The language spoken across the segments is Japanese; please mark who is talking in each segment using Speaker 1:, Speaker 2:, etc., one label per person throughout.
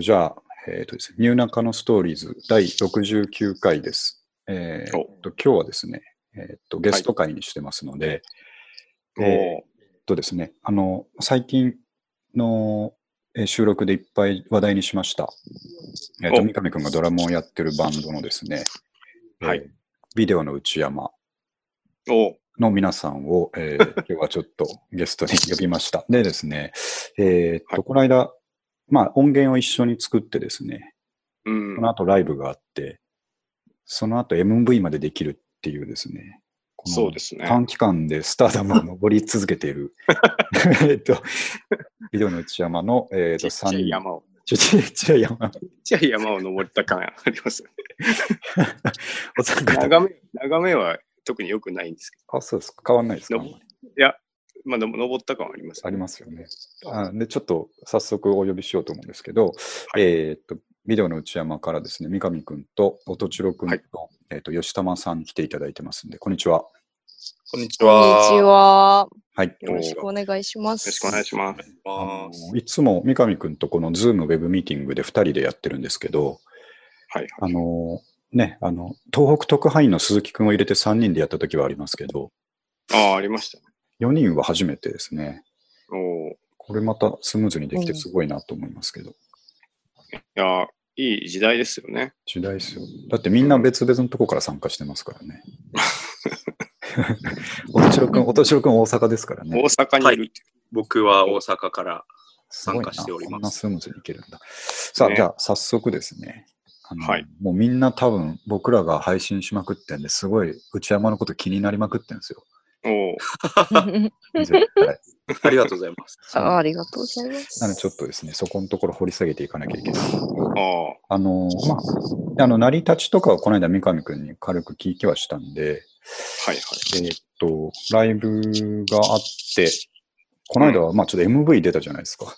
Speaker 1: じゃあ、えーとですね、ニューナカのストーリーズ第69回です。えー
Speaker 2: お
Speaker 1: と今日はですね、えーと、ゲスト会にしてますので、えー
Speaker 2: お
Speaker 1: とですね、あの最近のえー収録でいっぱい話題にしました、えーと
Speaker 2: お
Speaker 1: 三上君がドラムをやってるバンドのですね、
Speaker 2: はい
Speaker 1: えービデオの内山
Speaker 2: ーお
Speaker 1: の皆さんを、え ー今日はちょっとゲストに呼びました。でですね、えーっと、
Speaker 2: はい
Speaker 1: この間、まあ音源を一緒に作ってですね、そ
Speaker 2: うん
Speaker 1: の後ライブがあって、その後 MV までできるっていうですね、この
Speaker 2: そうですね。
Speaker 1: 短期間でスターダムを登り続けてい る、えーっと、ビデオの内山の、えーっ
Speaker 2: ち
Speaker 1: と、
Speaker 2: っちゃ
Speaker 1: 3
Speaker 2: い
Speaker 1: 人、
Speaker 2: 山を、
Speaker 1: ちっちゃいちっちゃい山、
Speaker 2: ちっちゃい山を登った感あり ますね。
Speaker 1: お三方、
Speaker 2: 眺め、眺めは特に良くないんですけ
Speaker 1: あ、そうですか、変わんないですか、
Speaker 2: ど、のいや、まあでも登った感はあります、
Speaker 1: ありますよね。あで、ちょっと早速お呼びしようと思うんですけど、
Speaker 2: はい
Speaker 1: えーっと、ビデオの内山からですね、三上くんと音千代くんと、
Speaker 2: はい
Speaker 1: えーっと、吉玉さん来ていただいてますんで、こんにちは。
Speaker 3: こんにち
Speaker 4: こんにち
Speaker 3: は。
Speaker 4: は。
Speaker 1: はい。
Speaker 2: よ
Speaker 4: よ
Speaker 2: ろ
Speaker 4: ろ
Speaker 2: し
Speaker 4: し
Speaker 2: く
Speaker 4: くお願いします。
Speaker 2: よろしくお願いします。
Speaker 1: あ
Speaker 3: こ
Speaker 1: のいつも三上くんとこの Zoom ウェブミーティングで2人でやってるんですけど、
Speaker 2: はい。
Speaker 1: あのね、あの、東北特派員の鈴木くんを入れて3人でやった時はありますけど、
Speaker 2: ああ、ありましたね。
Speaker 1: 4人は初めてですね。
Speaker 2: おーい
Speaker 1: これまたスムーズにできてすごいなと思いますけど。
Speaker 2: やー、いい時代ですよね。
Speaker 1: 時代ですよ。だってみんな別々のとこから参加してますから ね。おとしろくん、おとしろくん大阪ですから
Speaker 2: 大
Speaker 1: ね。
Speaker 2: 阪にいるっていう
Speaker 3: 僕は大 阪から。
Speaker 1: すごいな
Speaker 3: 参加しております
Speaker 1: こんなスムーズにいけるんだ。さあ、
Speaker 2: ね
Speaker 1: じゃあ早速ですね。あの
Speaker 2: はい
Speaker 1: もうみんな多分僕らが配信しまくってんですごい内山のこと気になりまくってんですよ。
Speaker 2: おー
Speaker 1: 絶 対。
Speaker 3: ありがとうございます。
Speaker 1: そう
Speaker 4: あ
Speaker 1: な
Speaker 4: ありがとうございます。
Speaker 1: のでちょっとですね、そこのところ掘り下げていかなきゃいけない。
Speaker 2: あ
Speaker 1: あの、まあ、あの、成り立ちとかはこの間三上くんに軽く聞きはしたんで、
Speaker 2: あ、はい
Speaker 1: えーっと、ライブがあって、この間は、まあちょっと MV 出たじゃないですか。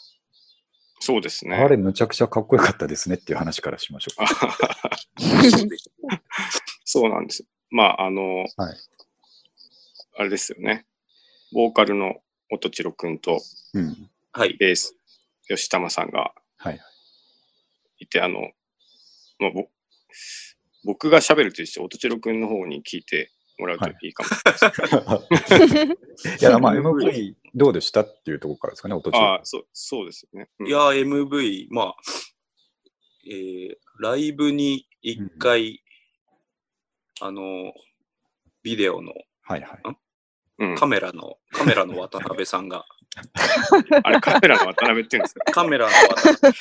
Speaker 2: そうですね。
Speaker 1: あれ、むちゃくちゃかっこよかったですねっていう話からしましょう
Speaker 2: あ
Speaker 1: か。
Speaker 2: ははそうなんです。まあ、あの、
Speaker 1: はい
Speaker 2: あれですよね。ボーカルの音千代くんと
Speaker 1: うん。
Speaker 3: はい。
Speaker 2: ベース、吉玉さんが
Speaker 1: はい。
Speaker 2: いて、あの、まあ、ぼ僕が喋るというし、音千代くんの方に聞いてもらうと
Speaker 1: はい
Speaker 2: いいか も。
Speaker 1: いや、 まあ MV どうでしたっていうところからですかね、おとち
Speaker 2: あ
Speaker 1: は
Speaker 2: あ、そう、そうですよね。うん
Speaker 3: いやー、MV、まあ、えーライブに一回、あの、ビデオの
Speaker 1: いはい。
Speaker 2: うん
Speaker 3: カメラの、カメラの渡辺 さんが、
Speaker 2: あれ、カメラの渡辺っていうんですか。
Speaker 3: カメラの渡辺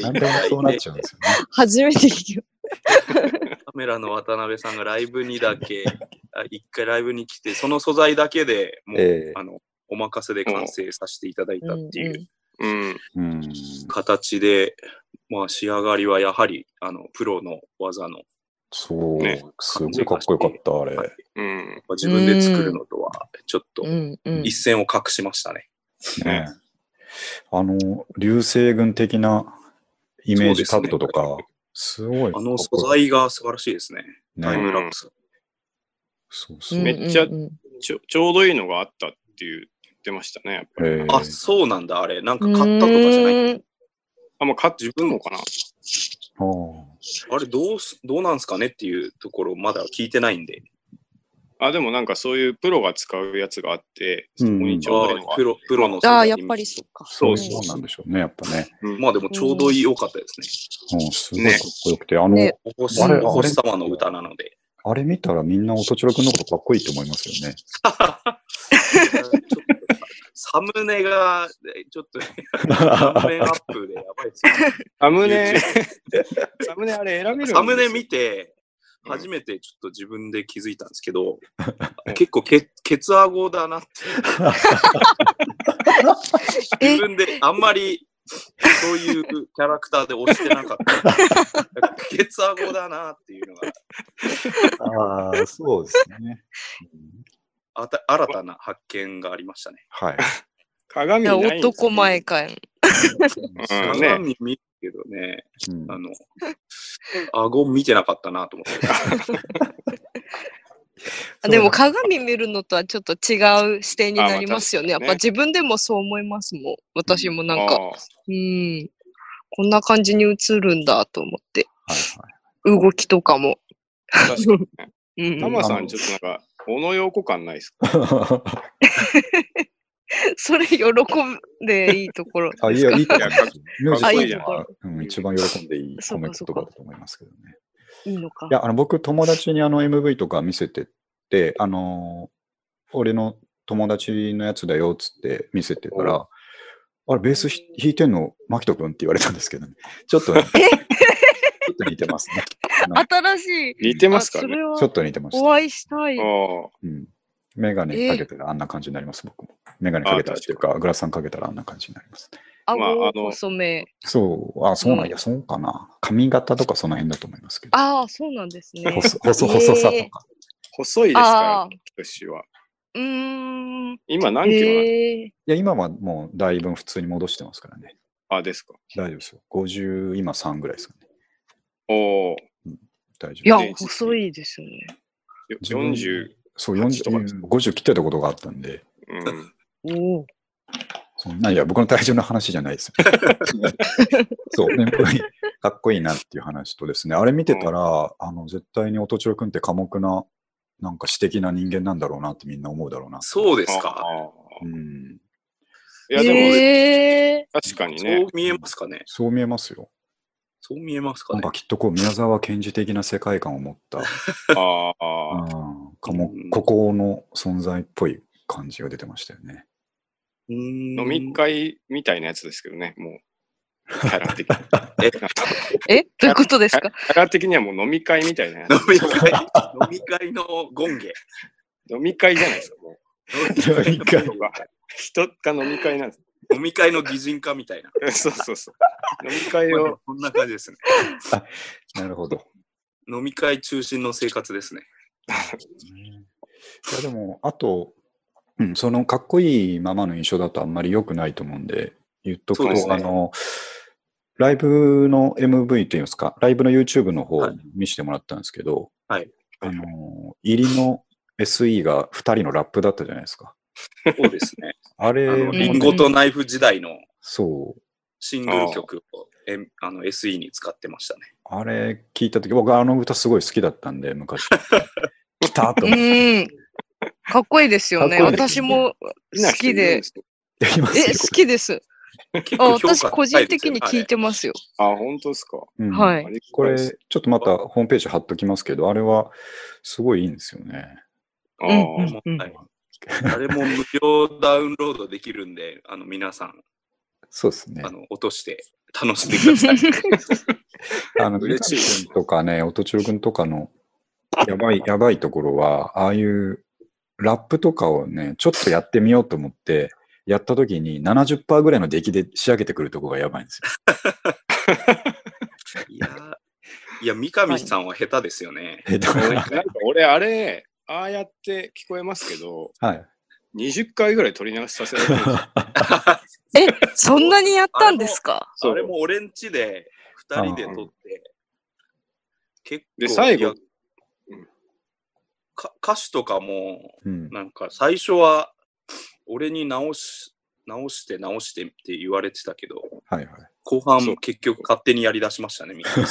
Speaker 3: さ
Speaker 1: な
Speaker 3: んが
Speaker 1: ん
Speaker 3: 来
Speaker 1: でも
Speaker 3: ていた
Speaker 1: そうな
Speaker 3: だ
Speaker 1: っ
Speaker 3: い
Speaker 1: ち
Speaker 3: て
Speaker 1: ゃうんですよね。
Speaker 4: 初めて聞く。
Speaker 3: カメラの渡辺さんがライブにだけ、あ一回ライブに来て、その素材だけでもう、
Speaker 1: ええ
Speaker 3: あの、お任せで完成させていただいたっていう
Speaker 2: うん。
Speaker 1: うん。
Speaker 3: 形で、まあ、仕上がりはやはりあのプロの技の
Speaker 1: そう、
Speaker 2: ね
Speaker 1: すごいかっこよかった、あれ。
Speaker 3: はい
Speaker 2: うん。
Speaker 3: まあ自分で作るのとはちょっと
Speaker 4: うんうんうん
Speaker 3: 一線を画しましたね。
Speaker 1: ね。あの、流星群的なイメージカ
Speaker 3: そう
Speaker 1: ッ
Speaker 3: ですね
Speaker 1: トとか、すごいか
Speaker 3: あ
Speaker 1: っこ
Speaker 3: の
Speaker 1: よかった。
Speaker 3: 素材が素晴らしいですね。タイ
Speaker 1: ね。
Speaker 3: ムラプス。
Speaker 1: そう
Speaker 4: う
Speaker 1: そ
Speaker 4: ん
Speaker 1: う。
Speaker 4: うん
Speaker 2: め
Speaker 1: え
Speaker 2: っちゃ
Speaker 4: うんうん
Speaker 2: ちょちょうどいいのがあったっていう言ってましたね、やっぱり。
Speaker 1: ー
Speaker 3: あ、そうなんだ、あれ。なんか買ったとかじゃな
Speaker 4: う
Speaker 3: い。
Speaker 4: ーん
Speaker 2: あ、もう買って分のかな。
Speaker 1: あー
Speaker 3: あれどうす、どうなんすかねっていうところ、まだ聞いてないんで。
Speaker 2: あ、でもなんかそういうプロが使うやつがあって、
Speaker 1: う
Speaker 2: そ
Speaker 1: ん
Speaker 2: こにちょうどいいの
Speaker 3: あ
Speaker 2: があ
Speaker 3: プロ、プロの素
Speaker 4: ああ
Speaker 3: 材
Speaker 4: や
Speaker 3: に
Speaker 4: っぱりそうか。
Speaker 1: そうそ
Speaker 2: そう
Speaker 1: うなんでしょうね、やっぱね。
Speaker 3: まあでもちょうど良かったですね。
Speaker 1: うん、すごいかっこよくて、あの、
Speaker 4: ね
Speaker 3: お星
Speaker 4: あれあれ
Speaker 3: お星様の歌なので。
Speaker 1: あれ見たらみんな音千代くんのことかっこいいと思いますよね。
Speaker 3: ちょっとサムネがちょっと画面アップでやばいですよね。
Speaker 2: サムネ、 サムネあれ選べるんですよ
Speaker 3: サムネ見て、
Speaker 2: うん
Speaker 3: 初めてちょっと自分で気づいたんですけど、結構ケ、ケツアゴだなって、
Speaker 4: え
Speaker 3: 自分であんまりそういうキャラクターで押してなか った。ケツアゴだなっていうのが、
Speaker 1: ああ、そうですね。
Speaker 3: あた新たな発見がありましたね。
Speaker 1: はい。
Speaker 2: 鏡
Speaker 4: い
Speaker 2: な
Speaker 4: や
Speaker 2: いんですよ
Speaker 4: 男前かい。
Speaker 2: うんね
Speaker 3: 鏡見るけどね、
Speaker 1: うん
Speaker 3: あの、顎見てなかったなと思って。
Speaker 4: あでも鏡見るのとはちょっと違う視点になりますよね。
Speaker 2: あ
Speaker 4: やっ
Speaker 2: まあ
Speaker 4: ぱ自分でもそう思いますもん。私もなんか、
Speaker 2: あ
Speaker 4: うん、こんな感じに映るんだと思って、
Speaker 1: はい
Speaker 4: 動きとかも。
Speaker 2: 確かにね。
Speaker 4: うん
Speaker 2: タマさん、ちょっとなんか、小野洋子感ないですか
Speaker 1: はい。
Speaker 4: それ喜んでいいところ。
Speaker 1: あ、いや、いいと思いますよ。ミュージ
Speaker 2: かっ
Speaker 1: ッ
Speaker 2: こ
Speaker 1: ク
Speaker 2: いいじゃん
Speaker 1: はうん、一番喜んでいい
Speaker 4: そ
Speaker 1: 褒め
Speaker 4: うか
Speaker 1: 言葉だと思いますけどね。
Speaker 4: いいのか
Speaker 1: い。や、あの、僕、友達にあの MV とか見せてって、あのー俺の友達のやつだよっつって見せてたら、あれ、ベースひ弾いてんの、牧人君って言われたんですけどね。 ちょっと、ね、ちょっと似てますね。 あの
Speaker 4: 新しい。
Speaker 2: 似てますか
Speaker 4: あそ
Speaker 2: ね。
Speaker 4: れは
Speaker 1: ちょっと似てまし
Speaker 4: お
Speaker 1: た。
Speaker 4: 会いしたい
Speaker 2: あ。あ。
Speaker 1: うん。メガネかけたらあんな感じになります、僕も。メガネかけたらっていうか、グラサンかけたらあんな感じになります。
Speaker 2: まあ
Speaker 4: 顎
Speaker 2: あの
Speaker 4: 細め。
Speaker 1: そう、あ、そうなん
Speaker 4: うん
Speaker 1: や、そうかな。髪型とかその辺だと思いますけど。
Speaker 4: ああ、そうなんですね。
Speaker 1: 細細細さとか。
Speaker 2: 細いです
Speaker 4: ああ
Speaker 2: か、ら、しは。
Speaker 4: うーん。
Speaker 2: 今何キロなの
Speaker 4: えー、
Speaker 1: いや、今はもうだいぶ普通に戻してますからね。
Speaker 2: あ、ですか。
Speaker 1: 大丈夫ですよ。50、今3ぐらいですかね。
Speaker 2: おお。
Speaker 1: 大丈
Speaker 4: いや
Speaker 1: 夫。
Speaker 2: ね、
Speaker 4: 細いですよね。
Speaker 2: よ
Speaker 1: 自分
Speaker 2: 40。
Speaker 1: そう、
Speaker 2: 8とか
Speaker 1: 40、50切ってたことがあったんで、
Speaker 2: うん。
Speaker 4: おお。
Speaker 1: そんな、いや、僕の体重の話じゃないですよ。そう、ね、かっこいいなっていう話とですね、あれ見てたら、あの、絶対に音千代君って寡黙な、なんか私的な人間なんだろうなってみんな思うだろうな。
Speaker 3: そうです
Speaker 2: あ
Speaker 3: か。
Speaker 2: あ
Speaker 1: うん。
Speaker 2: いや、でも、
Speaker 4: え
Speaker 2: 確かに
Speaker 3: そ
Speaker 2: ね
Speaker 3: う。見えますかね。
Speaker 1: そう見えますよ。
Speaker 3: そう見えますか
Speaker 1: なん
Speaker 3: ね
Speaker 1: か。きっとこう、宮沢賢治的な世界観を持 った、
Speaker 2: あ
Speaker 1: う
Speaker 2: あ。
Speaker 1: ん、かも
Speaker 3: うん、
Speaker 1: 孤高の存在っぽい感じが出てましたよね。
Speaker 3: 飲
Speaker 2: 飲み会みたいなやつですけどね、 もう、キャラ的に。
Speaker 3: え
Speaker 2: なんか
Speaker 4: ー、えどういうことですか
Speaker 2: キャラ的にはもう飲み会みたい なや
Speaker 3: 飲
Speaker 2: つ。
Speaker 3: み会、飲み会のゴ ンゲ。
Speaker 2: 飲み会じゃないですか、もう。
Speaker 1: 飲み会
Speaker 2: 人が人が飲み会なんで
Speaker 3: 飲み会の擬人化みたいな。
Speaker 2: す。そうそうそう。飲み会を、
Speaker 3: こんな感じですね。
Speaker 1: なるほど。
Speaker 3: 飲み会中心の生 活ですね。
Speaker 1: ねいやでも、あと、うん、そのかっこいいままの印象だとあんまり良くないと思うんで、言っとく
Speaker 3: そう
Speaker 1: と、
Speaker 3: ですね
Speaker 1: あの、ライブの MV といいますか、ライブの YouTube の方
Speaker 3: はい
Speaker 1: 見せてもらったんですけど、
Speaker 3: はい
Speaker 1: あの、入りの SE が2人のラップだったじゃないですか。
Speaker 3: そうですね。
Speaker 1: あ
Speaker 3: あ
Speaker 1: れ
Speaker 3: の、
Speaker 1: もね
Speaker 3: リンゴとナイフ時代の
Speaker 1: そう。
Speaker 3: シングル曲をえあの SE に使ってましたね。
Speaker 1: あれ聞いたとき、僕あの歌すごい好きだったんで、 昔。来たと
Speaker 4: う
Speaker 1: 思って。
Speaker 4: ーん。かっこいいですよね。
Speaker 1: かっこいいです
Speaker 4: 私
Speaker 1: よね
Speaker 4: も
Speaker 2: みんな
Speaker 4: 好
Speaker 2: 人い
Speaker 4: き
Speaker 2: るん
Speaker 4: で。
Speaker 2: すよ。
Speaker 1: できますよ
Speaker 4: え、好きです。
Speaker 3: 結
Speaker 4: あ
Speaker 3: 構評価高いです
Speaker 4: 私
Speaker 3: よ
Speaker 4: 個人的に聞いてますよ。
Speaker 2: あ、本当ですか。
Speaker 1: うん
Speaker 4: はい
Speaker 2: あれ
Speaker 1: これ、ちょっとまたホームページ貼っときますけど、あれはすごいいいんですよね。
Speaker 2: あ
Speaker 4: うん
Speaker 2: ー
Speaker 4: うんうん
Speaker 3: はいあれも無料ダウンロードできるんで、あの皆さん、
Speaker 1: そうですね
Speaker 3: あ。の落として楽しんでください。
Speaker 1: あの、ゆか
Speaker 2: 嬉
Speaker 1: り
Speaker 2: しい
Speaker 1: 君とかね、音千代君とかのやばい、やばいところは、ああいうラップとかをね、ちょっとやってみようと思って、やった時に70%ぐらいの出来で仕上げてくるところがやばいんですよ。
Speaker 3: いやー、いや三上さんは下手ですよね。
Speaker 1: えっと
Speaker 2: 俺なんか俺、あれ、ああやって聞こえますけど、
Speaker 1: はい。
Speaker 2: 20回ぐらい取り流しさせられてるん ですよ
Speaker 4: え、 そんなにやったんですか
Speaker 2: そう
Speaker 3: あれも俺ん家で2人で撮って、結構
Speaker 2: で最後
Speaker 3: いやうんか歌詞とかも、
Speaker 1: うん。
Speaker 3: なんか最初は俺に直し直して直してって言われてたけど、
Speaker 1: はいはい。
Speaker 3: 後半も結局勝手にやりだしましたね、みんな。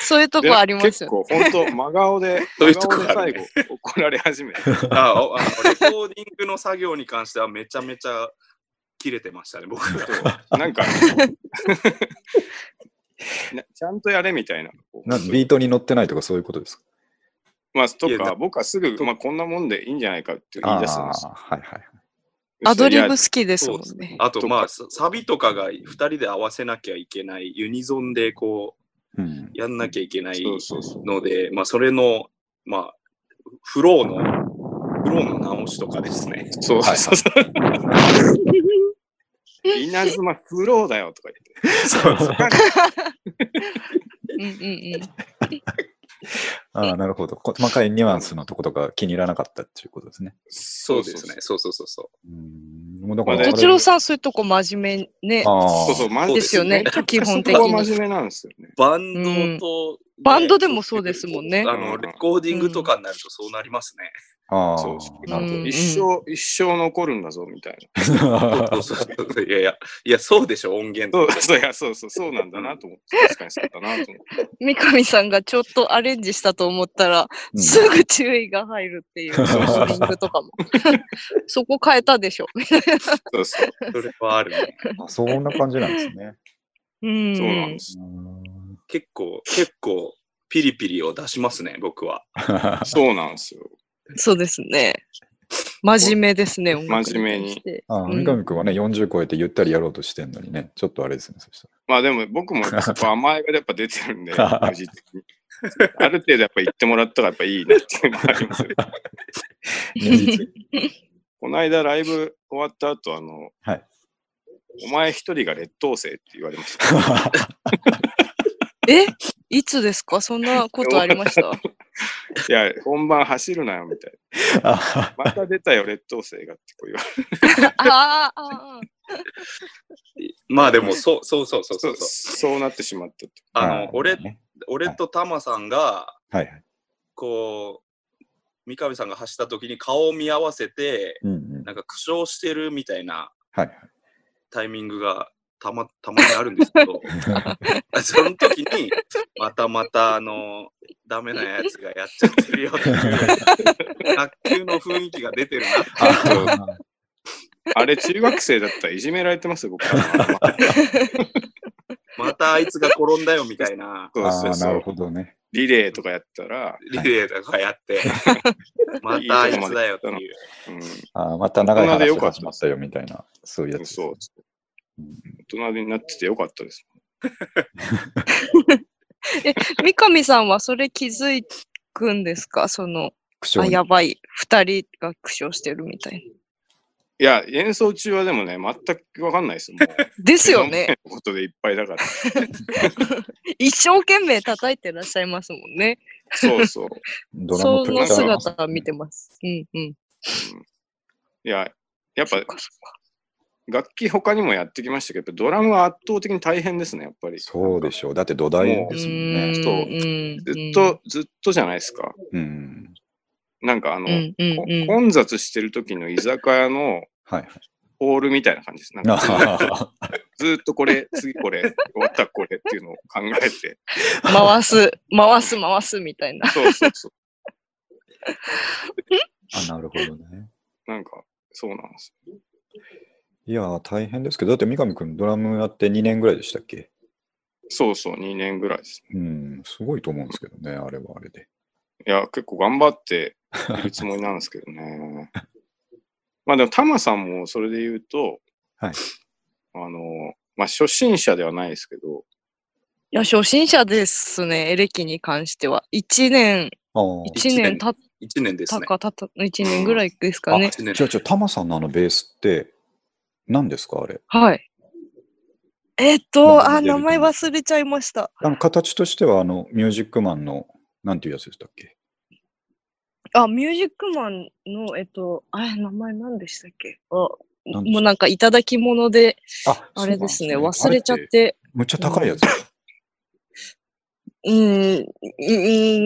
Speaker 4: そういうとこありま
Speaker 2: 結
Speaker 4: すよね。
Speaker 2: 構、本当真顔で、
Speaker 3: そうい
Speaker 2: 真
Speaker 3: うとこ
Speaker 2: 顔で
Speaker 3: あ
Speaker 2: 最
Speaker 3: る
Speaker 2: 後、怒られ始めて。
Speaker 3: あああレコーディングの作業に関してはめちゃめちゃ切れてました ね、僕。
Speaker 2: そうなんか、なちゃんとやれみたいな。こう
Speaker 1: なビートに乗ってないとかそういうことですか
Speaker 2: まあ、と
Speaker 3: いや
Speaker 2: か、
Speaker 3: だ
Speaker 2: 僕はすぐ、
Speaker 3: と
Speaker 2: まあ、こんなもんでいいんじゃないかって言い出すんです
Speaker 1: あ。ーはいはい。
Speaker 4: アドリブ
Speaker 2: いや
Speaker 4: 好きです
Speaker 3: そ
Speaker 4: も
Speaker 3: うです
Speaker 4: ん
Speaker 3: ね
Speaker 4: ね。
Speaker 3: あと、まあ、ササビとかが2人で合わせなきゃいけない、ユニゾンでこ
Speaker 1: うん
Speaker 3: う、。やんなきゃいけない
Speaker 2: そうそうそう。
Speaker 3: ので、まあ、それの、まあ、フローの、フローの直しとかですね。
Speaker 2: そうそうそう そう。稲妻フローだよとか言って。そうそう。
Speaker 4: うんうんうん。
Speaker 1: ああ、なるほど。こ細かいニュアンスのとことか気に入らなかったっていうことですね。
Speaker 3: そうですね。そうそうそうそう。
Speaker 1: うん。もうだから
Speaker 2: まあね
Speaker 1: あ
Speaker 4: ど
Speaker 1: れ
Speaker 4: ちろさん、そういうとこ真面目ね。
Speaker 1: ああ
Speaker 2: そうそう、ま
Speaker 4: ですよね
Speaker 2: そう
Speaker 4: 基本的に
Speaker 2: そこは真面目なんですよね。
Speaker 3: バンドと
Speaker 4: バンドでもそうですもんね
Speaker 3: あの、レコーディングとかになるとそうなりますね。
Speaker 1: ああ。
Speaker 2: そうそう
Speaker 1: なるほ
Speaker 4: うん
Speaker 2: 一生、一生残るんだぞ、みたいな。
Speaker 1: ど。
Speaker 3: そうそうそういやいや、いや、そうでしょ、音源
Speaker 2: そ
Speaker 3: と
Speaker 2: う、そういや、そうそう、そうなんだなと思って、確かにそうだなと思って。
Speaker 4: 三上さんがちょっとアレンジしたと思ったら、
Speaker 1: うん
Speaker 4: すぐ注意が入るっていう、ソーシングとかも。 そこ変えたでしょ。
Speaker 2: そうそう、
Speaker 3: それはあるね。
Speaker 1: あそんな感じなんですね。
Speaker 4: うん。
Speaker 2: そうなんです。
Speaker 1: うーん
Speaker 3: 結構、結構、ピリピリを出しますね、僕は。
Speaker 2: そうなんですよ。
Speaker 4: そうですね。真面目ですね、音楽
Speaker 2: 真面目に
Speaker 4: 対して
Speaker 1: あ
Speaker 4: うん
Speaker 1: 三上君はね、40超えてゆったりやろうとしてんのにね、ちょっとあれですね、そした
Speaker 2: まあでも僕もそこ甘えがやっぱ出てる んで、
Speaker 1: あ
Speaker 2: 個人的にある程度やっぱ言ってもらったらやっぱいいなっていうのがあります よ。
Speaker 1: ら。現実
Speaker 2: この間ライブ終わった後、あの、
Speaker 1: はい
Speaker 2: お前一人が劣等生って言われました。
Speaker 4: えいつですかそんなことありました
Speaker 2: いや、本番走るなよみたい
Speaker 1: あ
Speaker 2: な。また出たよ、劣等生がってこう言われ
Speaker 4: あーあー、
Speaker 3: まあでも、そうそうそうそうそう
Speaker 2: て、
Speaker 3: そう。
Speaker 2: そうなってしまったと。
Speaker 3: あ
Speaker 1: ー
Speaker 3: の、俺、
Speaker 1: ね
Speaker 3: 俺とタマさんが、
Speaker 1: はいはい。
Speaker 3: こう、三上さんが走った時に顔を見合わせて、
Speaker 1: うんうん。
Speaker 3: なんか苦笑してるみたいな
Speaker 1: はい
Speaker 3: タイミングがたまたまにあるんです け ど、
Speaker 1: はい。
Speaker 3: その時に、またまた、あの、ダメなやつがやっちゃってるよっていう、卓球の雰囲気が出てるなって
Speaker 1: あー
Speaker 2: あれ、中学生だったらいじめられてます よ、僕は。
Speaker 3: またあいつが転んだよみたいな
Speaker 2: そう
Speaker 1: あ
Speaker 2: そう
Speaker 1: ー、
Speaker 2: そ
Speaker 1: なる
Speaker 2: う
Speaker 1: ほ。どね。
Speaker 2: リレーとかやったら、
Speaker 3: リレーとかやって、またあいつだよっていう。
Speaker 2: うん、
Speaker 1: あーまた長い
Speaker 2: 大人で
Speaker 1: 話
Speaker 2: よか
Speaker 1: が
Speaker 2: った
Speaker 1: 始まったよみたいな、そういうやつ。
Speaker 2: そう。
Speaker 1: うん
Speaker 2: 大人になっててよかったです。
Speaker 4: 三上さんはそれ気づくんですかその、
Speaker 1: 苦
Speaker 4: あ、
Speaker 1: 笑に
Speaker 4: やばい。二人が苦笑してるみたい
Speaker 2: いや、演奏中はでもね、全くわかんないですよ。もう
Speaker 4: な。ですよ
Speaker 2: 目の前
Speaker 4: ね。。
Speaker 2: のことでいっぱいだから。
Speaker 4: 一生懸命叩いてらっしゃいますもんね。
Speaker 2: そうそう。
Speaker 1: ドラ
Speaker 4: そ
Speaker 1: ムプレ
Speaker 4: の
Speaker 1: イヤー。
Speaker 4: 姿見てます。うんうん。
Speaker 2: いや、やっ
Speaker 4: そ
Speaker 2: ぱ
Speaker 4: っかそっか
Speaker 2: 楽器他にもやってきましたけど、やっぱドラムは圧倒的に大変ですね、やっぱり。
Speaker 1: そうでしょう。だって土台
Speaker 2: う
Speaker 1: で
Speaker 4: う
Speaker 1: すもんね。
Speaker 4: ーん
Speaker 2: そうずっと、ずっとじゃないですか。
Speaker 1: うん。
Speaker 2: なんかあの、
Speaker 4: うんうん
Speaker 2: こ
Speaker 4: うんうん
Speaker 2: 混雑してる時の居酒屋の
Speaker 1: はいはい。
Speaker 2: ホールみたいな感じです。 なんか
Speaker 1: あ
Speaker 2: ずっとこれ、次これ、終わったらこれっていうのを考えて。
Speaker 4: 回す、回す、回すみたいな。
Speaker 2: そうそうそう。
Speaker 1: ー、なるほどね。
Speaker 2: なんか、そうなんです。
Speaker 1: いやー、大変ですけど、だって三上君、ドラムやって2年ぐらいでしたっけ
Speaker 2: そうそう、2年ぐらいです
Speaker 1: う
Speaker 2: ね。
Speaker 1: ん、すごいと思うんですけどね、あれはあれで。
Speaker 2: いや、結構頑張っているつもりなんですけどね。まあでも、タマさんもそれで言うと、
Speaker 1: はい
Speaker 2: あの、まあ初心者ではないですけど、
Speaker 4: いや、初心者ですね、エレキに関しては。1年、
Speaker 1: あー
Speaker 4: 1年経っ
Speaker 3: 1年です
Speaker 4: た
Speaker 3: ね。
Speaker 4: か経った、1年ぐらいですかね。
Speaker 3: 1年
Speaker 1: じゃあ、じゃあ、タマさんのあのベースって、何ですか、あれ。
Speaker 4: はい。えっ
Speaker 1: ま
Speaker 4: と、
Speaker 1: あ
Speaker 4: あ、
Speaker 1: 見れると
Speaker 4: 名
Speaker 1: 思う
Speaker 4: 前忘れちゃいました。
Speaker 1: あの形としては、あの、ミュージックマンの、なんていうやつでしたっけ
Speaker 4: あ、ミュージックマンの、えっと、あれ、名前何でしたっけあ、
Speaker 1: 何でした
Speaker 4: もうなんか、いただき物で、
Speaker 1: あ
Speaker 4: あれですね、
Speaker 1: そうなん
Speaker 4: 忘れちゃっ
Speaker 1: あて。
Speaker 4: て、
Speaker 1: むっちゃ高いやつ。
Speaker 4: うーん、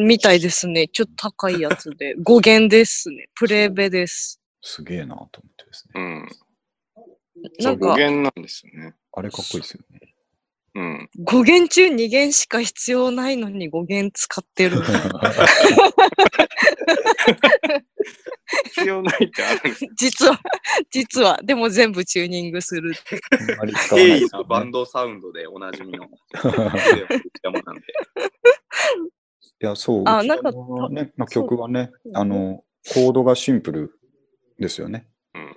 Speaker 4: うん、みたいですね。ちょっと高いやつで。語源ですね。プレベです。
Speaker 1: すげえなと思ってです
Speaker 2: う
Speaker 1: ね。
Speaker 2: ん。
Speaker 4: なん
Speaker 2: そう語
Speaker 4: か、
Speaker 2: 源なんですよね。
Speaker 1: あれかっこいいですよね。
Speaker 2: うん。
Speaker 4: 語源中2弦しか必要ないのに語源使ってる。
Speaker 2: 必要ないってあるん です
Speaker 4: 実は、実は、でも全部チューニングする。
Speaker 1: あんまり使わない
Speaker 3: 平
Speaker 1: で
Speaker 3: 易
Speaker 1: すよ
Speaker 3: な
Speaker 1: ね
Speaker 3: バンドサウンドでおなじみの山なんで。
Speaker 1: いや、そう。
Speaker 4: あ
Speaker 1: うち
Speaker 4: なんか
Speaker 1: のね、まあ、
Speaker 4: そう
Speaker 1: 曲はね
Speaker 4: う、ん
Speaker 1: あの、コードがシンプルですよね。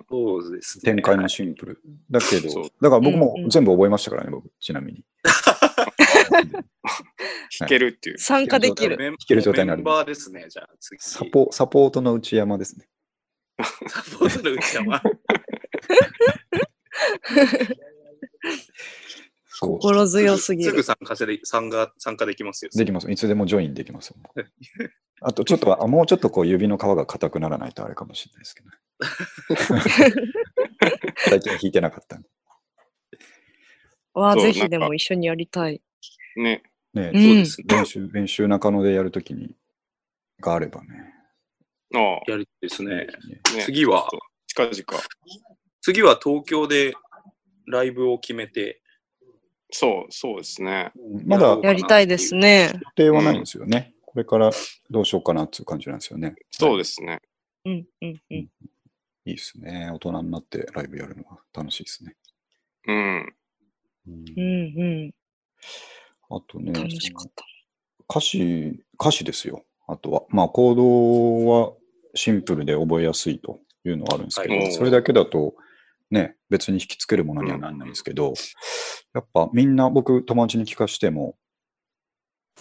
Speaker 3: そうですね。
Speaker 1: 展開もシンプル。だけど
Speaker 2: そう、
Speaker 1: だから僕も
Speaker 4: うんうん
Speaker 1: 全部覚えましたからね、僕、ちなみに。
Speaker 2: 弾けるっていう。
Speaker 4: 参加でき る。
Speaker 3: メン
Speaker 1: 弾ける状態になる
Speaker 3: メンバーですね、じゃあ次。
Speaker 1: サポサポートの内山ですね。
Speaker 3: サポートの内山。
Speaker 1: そ
Speaker 4: 心強すぎ
Speaker 3: すぐ
Speaker 4: る。
Speaker 3: 参加せで参加参加できますよ。
Speaker 1: う。できます。いつでもジョインできます。あと、ちょっと、あもうちょっとこう指の皮が硬くならないとあれかもしれないですけど、ね。 最近弾いてなかったんで。
Speaker 4: わあ、
Speaker 2: そう
Speaker 4: ぜひ
Speaker 2: なんか
Speaker 4: でも一緒にやりたい。
Speaker 2: ね。
Speaker 1: ね、
Speaker 4: うん
Speaker 3: そうですね。
Speaker 1: 練習、練習中野でやるときに、があればね。
Speaker 2: あ
Speaker 3: やりたいですね。
Speaker 2: あ、ね、
Speaker 3: 次は、
Speaker 2: 近々。
Speaker 3: 次は東京でライブを決めて、
Speaker 2: そう、そうですね。
Speaker 1: まだ
Speaker 4: やりたいですね。
Speaker 1: 固定はないんですよね。これからどうしようかなっていう感じなんですよね。
Speaker 2: そう
Speaker 1: で
Speaker 2: ですね。
Speaker 4: うんうんうん。
Speaker 1: す。いいですね。大人になってライブやるのは楽しいですね。
Speaker 2: うん。
Speaker 4: うんうん。
Speaker 1: あとね、
Speaker 4: 楽しかった。
Speaker 1: 歌詞、歌詞ですよ。あとは。まあ、行動はシンプルで覚えやすいというのはあるんですけど、
Speaker 2: はい
Speaker 1: それだけだと、ね、別に引きつけるものにはなんないんですけど、やっぱみんな僕、友達に聞かしても、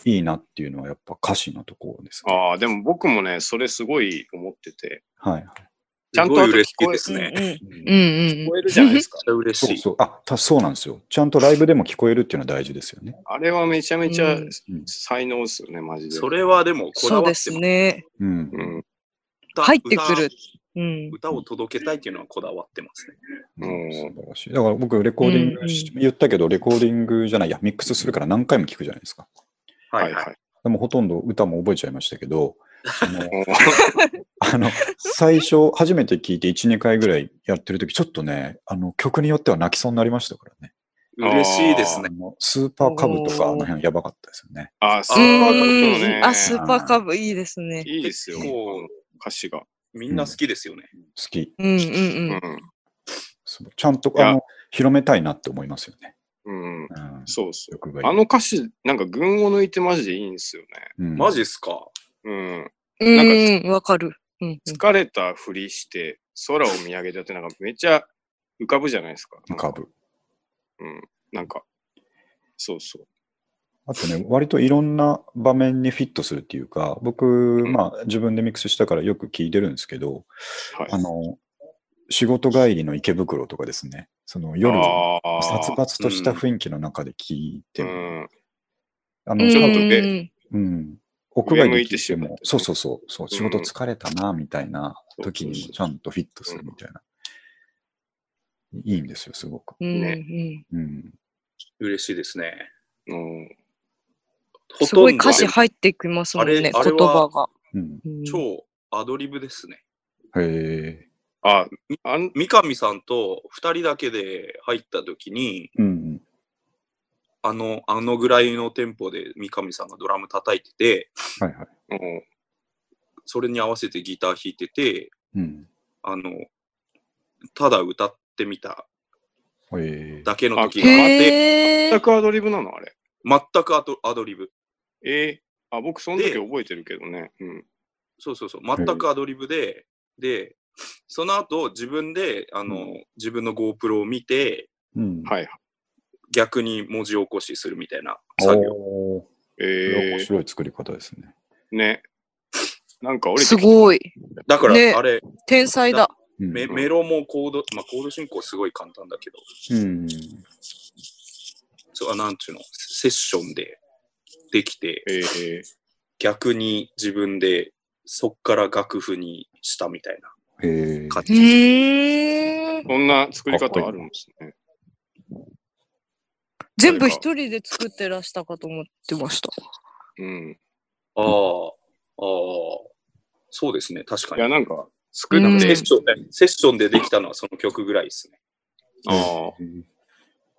Speaker 1: いいなっていうのはやっぱ歌詞のところですね。
Speaker 2: ああ、でも僕もね、それすごい思ってて、
Speaker 1: はい。
Speaker 2: ちゃんと
Speaker 3: すご
Speaker 2: 後
Speaker 3: い
Speaker 2: で
Speaker 3: 嬉しい
Speaker 2: 聞こえ
Speaker 3: ですね。
Speaker 4: うんうんうん。
Speaker 2: 聞こえるじゃないですか。
Speaker 3: めっちゃ嬉
Speaker 1: そ
Speaker 3: し
Speaker 1: う
Speaker 3: い。
Speaker 1: そう。あ、たそうなんですよ。ちゃんとライブでも聞こえるっていうのは大事ですよね。
Speaker 2: あれはめちゃめちゃ
Speaker 4: うん
Speaker 2: 才能ですよね、マジで。
Speaker 3: それはでもこだ
Speaker 4: そう
Speaker 3: わ
Speaker 4: で
Speaker 3: って
Speaker 4: す
Speaker 3: ます
Speaker 4: ね。
Speaker 1: うん
Speaker 2: う。ん。
Speaker 3: 歌
Speaker 4: 入ってくる。うん。
Speaker 3: 歌歌を届けたいっていうのはこだわってますね。
Speaker 1: う、
Speaker 2: うんん
Speaker 1: 素晴らしい。だから僕、レコーディングし、言ったけど、レコーディングじゃない、いや、ミックスするから何回も聞くじゃないですか。
Speaker 3: は
Speaker 2: はいい
Speaker 3: は。
Speaker 2: はいい。
Speaker 1: でもほとんど歌も覚えちゃいましたけど、そ の
Speaker 2: おー
Speaker 1: あの、最初、初めて聞いて1、2回ぐらいやってるとき、ちょっとね、あの、曲によっては泣きそうになりましたからね。
Speaker 3: 嬉しいです
Speaker 1: あ
Speaker 3: ね。
Speaker 1: のスーパーカブとか、あの辺やばかったですよね。
Speaker 2: ああ、スー
Speaker 4: う
Speaker 2: パーカップのね
Speaker 4: ん。あ、スーパーカブいいですね。
Speaker 2: いいですよ。
Speaker 3: 結構
Speaker 2: 歌詞が。
Speaker 3: みんな好きですよね。
Speaker 1: 好き。
Speaker 4: うん
Speaker 2: うん
Speaker 4: う
Speaker 2: ん。
Speaker 1: そうちゃんと、
Speaker 2: いや
Speaker 1: あの、広めたいなって思いますよね。
Speaker 2: うん。
Speaker 1: うん。
Speaker 2: そうそう。
Speaker 1: 欲がいい
Speaker 2: あの歌詞、なんか群を抜いてマジでいいんですよね。
Speaker 1: うん
Speaker 3: マジっすか
Speaker 2: うん。
Speaker 4: うん。
Speaker 2: なんか
Speaker 4: うんうん、わかる。うんうん。
Speaker 2: 疲れたふりして、空を見上げてって、なんかめっちゃ浮かぶじゃないですか。
Speaker 1: 浮かぶ。
Speaker 2: うん。なんか、そうそう。
Speaker 1: あとね、割といろんな場面にフィットするっていうか、僕、
Speaker 2: ん
Speaker 1: まあ自分でミックスしたからよく聞いてるんですけど、
Speaker 2: はい。
Speaker 1: あの、仕事帰りの池袋とかですね、その夜、
Speaker 2: ああ
Speaker 1: 殺伐とした雰囲気の中で聞いて
Speaker 2: う
Speaker 1: も、
Speaker 2: ん。
Speaker 1: あ
Speaker 4: う
Speaker 1: の、
Speaker 4: ん
Speaker 1: ち
Speaker 2: ち
Speaker 1: ょ
Speaker 2: ょ
Speaker 1: っ
Speaker 2: っと
Speaker 1: と、
Speaker 2: で
Speaker 4: うん
Speaker 1: うん、屋外
Speaker 2: 上向
Speaker 1: に
Speaker 2: い
Speaker 1: 聞
Speaker 2: て
Speaker 1: いて
Speaker 2: しま
Speaker 1: も
Speaker 2: っ、て
Speaker 1: そうそうそう、そう仕事疲れたな、みたいな時にもちゃんとフィットするみたいな。いいんですよ、すごく。
Speaker 4: うんう
Speaker 2: ね
Speaker 4: ん。
Speaker 1: うん。
Speaker 3: 嬉しいですね。
Speaker 2: うん。
Speaker 3: ほ
Speaker 4: すご
Speaker 3: と
Speaker 4: い
Speaker 3: んど
Speaker 4: 歌詞入ってきますもんね、言
Speaker 3: あれあれ
Speaker 4: 葉
Speaker 3: は
Speaker 4: が。
Speaker 1: うん。
Speaker 4: うん
Speaker 3: 超アドリブですね。
Speaker 1: へえ。
Speaker 2: あ、あん、
Speaker 3: 三上さんと2人だけで入った時に、
Speaker 1: うん。
Speaker 3: あの、あのぐらいのテンポで三上さんがドラム叩いてて、
Speaker 1: はいはい。
Speaker 2: うん
Speaker 3: それに合わせてギター弾いてて、
Speaker 1: うん。
Speaker 3: あの、ただ歌ってみた
Speaker 1: へえ。
Speaker 3: だけの時があって、
Speaker 4: へ
Speaker 2: 全
Speaker 4: ー
Speaker 2: くアドリブなのあれ。
Speaker 3: 全くアドアドリブ。
Speaker 2: えー、あ、僕その時
Speaker 3: で
Speaker 2: 覚えてるけどね。うん。
Speaker 3: そうそうそう、全くアドリブで、で、その後自分で、あの、
Speaker 1: う
Speaker 3: 自分の GoPro を見て、
Speaker 1: うん。い。
Speaker 2: はい。
Speaker 3: 逆に文字起こしするみたいな作業。
Speaker 1: おーこれは
Speaker 2: え
Speaker 1: 面白い作り方ですね。
Speaker 2: ー、ね。なんか俺、
Speaker 4: すごい。
Speaker 3: だから、
Speaker 4: ね
Speaker 3: あれ、
Speaker 4: 天才だ。
Speaker 1: うん
Speaker 3: メ
Speaker 1: う
Speaker 3: メロもコード、まあ、コード進行すごい簡単だけど、
Speaker 1: ん。
Speaker 3: そうあなんちゅうの、セッションでできて、
Speaker 2: えー、
Speaker 3: 逆に自分でそっから楽譜にしたみたいな
Speaker 1: へえ。
Speaker 3: 感
Speaker 4: う
Speaker 3: じ。
Speaker 4: ーん。
Speaker 2: そんな作り方あるんですね。
Speaker 4: 全部一人で作ってらしたかと思ってました。
Speaker 2: うん。
Speaker 3: ああ、ああ、そうですね、確か
Speaker 2: いや、
Speaker 3: に。
Speaker 2: なんか、作
Speaker 4: う
Speaker 2: っ
Speaker 4: ん
Speaker 3: セッ
Speaker 2: て、
Speaker 3: ションで、セッションでできたのはその曲ぐらいですね。
Speaker 2: あ
Speaker 1: あ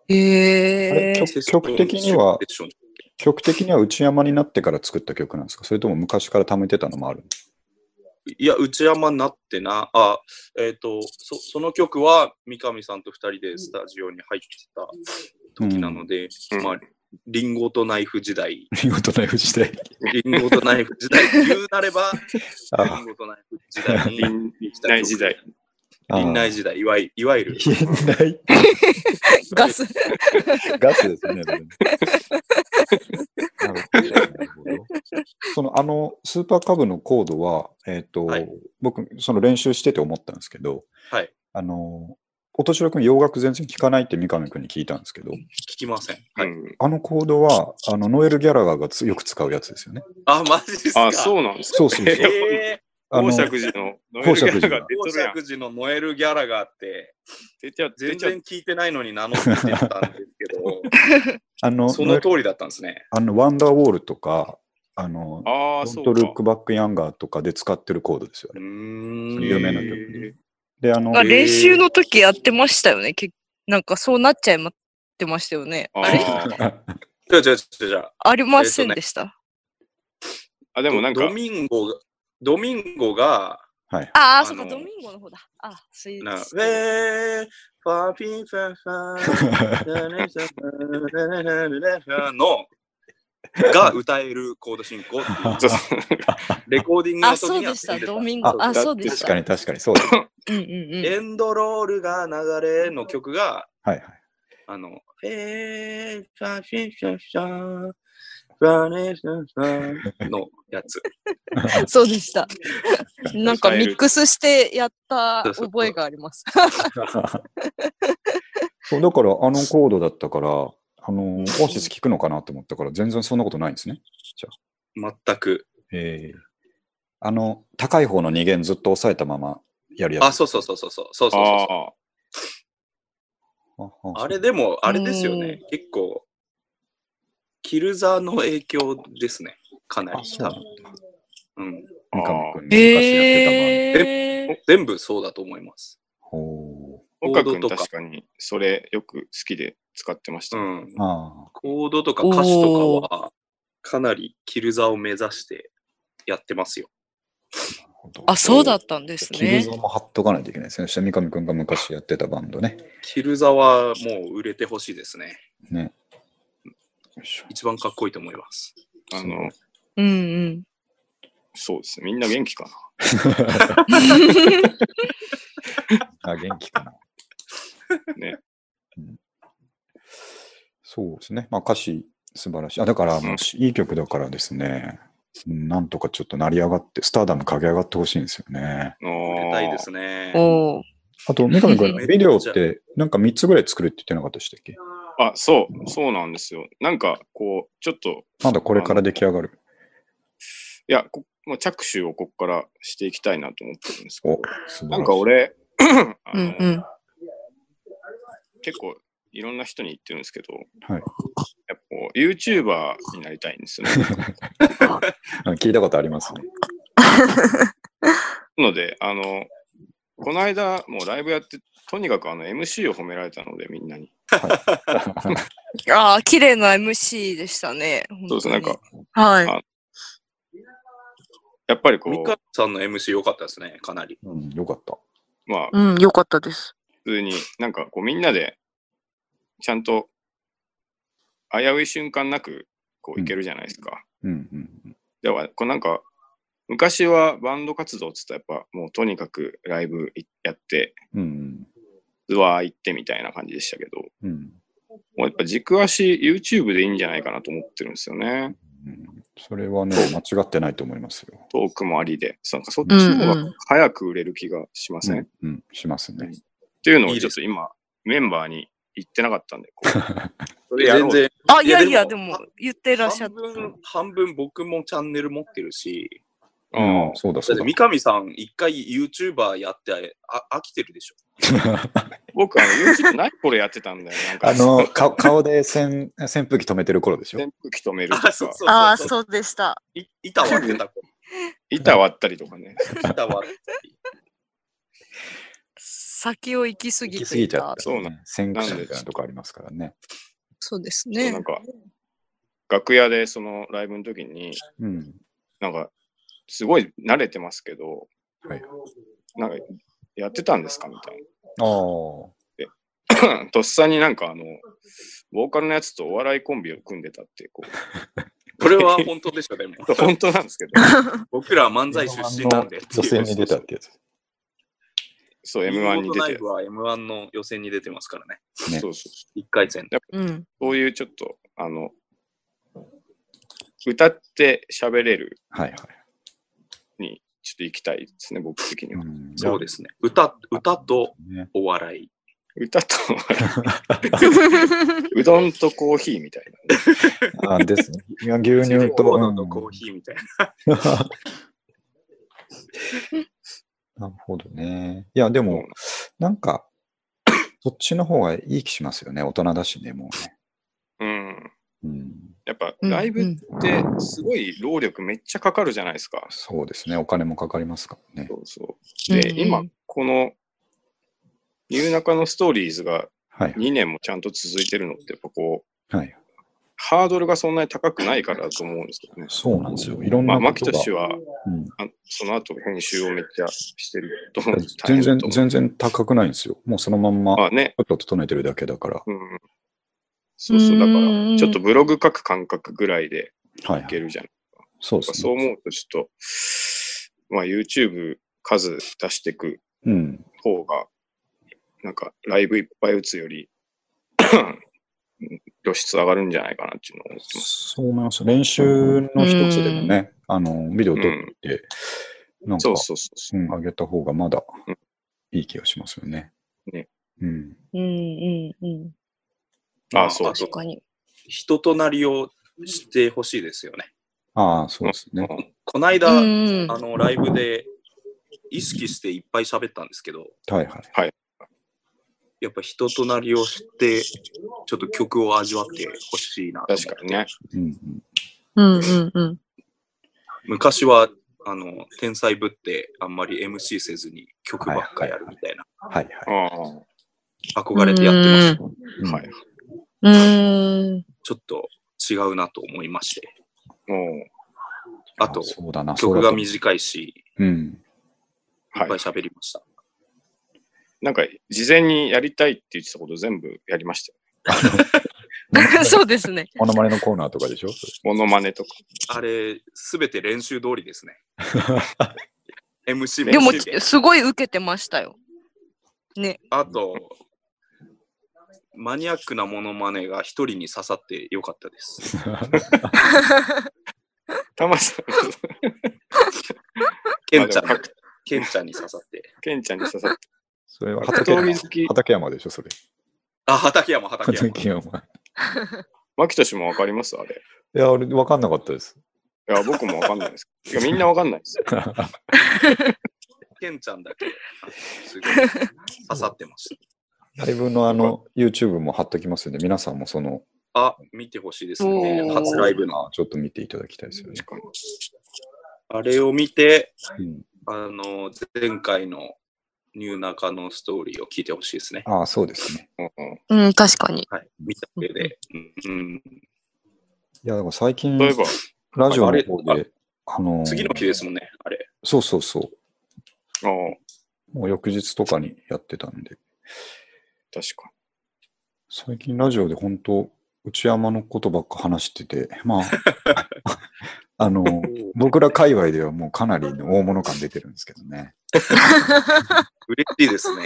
Speaker 1: れ
Speaker 4: へー
Speaker 1: 曲
Speaker 3: セッション
Speaker 1: 曲的には
Speaker 3: セッ、ション
Speaker 1: 曲的には内山になってから作った曲なんですかそれとも昔から貯めてたのもある
Speaker 3: いや、内山になってな、あ、えっ、とそ、その曲は三上さんと二人でスタジオに入ってた時なので、
Speaker 2: うん
Speaker 3: まあ、リンゴとナイフ時代、
Speaker 1: 見事なフジで。
Speaker 3: リンゴとナイフ時代って言うな れば、リ
Speaker 1: あ
Speaker 3: ンゴとナイフ時代
Speaker 2: あ、
Speaker 3: に、
Speaker 2: 臨内時代。
Speaker 1: あ。
Speaker 3: 林内
Speaker 1: 時
Speaker 3: 時代、いわいいわゆる、
Speaker 1: 代。
Speaker 4: ガス。
Speaker 1: ガスですね。 なるほどなるほどそのあのスーパーカブのコードは、えっ、と、
Speaker 3: はい
Speaker 1: 僕、その練習してて思ったんですけど、
Speaker 3: はい、
Speaker 1: あの、音白君、洋楽全然聴かないって三上君に聞いたんですけど、
Speaker 3: 聞きません。
Speaker 2: う
Speaker 3: はい、
Speaker 2: ん。
Speaker 1: あのコードは、あの、ノエル・ギャラガーがつよく使うやつですよね。
Speaker 3: あ、マジですか。
Speaker 2: あ、そううなんですか。
Speaker 1: そうそうそう。
Speaker 3: え
Speaker 1: あの
Speaker 2: 宝釈寺のノエルギャラが出
Speaker 3: 大
Speaker 2: とるやん
Speaker 3: 尺。寺のノエルギャラがあって、
Speaker 2: 出ちゃ、出
Speaker 3: 全
Speaker 2: ちゃ、
Speaker 3: 然聞いてないのに名乗って出てたんですけ
Speaker 1: あの
Speaker 3: ど、その通りだったんですね。
Speaker 1: あのワンダーウォールとか、あの、
Speaker 2: ああ、
Speaker 1: ド
Speaker 2: そ
Speaker 1: ン
Speaker 2: う
Speaker 1: ト
Speaker 2: か。
Speaker 1: ルックバックヤンガーとかで使ってるコードですよ
Speaker 3: う
Speaker 1: ね。
Speaker 3: ーん。
Speaker 1: 有名な曲
Speaker 3: へー
Speaker 1: で、あの、
Speaker 4: あ練習の時やってましたよね。けなんかそうなっちゃいまってましたよね。
Speaker 2: あ
Speaker 4: あれ
Speaker 2: ー
Speaker 3: じゃあじゃあじゃあじゃあ
Speaker 4: ありませんでした。
Speaker 2: あ、でもなんか
Speaker 3: ド、ミンゴが、ドミンゴが、
Speaker 1: はい。
Speaker 4: あ
Speaker 3: あ
Speaker 4: あ、そっか、
Speaker 3: の
Speaker 4: ドミンゴの方だ。あ、すい
Speaker 3: な、ウ
Speaker 4: ません。
Speaker 3: ェー、ファフィファファ、の、が歌えるコード進行って
Speaker 2: そ
Speaker 3: いう
Speaker 2: うそう
Speaker 3: レコーディングの
Speaker 4: あ、
Speaker 3: 時
Speaker 4: そう
Speaker 3: にや
Speaker 4: で
Speaker 3: っ
Speaker 4: して
Speaker 3: く
Speaker 4: た、
Speaker 3: れた
Speaker 4: ドミンゴ。
Speaker 2: あ
Speaker 4: あ、そうで
Speaker 1: 確
Speaker 4: した。
Speaker 1: かに確かに、そうです。
Speaker 4: うんうんうん。
Speaker 3: エンドロールが流れの曲が、
Speaker 1: はいはい。
Speaker 3: あの、フェーファフィファファ、ファネファファのやつ。
Speaker 4: そうでした。なんかミックスしてやった覚えがあります。
Speaker 1: そうだから、あのコードだったから、あの、オアシス聞くのかなと思ったから、全然そんなことないんですね。
Speaker 3: 全く。
Speaker 1: えーあの、高い方の2弦ずっと押さえたままやるやつ。
Speaker 3: あ、そうそうそうそうそうそうそうそう。
Speaker 2: あ
Speaker 1: あ
Speaker 3: あれでも、あれですよね。結構、キルザーの影響ですね。かなり
Speaker 1: あ、。そう
Speaker 3: 多
Speaker 1: なんだ
Speaker 3: 分。うん。
Speaker 1: 三上君昔やって
Speaker 4: へー
Speaker 3: 全部そうだと思います。
Speaker 1: たバンド。ほ
Speaker 2: あ、
Speaker 3: コ
Speaker 2: 岡
Speaker 3: ード
Speaker 2: 君
Speaker 3: とか
Speaker 2: 確かに、それよく好きで使ってました
Speaker 3: う
Speaker 2: ね。
Speaker 3: ん
Speaker 1: う。あ
Speaker 3: コードとか歌詞とかは、かなりキルザーを目指してやってますよ。
Speaker 1: あ、なるほど
Speaker 4: あ、そうだったんです
Speaker 1: キル
Speaker 4: ね
Speaker 1: ゾ。も貼っとかないといけないですね。そして三上君が昔やってたバンドね。
Speaker 3: キルザーはもう売れてほしいですね。
Speaker 1: ね。よいしょ
Speaker 3: 一番かっこいいと思います。
Speaker 2: あの、
Speaker 4: うんうん。
Speaker 2: そうですね。みんな元気かな。
Speaker 1: あ、元気か な。
Speaker 2: ね
Speaker 1: うん。そうですね。まあ歌詞素晴らしい。あ、だから、
Speaker 2: うん
Speaker 1: いい曲だからですね。うんなんとかちょっと成り上がって、スターダム駆け上がってほしいんですよね。
Speaker 3: 売れ
Speaker 2: あ
Speaker 3: たい
Speaker 2: あ
Speaker 3: で、すね。
Speaker 4: おー
Speaker 1: あ と、三上
Speaker 4: め
Speaker 1: 君、
Speaker 3: っちゃ
Speaker 1: ビデオってなんか3つぐらい作るって言ってなかったでしたっけ
Speaker 2: あ、そう、そうなんですよ。なんか、こう、ちょっと、
Speaker 1: まだこれから出来上がる。
Speaker 2: いや、こまあ、着手をここからしていきたいなと思ってるんですけ
Speaker 1: お
Speaker 2: ど、、
Speaker 1: 素晴らしい。
Speaker 2: なんか、俺、あ
Speaker 4: う
Speaker 2: の
Speaker 4: んうん。
Speaker 2: 結構いろんな人に言ってるんですけど、
Speaker 1: はい
Speaker 2: やっぱこう YouTuber になりたいんですよね。
Speaker 1: 聞いたことありますね。
Speaker 2: なので、あの、この間、もうライブやって、とにかくあの MC を褒められたので、みんなに。
Speaker 4: ああ、綺麗な MC でしたね。
Speaker 2: そうです、な
Speaker 4: 本
Speaker 2: ん
Speaker 4: 当に
Speaker 2: か、。
Speaker 4: はい。
Speaker 2: やっぱりこ
Speaker 3: ミカ
Speaker 2: う、
Speaker 3: さんの MC 良かったですね、かなり。
Speaker 1: うん、よかった。
Speaker 2: まあ、
Speaker 4: うん、よかったです。
Speaker 2: 普通に、なんかこう、みんなで、ちゃんと、危うい瞬間なく、こう、いけるじゃないですか。
Speaker 1: うんうん
Speaker 2: では、こうなんか、昔はバンド活動っつったら、やっぱもうとにかくライブいやって、
Speaker 1: うん。うん
Speaker 2: ツアー行ってみたいな感じでしたけど、
Speaker 1: うん。うん
Speaker 2: もうやっぱ軸足 YouTube でいいんじゃないかなと思ってるんですよね。
Speaker 1: うんそれはね、間違ってないと思いますよ。
Speaker 2: トークもありで。そなんかそっち
Speaker 4: うん
Speaker 2: の方
Speaker 4: う
Speaker 2: が
Speaker 4: ん。
Speaker 2: 早く売れる気がしませ
Speaker 1: う
Speaker 2: ん、っ
Speaker 1: ん、うん、しますね。
Speaker 2: ていうの
Speaker 3: い
Speaker 2: を
Speaker 3: い
Speaker 2: ち
Speaker 3: で
Speaker 2: ょっ
Speaker 3: す
Speaker 2: と今メンバーに言ってなかったんで、 こうそれやろう
Speaker 3: 全
Speaker 2: と
Speaker 3: 然。
Speaker 4: あ、いやい
Speaker 3: いや
Speaker 4: や、
Speaker 3: で
Speaker 4: で
Speaker 3: も
Speaker 4: も、言ってらっしゃっ
Speaker 3: 半分、半分僕もチャンネル持ってるし、
Speaker 2: う
Speaker 1: うん
Speaker 2: ん、
Speaker 1: そうだそ
Speaker 3: だっ
Speaker 1: う
Speaker 3: て
Speaker 1: だ。
Speaker 3: 三上さん一回 YouTuber やってあ飽きてるでしょ。
Speaker 2: 僕あの YouTube ない頃やってたんだよ。なんか
Speaker 1: あの、か顔で扇扇風機止めてる頃でしょ
Speaker 2: 扇風機止めると
Speaker 3: あ、そう
Speaker 2: か、
Speaker 3: そう
Speaker 4: ああ、
Speaker 3: そう
Speaker 4: そうでした。
Speaker 3: い板割ってた子。
Speaker 2: 板割ったりとかね。
Speaker 3: 板割ってたり。
Speaker 4: 先を行き過
Speaker 1: 行
Speaker 4: ぎ
Speaker 1: き過
Speaker 4: て
Speaker 1: ぎ
Speaker 4: い
Speaker 1: ちゃ
Speaker 4: た
Speaker 1: っ。た
Speaker 2: そう
Speaker 1: ら
Speaker 2: な
Speaker 1: ね。先駆者みたいなとこありますからね。
Speaker 4: そうです
Speaker 2: そうな
Speaker 4: ね
Speaker 2: ん。か楽屋でそのライブの時に、
Speaker 1: うん。
Speaker 2: なんかすごい慣れてますけど、
Speaker 1: はい
Speaker 2: なんかやってたんですかみたいな。
Speaker 1: ああ。
Speaker 2: とっさになん かあの、ボーカルのやつとお笑いコンビを組んでたって、こ
Speaker 3: これは本当でしょ、でも。
Speaker 2: う、本当なんですけど、
Speaker 3: 僕ら漫才出身なんで。
Speaker 1: 女性に出たってやつ。
Speaker 2: そう、
Speaker 3: M1
Speaker 2: M1
Speaker 3: に
Speaker 2: に
Speaker 3: 出て。ナ
Speaker 2: 出
Speaker 3: イ
Speaker 2: て
Speaker 3: フ、は M1 の予選に出てますからね。
Speaker 1: ね
Speaker 2: そうそう、
Speaker 3: 一回戦。
Speaker 4: うん。
Speaker 2: そういうちょっと、あの、歌って喋れる
Speaker 1: はいはい。
Speaker 2: に、ちょっと行きたいですね、僕的には。
Speaker 1: ん
Speaker 3: そうですね。歌、歌と
Speaker 1: ね。
Speaker 3: お笑い。
Speaker 2: 歌と、うどんとコーヒーみたいな。
Speaker 1: あ ですね。いや牛乳と。
Speaker 3: コード
Speaker 1: う
Speaker 3: と
Speaker 1: ん
Speaker 3: コーヒーみたいな。
Speaker 1: なるほどね。いや、でも、なんか、そっちの方がいい気しますよね。大人だしね、もうね。う
Speaker 2: うん。
Speaker 1: ん、
Speaker 2: やっぱ
Speaker 4: うん
Speaker 2: ライブってすごい労力めっちゃかかるじゃないですか。
Speaker 1: そうですね。お金もかかりますからね
Speaker 2: そ。うそう。で、
Speaker 4: うん
Speaker 2: 今、この、夕中のストーリーズが
Speaker 1: はい。
Speaker 2: 2年もちゃんと続いてるのって、やっぱこう、
Speaker 1: はい。
Speaker 2: ハードルがそんなに高くないからだと思うんですけどね。
Speaker 1: そうなんですよ。いろん
Speaker 2: ま
Speaker 1: な
Speaker 2: あ、
Speaker 1: こ
Speaker 2: 牧
Speaker 1: と
Speaker 2: 田
Speaker 1: が。
Speaker 2: 氏は、
Speaker 1: うん、
Speaker 2: あその後編集をめっちゃしてると思うんです
Speaker 1: 全然
Speaker 2: 大変だと、思う
Speaker 1: 全然高くないんですよ。もうそのまんま、
Speaker 2: まあね、
Speaker 1: ちょっと整えてるだけだから。
Speaker 2: うん。そうそう、だか
Speaker 4: うんうんう
Speaker 2: ら、
Speaker 4: ん
Speaker 2: ちょっとブログ書く感覚ぐらいで
Speaker 1: はい
Speaker 2: い
Speaker 1: は
Speaker 2: け
Speaker 1: い。
Speaker 2: るじゃん。
Speaker 1: そう
Speaker 2: なんか
Speaker 1: です
Speaker 2: そう
Speaker 1: ね。
Speaker 2: 思うと、ちょっと、まあ、YouTube 数出していく
Speaker 1: うん。
Speaker 2: 方が、なんか、ライブいっぱい打つより、 露出上がるんじゃないかなっていうのを思ってます。
Speaker 1: そう思います。練習の一つでもね、あの、ビデオ撮って、なんか
Speaker 2: そう、そうそうそう。
Speaker 1: うん、上げた方がまだ
Speaker 2: う
Speaker 1: いい気がしますよね。
Speaker 2: ね
Speaker 1: うん。
Speaker 4: うんうんうん。
Speaker 2: あ
Speaker 3: ま
Speaker 2: そう
Speaker 4: 確かに。
Speaker 3: 人となりを知ってほしいですよね。
Speaker 1: ああ、そうですね。
Speaker 3: この間、
Speaker 4: うんうん
Speaker 3: あの、ライブで意識していっぱい喋ったんですけど、
Speaker 1: はいはい。
Speaker 3: やっぱ人となりを知って、ちょっと曲を味わってほしいなと思って
Speaker 2: 確かにね。
Speaker 1: うんうん、
Speaker 4: うんうんうん。
Speaker 3: 昔は、あの、天才ぶってあんまり MC せずに曲ばっかやるみたいな、
Speaker 1: はいはい。
Speaker 2: ああ、は
Speaker 3: 憧れてやってました。
Speaker 1: うん
Speaker 2: い。
Speaker 4: うーん。
Speaker 3: ちょっと違うなと思いまして。
Speaker 2: もう、
Speaker 3: あと、
Speaker 1: そうだな、
Speaker 3: 曲
Speaker 1: そ
Speaker 3: が
Speaker 1: うだと
Speaker 3: 短いし、
Speaker 1: 思ううん。
Speaker 3: い
Speaker 2: は
Speaker 3: っぱい
Speaker 2: い。
Speaker 3: 喋りました。
Speaker 2: なんか、事前にやりたいって言ってたこと全部やりましたよ。
Speaker 4: そうですね。
Speaker 1: モノマネのコーナーとかでしょ それ
Speaker 2: モノマネとか。
Speaker 3: あれ、すべて練習通りです ね。MC
Speaker 4: でも
Speaker 3: もして、、
Speaker 4: すごい受けてましたよ。ね。
Speaker 3: あと、マニアックなモノマネが一人に刺さってよかった です。
Speaker 2: たまさん、
Speaker 3: ケンちゃん
Speaker 2: まあでも、
Speaker 3: ケンちゃんに刺さって。
Speaker 2: ケンちゃんに刺さって、
Speaker 1: それは
Speaker 2: 格
Speaker 1: 畠
Speaker 2: 闘技
Speaker 1: 山
Speaker 2: 好き、
Speaker 1: 畠山でしょそれ。
Speaker 3: あ、畠山、畠山。
Speaker 1: 畠山。
Speaker 2: 牧田氏もわかりますあれ。
Speaker 1: いや、俺、分かんなかった です。
Speaker 2: いや、僕もわかんないです。いや、みんなわかんないです。
Speaker 3: ケンちゃんだけ、あすごい刺さってました。
Speaker 1: ライブのあの、YouTube も貼っときますんで、皆さんもその、
Speaker 3: あ、見てほしいですね。
Speaker 4: おー
Speaker 3: 初ライブの。
Speaker 1: あちょっと見ていただきたいですよね。
Speaker 2: 確かに
Speaker 3: あれを見て、
Speaker 1: うん、
Speaker 3: あの、前回のニューナカのストーリーを聞いてほしいですね。
Speaker 1: ああ、そうですね。
Speaker 2: うんうん
Speaker 4: うん、確か に。
Speaker 3: はい。見た上で。うん。
Speaker 1: いや、だから最近、
Speaker 2: 例えば、
Speaker 1: ラジオの方
Speaker 3: あれ
Speaker 1: で、あのー
Speaker 3: 次の日ですもんね、あれ。
Speaker 1: そうそうそ
Speaker 2: ああ、
Speaker 1: う。もう翌日とかにやってたんで、
Speaker 2: 確か
Speaker 1: 最近ラジオで本当、内山のことばっか話してて、まあ、 あのー、僕ら界隈ではもうかなりの大物感出てるんですけどね。
Speaker 3: 嬉しいですね。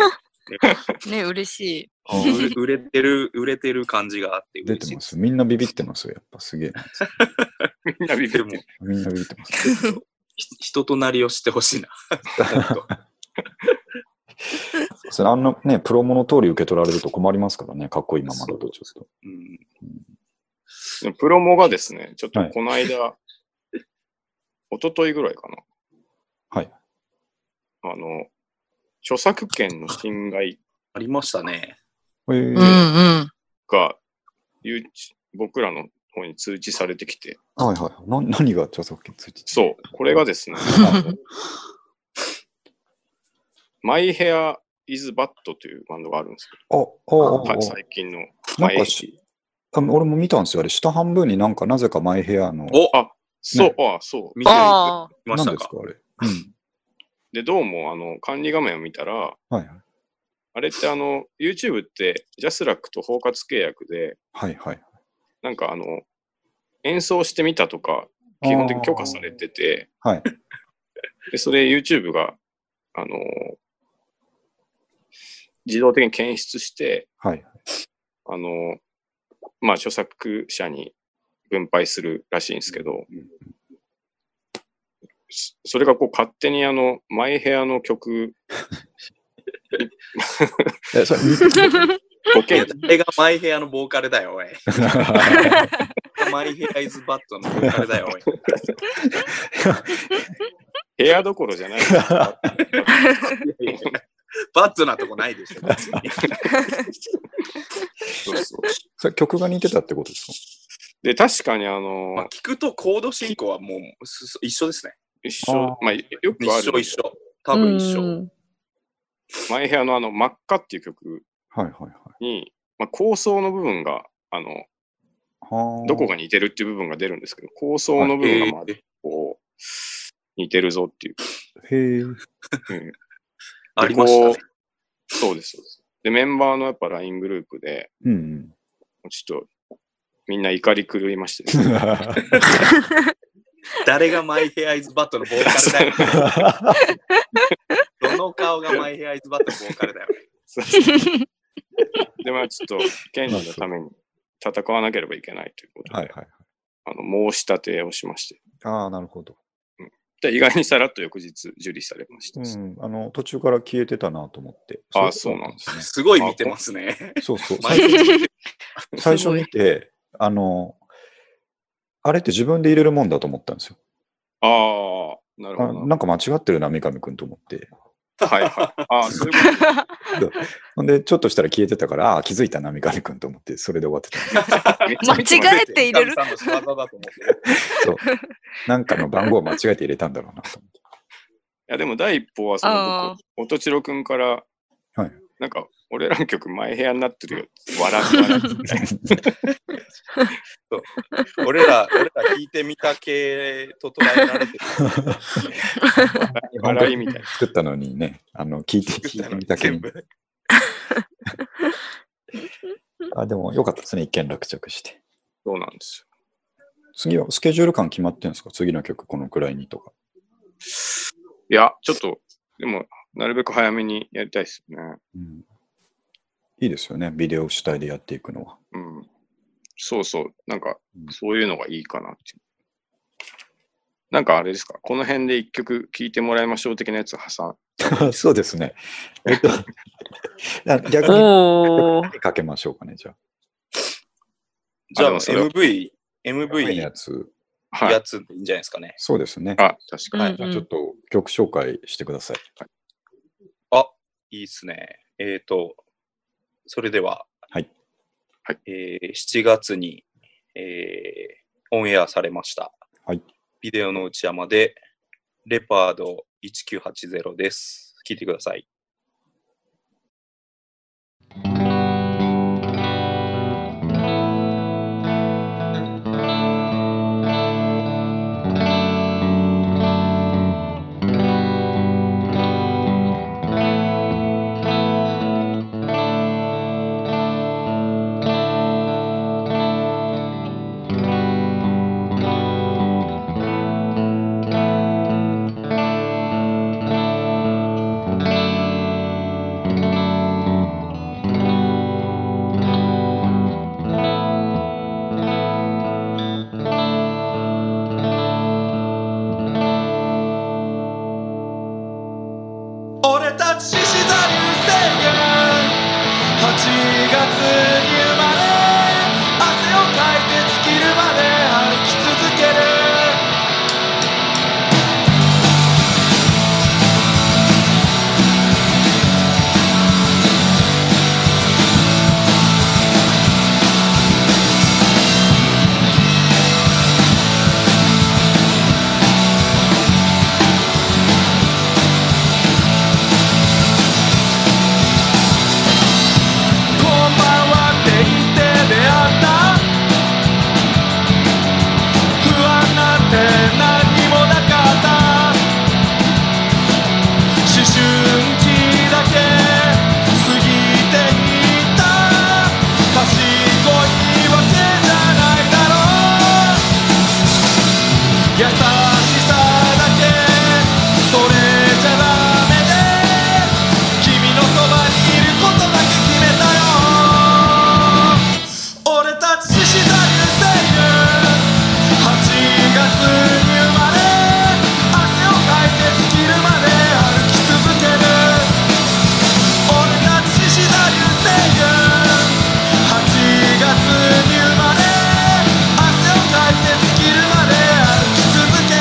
Speaker 4: ね、嬉しい。
Speaker 3: う売れてる、売れてる感じがあって
Speaker 1: 出
Speaker 3: 嬉してい
Speaker 1: ま。
Speaker 3: です
Speaker 1: みんなビビってますよ。やっぱすげえ。
Speaker 2: に。みんなビビ
Speaker 3: す。で
Speaker 2: っ
Speaker 3: も
Speaker 2: て、る。
Speaker 1: みんなビビってます。
Speaker 3: ひ人となりを知ってほしいな。
Speaker 1: それあんなね、プロモの通り受け取られると困りますからね。かっこいいままだとちょっと。
Speaker 3: うん、
Speaker 2: でもプロモがですね、ちょっと
Speaker 1: はい
Speaker 2: この間、 一昨日ぐらいか
Speaker 1: はい。
Speaker 2: な、あの、著作権の侵害
Speaker 3: ありましたね。
Speaker 1: えー
Speaker 4: うんうん。
Speaker 2: が、ゆうち僕らの方に通知されてきて、
Speaker 1: はいはい。な何が著作権ついて
Speaker 2: そう、これがですね、マイヘア・イズ・バットというバンドがあるんです
Speaker 1: あ、ああ、
Speaker 2: け
Speaker 1: あ
Speaker 2: ど、は最近の
Speaker 1: な
Speaker 2: マ
Speaker 1: んか
Speaker 2: イ
Speaker 1: しあの俺も見たんですよ。あれ、下半分になんかなぜかマイヘアの。
Speaker 3: お
Speaker 2: あ、そう、あ、そう。
Speaker 3: 見て
Speaker 4: ああ。
Speaker 3: ま
Speaker 1: なん
Speaker 3: した
Speaker 1: です
Speaker 3: か
Speaker 1: か、あれ。うん。
Speaker 2: で、どうも、あの、管理画面を見たら、
Speaker 1: はいはい。
Speaker 2: あれってあの、YouTube って、ジャスラックと包括契約で、
Speaker 1: はいはい。
Speaker 2: なんかあの、演奏してみたとか、基本的に許可されてて、
Speaker 1: あー。はい。
Speaker 2: で、それ YouTube が、あの、自動的に検出して、
Speaker 1: はい。
Speaker 2: あの、まあ、著作者に分配するらしいんですけど、そそれがこう勝手にあの、マイヘアの曲、
Speaker 1: え、それ、 見て
Speaker 2: 5
Speaker 3: いや、
Speaker 2: 件、
Speaker 3: 誰がマイヘアのボーカルだよ、おい。マイヘアイズバットのボーカルだよ、おい。
Speaker 2: 部屋どころじゃない。あ
Speaker 3: バッツなとこないでしょ。別に
Speaker 2: そうそう
Speaker 1: それ曲が似てたってことですか
Speaker 2: で、確かにあ
Speaker 3: まあ
Speaker 2: の、
Speaker 3: 聞くとコード進行はもうすす一緒ですね。
Speaker 2: 一緒、まあ、よく
Speaker 3: 一
Speaker 2: あ
Speaker 3: 緒
Speaker 2: る
Speaker 3: 一、緒。多分一
Speaker 4: う
Speaker 3: 緒。
Speaker 4: ん
Speaker 2: マイヘアのあの、真っ赤っていう曲
Speaker 1: はいはいはい。
Speaker 2: に、まあ、構想の部分が、あの、
Speaker 1: はあ
Speaker 2: どこが似てるっていう部分が出るんですけど、構想の部分がまあ
Speaker 3: えー
Speaker 2: こう、似てるぞってい
Speaker 1: へ
Speaker 2: う。
Speaker 1: え。
Speaker 2: うん
Speaker 3: ありましたね
Speaker 2: でこ。うそうです、そうです。で、メンバーのやっぱ LINE グループで、
Speaker 1: うん うん。
Speaker 2: ちょっと、みんな怒り狂いまし て、ね、
Speaker 1: は
Speaker 3: 誰がマイヘアイズバットのボーカルだよ。どの顔がマイヘアイズバットのボーカルだよ。
Speaker 2: で、まあちょっと、権利のために戦わなければいけないということ
Speaker 1: い
Speaker 2: で、
Speaker 1: はいはい。
Speaker 2: あの申し立てをしまして、
Speaker 1: ああ、なるほど。
Speaker 2: で意外にさらっと翌日受理されまし
Speaker 1: う
Speaker 2: た。
Speaker 1: ん。あの、途中から消えてたなと思って。
Speaker 2: あー
Speaker 1: すね。
Speaker 3: すごい見てますね。
Speaker 1: そうそう。
Speaker 3: マイ
Speaker 1: 最
Speaker 3: ヘアイズ
Speaker 1: 初最初見て、あの、あれって自分で入れるもんだと思ったんですよ。
Speaker 2: ああ、なるほ
Speaker 1: あ
Speaker 2: ど
Speaker 1: なんか間違ってるな、三上くんと思って。
Speaker 2: な。はいはい。ああ、そういうこと。
Speaker 1: ほんで、ちょっとしたら消えてたから、ああー、気づいたな、三上くんと思って、それで終わってた。
Speaker 2: めっちゃ見てます
Speaker 4: 間違えて入れる
Speaker 3: 神さんの仕業だと思ってる。
Speaker 1: そう。なんかの番号を間違えて入れたんだろうなと思って。
Speaker 2: いや、でも第一歩は、その
Speaker 4: あ
Speaker 2: 僕、音千代くんから、
Speaker 1: はい
Speaker 2: なんか、俺らの曲、前部屋になってるよ。笑って笑って。
Speaker 3: 俺ら、俺ら聞いてみた系と捉えられてる。
Speaker 2: 笑いみたいな。
Speaker 1: 作ったのにね、あの、聞いて、聞い てみたけ
Speaker 3: 全
Speaker 1: に
Speaker 3: 部。
Speaker 1: あ、でもよかったですね、一件落着して。
Speaker 2: そうなんです
Speaker 1: 次は、スケジュール感決まってるんですか次の曲、このくらいにとか。
Speaker 2: よ。いや、ちょっと、でも、なるべく早めにやりたいですよね。
Speaker 1: うんいいですよね、ビデオ主体でやっていくのは。
Speaker 2: うん。そうそう。なんか
Speaker 1: う、ん
Speaker 2: そういうのがいいかなっていう。なんかあれですか、この辺で一曲聴いてもらいましょう的なやつ挟 ん。
Speaker 1: そうですね。えっと、あ逆 に
Speaker 4: おー。
Speaker 1: かけましょうかね、じゃあ。
Speaker 3: じ
Speaker 2: あ
Speaker 3: ゃ
Speaker 2: で
Speaker 3: あ、
Speaker 2: もそれは
Speaker 3: MV、
Speaker 1: 前の
Speaker 3: MV
Speaker 1: やつ。
Speaker 2: はい。
Speaker 3: やつでいいんじゃないですかね。
Speaker 1: そうですね。
Speaker 2: あ、確かに。
Speaker 1: は
Speaker 4: う
Speaker 1: い。
Speaker 4: ん
Speaker 1: じゃあちょっと曲紹介してください。
Speaker 3: いいっすね。えっ、と、それでは、
Speaker 1: はい
Speaker 2: はい
Speaker 3: えー7月に、えーオンエアされました。
Speaker 1: はい
Speaker 3: ビデオの内山で、レパード1980です。聞いてください。
Speaker 5: 俺たち獅子座流星が8月に生まれ汗をかいて尽きるまで歩き続ける「こんばんは」って言って出会った不安なんて何にもなかった思春期だけ過ぎていった賢いわけじゃないだろう優しさだけそれじゃダメで君のそばにいることだけ決めたよ俺たち獅子座流星群8月に生まれ汗をかいて尽きるまで歩き続ける俺たち獅子座流星群8月に生まれ汗をかいて尽きるまで歩き続ける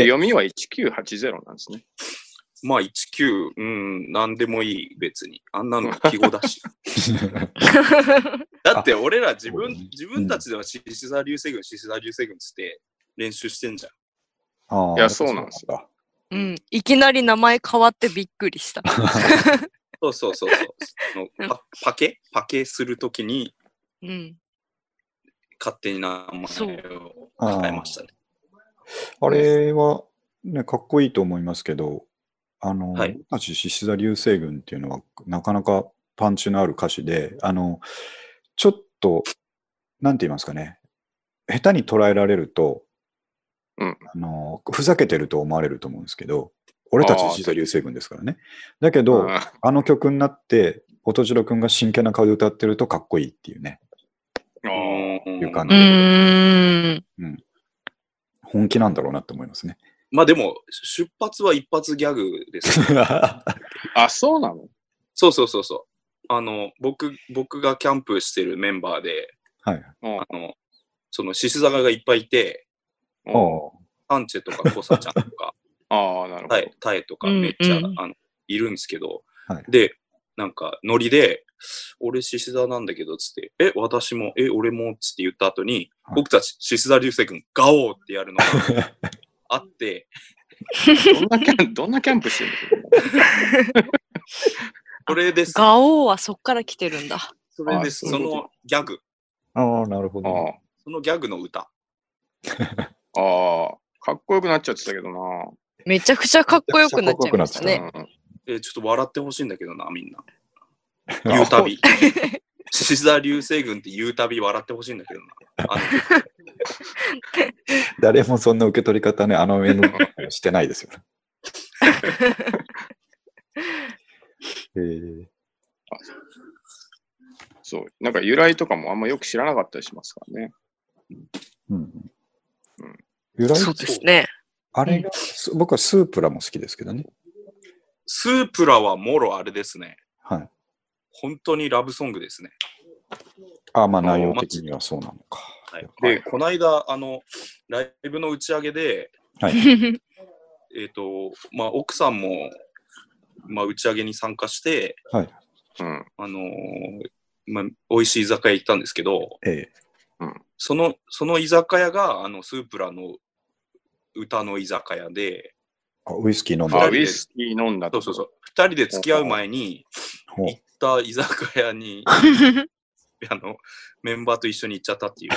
Speaker 2: 読みは1980なんですね。
Speaker 3: まあ、19、うん、なんでもいい、別に。あんなの記号だし。だって、俺ら自分
Speaker 1: そうだね、
Speaker 3: 自分たちでは獅子座流星群、獅子座流星群っつって練習してんじゃん。
Speaker 1: ああ
Speaker 2: いやそうなんです
Speaker 1: よ。
Speaker 4: うん。いきなり名前変わってびっくりした。
Speaker 3: そうそうそうそう。そのパパケパケするときに
Speaker 4: うん。
Speaker 3: 勝手に名
Speaker 4: そ
Speaker 3: 前を
Speaker 1: あ
Speaker 3: 変え
Speaker 1: ー
Speaker 3: ましたね。
Speaker 1: あれは、ね、かっこいいと思いますけど、あの、
Speaker 3: はい
Speaker 1: 僕たち獅子座流星群っていうのは、なかなかパンチのある歌詞で、あの、ちょっと、なんて言いますかね、下手に捉えられると、
Speaker 2: うん
Speaker 1: あのふざけてると思われると思うんですけど、俺たち
Speaker 2: あー
Speaker 1: 獅子座流星群ですからね。だけど、
Speaker 2: あ
Speaker 1: あの曲になって、音白くんが真剣な顔で歌ってるとかっこいいっていうね、
Speaker 2: ー
Speaker 3: うん
Speaker 1: いう感
Speaker 4: う
Speaker 1: じ、
Speaker 4: ーん。
Speaker 1: 本気なんだろうなって思い ますね。
Speaker 3: まあでも、出発は一発ギャグです よ。
Speaker 2: あ、そうなの
Speaker 3: そうそうそうそう。あの、僕、僕がキャンプしてるメンバーで、
Speaker 1: はい。
Speaker 2: うん
Speaker 3: あの、その獅子座がいっぱいいて、
Speaker 2: うん
Speaker 3: アンチェとかコサちゃんと か、
Speaker 2: ああ、なるほど。
Speaker 3: タエタエとかめっちゃ、
Speaker 4: うんうん
Speaker 3: あのいるんですけど、
Speaker 1: はい
Speaker 3: で、なんかノリで、俺獅子座なんだけど、つって、え、私も、え、俺も、つって言った後に、
Speaker 1: はい
Speaker 3: 僕たち獅子座流星群、ガオーってやるのがあ って、
Speaker 2: どんなキャンどんなキャンプしてるんですか
Speaker 3: それです。
Speaker 4: ガオーはそっから来てるんだ。
Speaker 3: それです。
Speaker 2: あそ
Speaker 3: そ
Speaker 2: ういうこと
Speaker 3: のギャグ、
Speaker 1: ああ、なるほど。
Speaker 2: あ
Speaker 3: そのギャグの歌。
Speaker 2: あああ、かっこよくなっちゃってたけどな。
Speaker 4: めちゃくちゃかっこよくなっちゃいました
Speaker 1: め
Speaker 4: ね。
Speaker 2: うん
Speaker 3: え、ちょっと笑ってほしいんだけどな、み んな。
Speaker 1: あ
Speaker 3: 言うた び。獅子座流星群って言うたび笑ってほしいんだけどな。あの
Speaker 1: 誰もそんな受け取り方ね、あの面のしてないですよね。えー
Speaker 2: そう。なんか由来とかもあんまよく知らなかったりしますからね。
Speaker 1: うん
Speaker 2: うん
Speaker 1: 由来
Speaker 4: そうですね。
Speaker 1: あれが、す僕はスープラも好きですけどね。
Speaker 3: スープラはもろあれですね。
Speaker 1: はい。
Speaker 3: 本当にラブソングですね。
Speaker 1: あまあ
Speaker 2: ー
Speaker 1: 内容的にはそうなのか。
Speaker 3: はい、
Speaker 2: はい
Speaker 3: で、この間、あの、ライブの打ち上げで、えっ、と、まあ、奥さんも、まあ、打ち上げに参加して、
Speaker 2: うん。
Speaker 3: あのーまあ、美味しい居酒屋行ったんですけど、
Speaker 1: え
Speaker 3: その、その居酒屋が、あの、スープラの歌の居酒屋で、
Speaker 1: ーあウイスキー飲ん
Speaker 2: あ、
Speaker 1: だ
Speaker 2: ウ
Speaker 3: 二人
Speaker 1: り。
Speaker 3: で
Speaker 2: イスキー飲んだ
Speaker 3: そうそうそう、二人で付き合う前に
Speaker 1: ほう
Speaker 3: 行った居酒屋に、 あの、メンバーと一緒に行っちゃったっていう。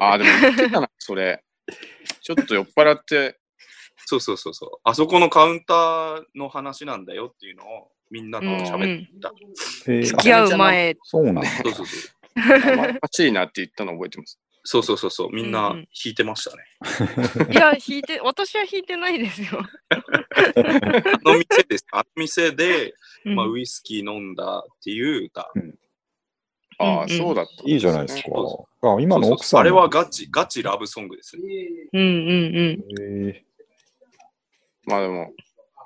Speaker 2: ああ、でも言ってたな、それ。ちょっと酔っ払って、
Speaker 3: そうそうそうそう。あそこのカウンターの話なんだよっていうのをみんなと
Speaker 4: うんうん
Speaker 3: 喋った。
Speaker 1: えー
Speaker 4: 付き合う前。
Speaker 1: そうなんだ。
Speaker 3: そうそうそう。
Speaker 2: 生々しいなって言ったの覚えてます。
Speaker 3: そうそうそうそう。みんな
Speaker 4: うんう
Speaker 3: 弾
Speaker 4: ん
Speaker 3: いてましたね。
Speaker 4: いや、弾いて、私は弾いてないですよ。
Speaker 3: あの店です。あの店で、
Speaker 4: うん
Speaker 3: まあ、ウイスキー飲んだっていう歌。
Speaker 2: あ
Speaker 4: う
Speaker 2: あ、
Speaker 4: んうん
Speaker 2: そうだったんね、
Speaker 1: いいじゃないですか。
Speaker 3: そ
Speaker 1: あ今の
Speaker 3: そ
Speaker 1: 奥
Speaker 3: うそうそう
Speaker 1: さん
Speaker 3: あれ
Speaker 1: の
Speaker 3: はガチ、ガチラブソングですね。
Speaker 4: うんうんうん。
Speaker 1: え
Speaker 2: まあでも、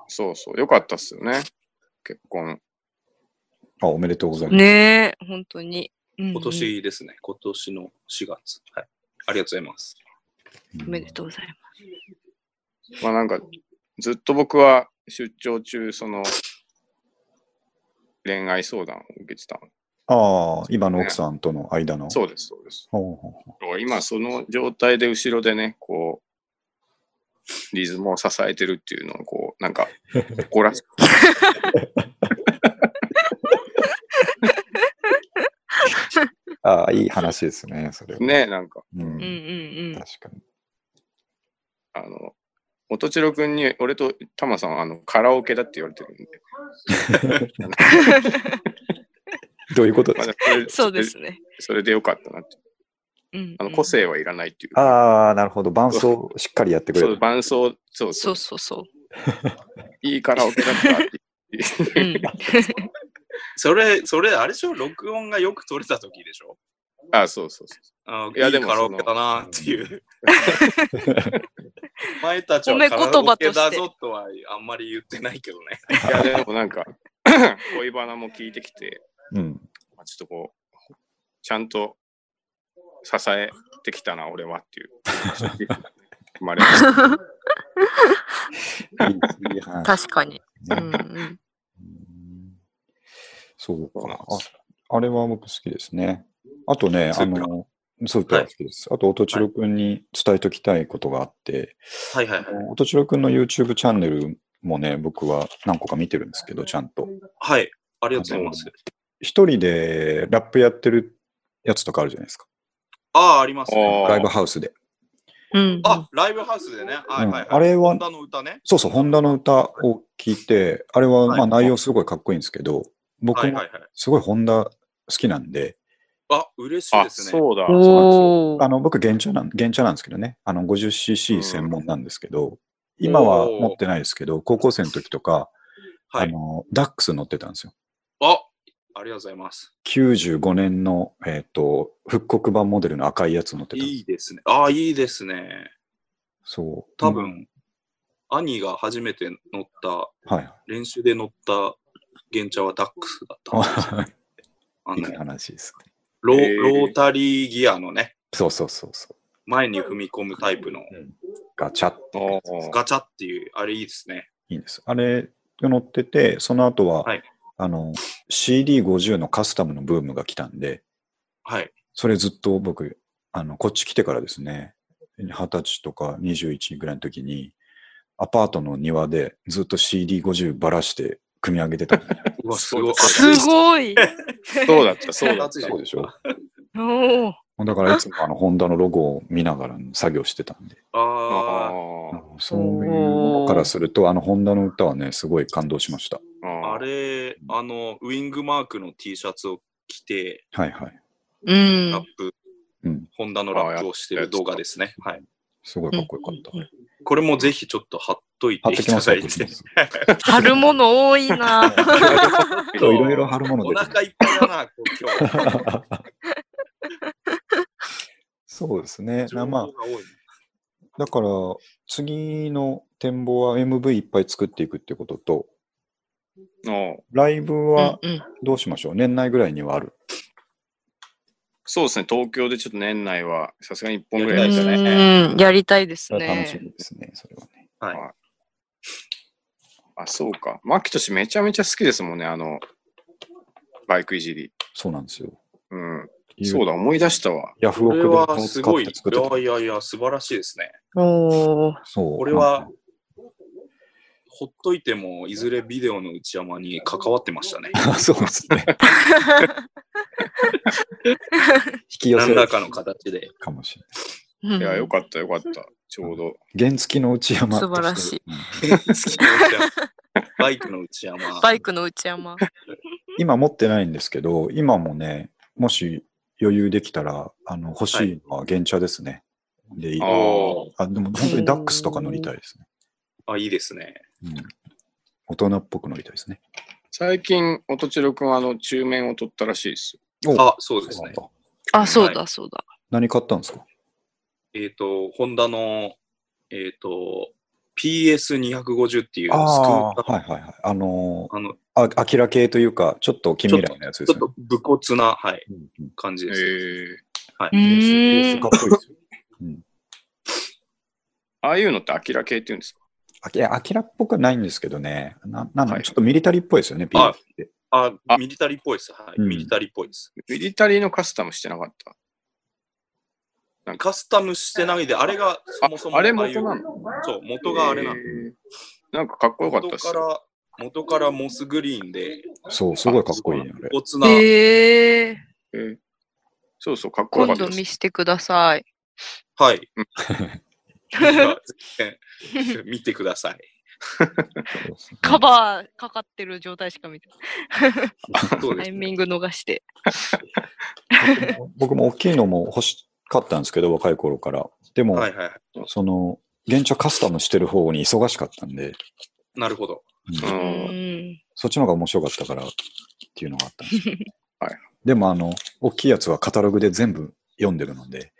Speaker 2: そうそう、よかったっすよね。結婚。
Speaker 1: ーあおめでとうございます。
Speaker 4: ねえ、本当に。うんうん
Speaker 3: 今。年ですね。今年の4月。はい。ありがとうございます。
Speaker 4: おめでとうございます。
Speaker 2: まあなんか、ずっと僕は出張中、その、恋愛相談を受けてたの。
Speaker 1: ああ、今の奥さんとの間の。
Speaker 2: そうです、そうです。
Speaker 1: ほうほうほう
Speaker 2: 今、その状態で後ろでね、こう、リズムを支えてるっていうのを、こう、なんか、誇らしく。
Speaker 1: ああ、いい話ですね、それは。
Speaker 2: ね、なんか、
Speaker 1: う
Speaker 4: う
Speaker 1: ん。
Speaker 4: んうん
Speaker 1: 確かに。
Speaker 2: あの、音千代君に、俺とタマさんはあのカラオケだって言われてるんで、
Speaker 1: どういうことで
Speaker 2: まあ
Speaker 1: す
Speaker 2: そ
Speaker 1: か
Speaker 4: う
Speaker 2: れ
Speaker 4: ん。 そうですね。
Speaker 2: それでよかったなって。
Speaker 4: うん
Speaker 2: あ
Speaker 4: う
Speaker 2: の
Speaker 4: ん。
Speaker 2: 個性はいらないっていう。
Speaker 1: ああ、なるほど。伴奏をしっかりやってくれ
Speaker 2: そう、
Speaker 1: る。
Speaker 2: 伴奏、そうそ
Speaker 4: そうう、そうそう。
Speaker 2: いいカラオケだったって。
Speaker 4: うん。
Speaker 3: それ、それ、あれでしょ録音がよく取れた時でしょ
Speaker 2: ああ、そうそうそ
Speaker 3: あ
Speaker 2: いやで
Speaker 3: い
Speaker 2: も
Speaker 3: カラ
Speaker 2: そ
Speaker 3: オ
Speaker 2: の
Speaker 3: ケだなっていう。 お前たちは
Speaker 4: 褒め
Speaker 3: カ
Speaker 4: 言
Speaker 3: ラ
Speaker 4: 葉
Speaker 3: オ
Speaker 4: として
Speaker 3: ケだぞとはあんまり言ってないけどね。
Speaker 2: う。いや、でもなんか、恋バナも聞いてきて、
Speaker 1: うん。
Speaker 2: まあ、ちょっとこう、ちゃんと 支えてきたな、俺はっていう。生まれました
Speaker 1: いいいい話
Speaker 6: 確かに。う
Speaker 1: ね
Speaker 6: んうん。
Speaker 1: うんそうかあ。あれは僕好きですね。あとね、
Speaker 3: ス
Speaker 1: あ
Speaker 3: ープラ
Speaker 1: の、スープラ好きです。あと、音千代くんに伝えときたいことがあって、
Speaker 3: はいはいはい。
Speaker 1: 音千代くんの YouTube チャンネルもね、僕は何個か見てるんですけど、ちゃんと。
Speaker 3: はい。ありがとうございます。
Speaker 1: 一人でラップやってるやつとかあるじゃないですか。
Speaker 3: ああ、ありますね。
Speaker 2: あー
Speaker 1: ライブハウスで。
Speaker 6: うん
Speaker 3: あ、ライブハウスでね。はいはいはい。
Speaker 1: あれは
Speaker 3: 本田の歌ね。
Speaker 1: そうそう、ホンダの歌を聞いて、あれは
Speaker 3: はい
Speaker 1: まあ内容すごいかっこいいんですけど、僕
Speaker 3: はい
Speaker 1: も
Speaker 3: はいはい。
Speaker 1: すごいホンダ好きなんで、
Speaker 3: あ、嬉しい
Speaker 2: あ、
Speaker 3: ですね。
Speaker 2: そうだ。
Speaker 6: お
Speaker 1: あ
Speaker 6: ー
Speaker 1: の僕原茶なん、原茶なんですけどね、あの 50cc 専門なんですけど、今は持ってないですけど、高校生の時とか、
Speaker 3: は
Speaker 1: あ
Speaker 3: い。
Speaker 1: の、ダックス乗ってたんですよ。
Speaker 3: あ、ありがとうございます。
Speaker 1: 95年の、えっ、と、復刻版モデルの赤いやつ乗ってた。
Speaker 3: いいですね。ああ、いいですね。
Speaker 1: そう。
Speaker 3: 多分、兄が初めて乗った、
Speaker 1: うん。はい。
Speaker 3: 練習で乗った原茶はダックスだったんですよ。あ
Speaker 1: いい
Speaker 3: の
Speaker 1: 話ですね。
Speaker 3: ロ
Speaker 2: へー
Speaker 3: ーロータリーギアのね、
Speaker 1: そうそうそうそう。
Speaker 3: 前に踏み込むタイプの
Speaker 1: ガチャっていうやつ。
Speaker 2: おー
Speaker 3: ガチャっていう、あれいいですね。
Speaker 1: いいんです。あれが乗ってて、その後は、
Speaker 3: はい
Speaker 1: あの、CD50 のカスタムのブームが来たんで、
Speaker 3: はい。
Speaker 1: それずっと僕、あの、こっち来てからですね、20歳とか21ぐらいの時に、アパートの庭でずっと CD50 ばらして組み上げてたんですよ。
Speaker 3: うわ、すごい。
Speaker 6: すごい。
Speaker 2: そうだった、そうだっ
Speaker 3: 夏じゃ ん
Speaker 1: そうでしょ
Speaker 6: おー
Speaker 1: だからいつもあの、ホンダのロゴを見ながら作業してたんで、
Speaker 2: た。
Speaker 3: あ
Speaker 1: あ
Speaker 2: あ
Speaker 1: のそういうものからすると、あの、ホンダの歌はね、すごい感動しました。
Speaker 3: あ、
Speaker 2: あ
Speaker 3: あれ、あの、ウィングマークの T シャツを着て、
Speaker 1: はいはい。
Speaker 6: う
Speaker 3: ラッ
Speaker 6: ん。
Speaker 3: プ、
Speaker 1: うん。
Speaker 3: ホンダのラップをしてる動画ですね。はい。
Speaker 1: すごいかっこよかった。
Speaker 3: これもぜひちょっと貼っとい
Speaker 1: 貼
Speaker 3: て
Speaker 1: って
Speaker 3: い
Speaker 1: き
Speaker 3: た
Speaker 1: ます
Speaker 3: だ
Speaker 1: よ
Speaker 3: い。て。
Speaker 6: 貼るもの多いな。
Speaker 1: いろいろ貼るもの
Speaker 3: お
Speaker 1: で。
Speaker 3: 腹いっぱいだな、今日。
Speaker 1: そうですね。
Speaker 3: 情
Speaker 1: な
Speaker 3: 報
Speaker 1: まあ、
Speaker 3: が多い
Speaker 1: だから、次の展望は MV いっぱい作っていくってことと、
Speaker 2: の
Speaker 1: ライブ
Speaker 6: う
Speaker 1: は
Speaker 6: んうん
Speaker 1: どうしましょう、年内ぐらいにはある。
Speaker 2: そうですね、東京でちょっと年内は、さすがに1本ぐらいやりたいね。
Speaker 6: うんやりたいです
Speaker 1: それは楽し
Speaker 6: ね。
Speaker 1: みですね、それはね。
Speaker 3: はい。
Speaker 2: あ、そうか。マキトシめちゃめちゃ好きですもんね、あの、バイクいじり。
Speaker 1: そうなんですよ。
Speaker 2: うん。そうだ、思い出したわ。
Speaker 1: ヤフオ
Speaker 3: こ
Speaker 1: ク
Speaker 3: れ
Speaker 1: で
Speaker 3: は
Speaker 1: 使
Speaker 3: す
Speaker 1: っ
Speaker 3: ごい。い
Speaker 1: て作ってた
Speaker 3: やいやいや、素晴らしいですね。
Speaker 6: おー
Speaker 1: そう。
Speaker 3: これは、ほっといても、いずれビデオの内山に関わってましたね。
Speaker 1: あ。 そうですね。引き寄せ
Speaker 3: 何
Speaker 1: る
Speaker 3: らかの形で。
Speaker 1: かもしれない。
Speaker 6: うん
Speaker 2: いや、よかった、よかった。ちょうど。
Speaker 1: 原付きの内山とて。
Speaker 6: 素晴らしい
Speaker 1: うん
Speaker 3: バイクの内山。
Speaker 6: バイクの内山。
Speaker 1: 今持ってないんですけど、今もね、もし余裕できたら、あの欲しいのは原茶ですね。で、
Speaker 2: あー
Speaker 1: あでも本当にダックスとか乗りたいですね。
Speaker 3: あ、いいですね。
Speaker 1: うん、大人っぽく乗りたいですね。
Speaker 2: 最近、音千代くんは、あの、中面を取ったらしいですよ。
Speaker 1: お
Speaker 3: あ、そうですね。
Speaker 1: そうなんだ
Speaker 6: あ、そうだ、そうだ。
Speaker 1: 何買ったんですか
Speaker 3: えっ、と、ホンダの、えっ、と、PS250 っていうスクーター
Speaker 1: ああー、はいはいはい。あの
Speaker 3: あの、
Speaker 1: ー、あ、アキラ系というか、ちょっと近未来のやつで
Speaker 3: ち
Speaker 1: す
Speaker 3: ょっ
Speaker 1: ね。
Speaker 3: と武骨な、はい、
Speaker 1: うんうん
Speaker 3: 感じ
Speaker 2: え
Speaker 3: です。
Speaker 2: ー、
Speaker 6: う
Speaker 1: ベー
Speaker 6: ー
Speaker 1: ス
Speaker 6: ん
Speaker 1: か。っこいいですよ。
Speaker 2: ああいうのって、アキラ系って言うんですか
Speaker 1: あいや、アキラっぽくはないんですけどね。ななんだ
Speaker 2: はい
Speaker 1: ちょっとミリタリーっぽいですよね、
Speaker 3: あ
Speaker 1: PF って。
Speaker 3: あ
Speaker 2: あ
Speaker 3: ミリタリーっぽいです。はい、
Speaker 1: うん
Speaker 3: ミリタリーっぽいです。
Speaker 2: ミリタリーのカスタムしてなかった。
Speaker 3: カスタムしてないで、あれがそもそも
Speaker 2: ああれ
Speaker 3: ああいう
Speaker 2: 元なの
Speaker 3: そう、元があれなの
Speaker 2: え。ーなんかかっこよかった
Speaker 3: 元
Speaker 2: っす
Speaker 3: か
Speaker 2: よ。
Speaker 3: ら、元からモスグリーンで、
Speaker 1: そう、すごいかっこいいね、あれ。
Speaker 3: 武骨な、
Speaker 6: へえ。
Speaker 2: えーそうそう、かっこよか
Speaker 6: 今
Speaker 2: った
Speaker 6: 度
Speaker 2: っす
Speaker 6: 見してください。
Speaker 3: はい。
Speaker 2: うん
Speaker 3: じゃあぜひ見てくだ さい。
Speaker 1: そうですね
Speaker 6: カバーかかってる状態しか見てない。
Speaker 3: そうで
Speaker 6: タイ
Speaker 3: すね。
Speaker 6: ミング逃して。
Speaker 1: 僕も大きいのも欲しかったんですけど、若い頃から。でも、
Speaker 3: はいはいは
Speaker 1: その、現茶カスタムしてる方に忙しかったんで、
Speaker 3: い。なるほど。
Speaker 1: うん
Speaker 6: う
Speaker 2: うん
Speaker 6: ん。
Speaker 1: そっちの方が面白かったからっていうのがあったん ですよ
Speaker 2: はい
Speaker 1: でも、あの、大きいやつはカタログで全部読んでるので、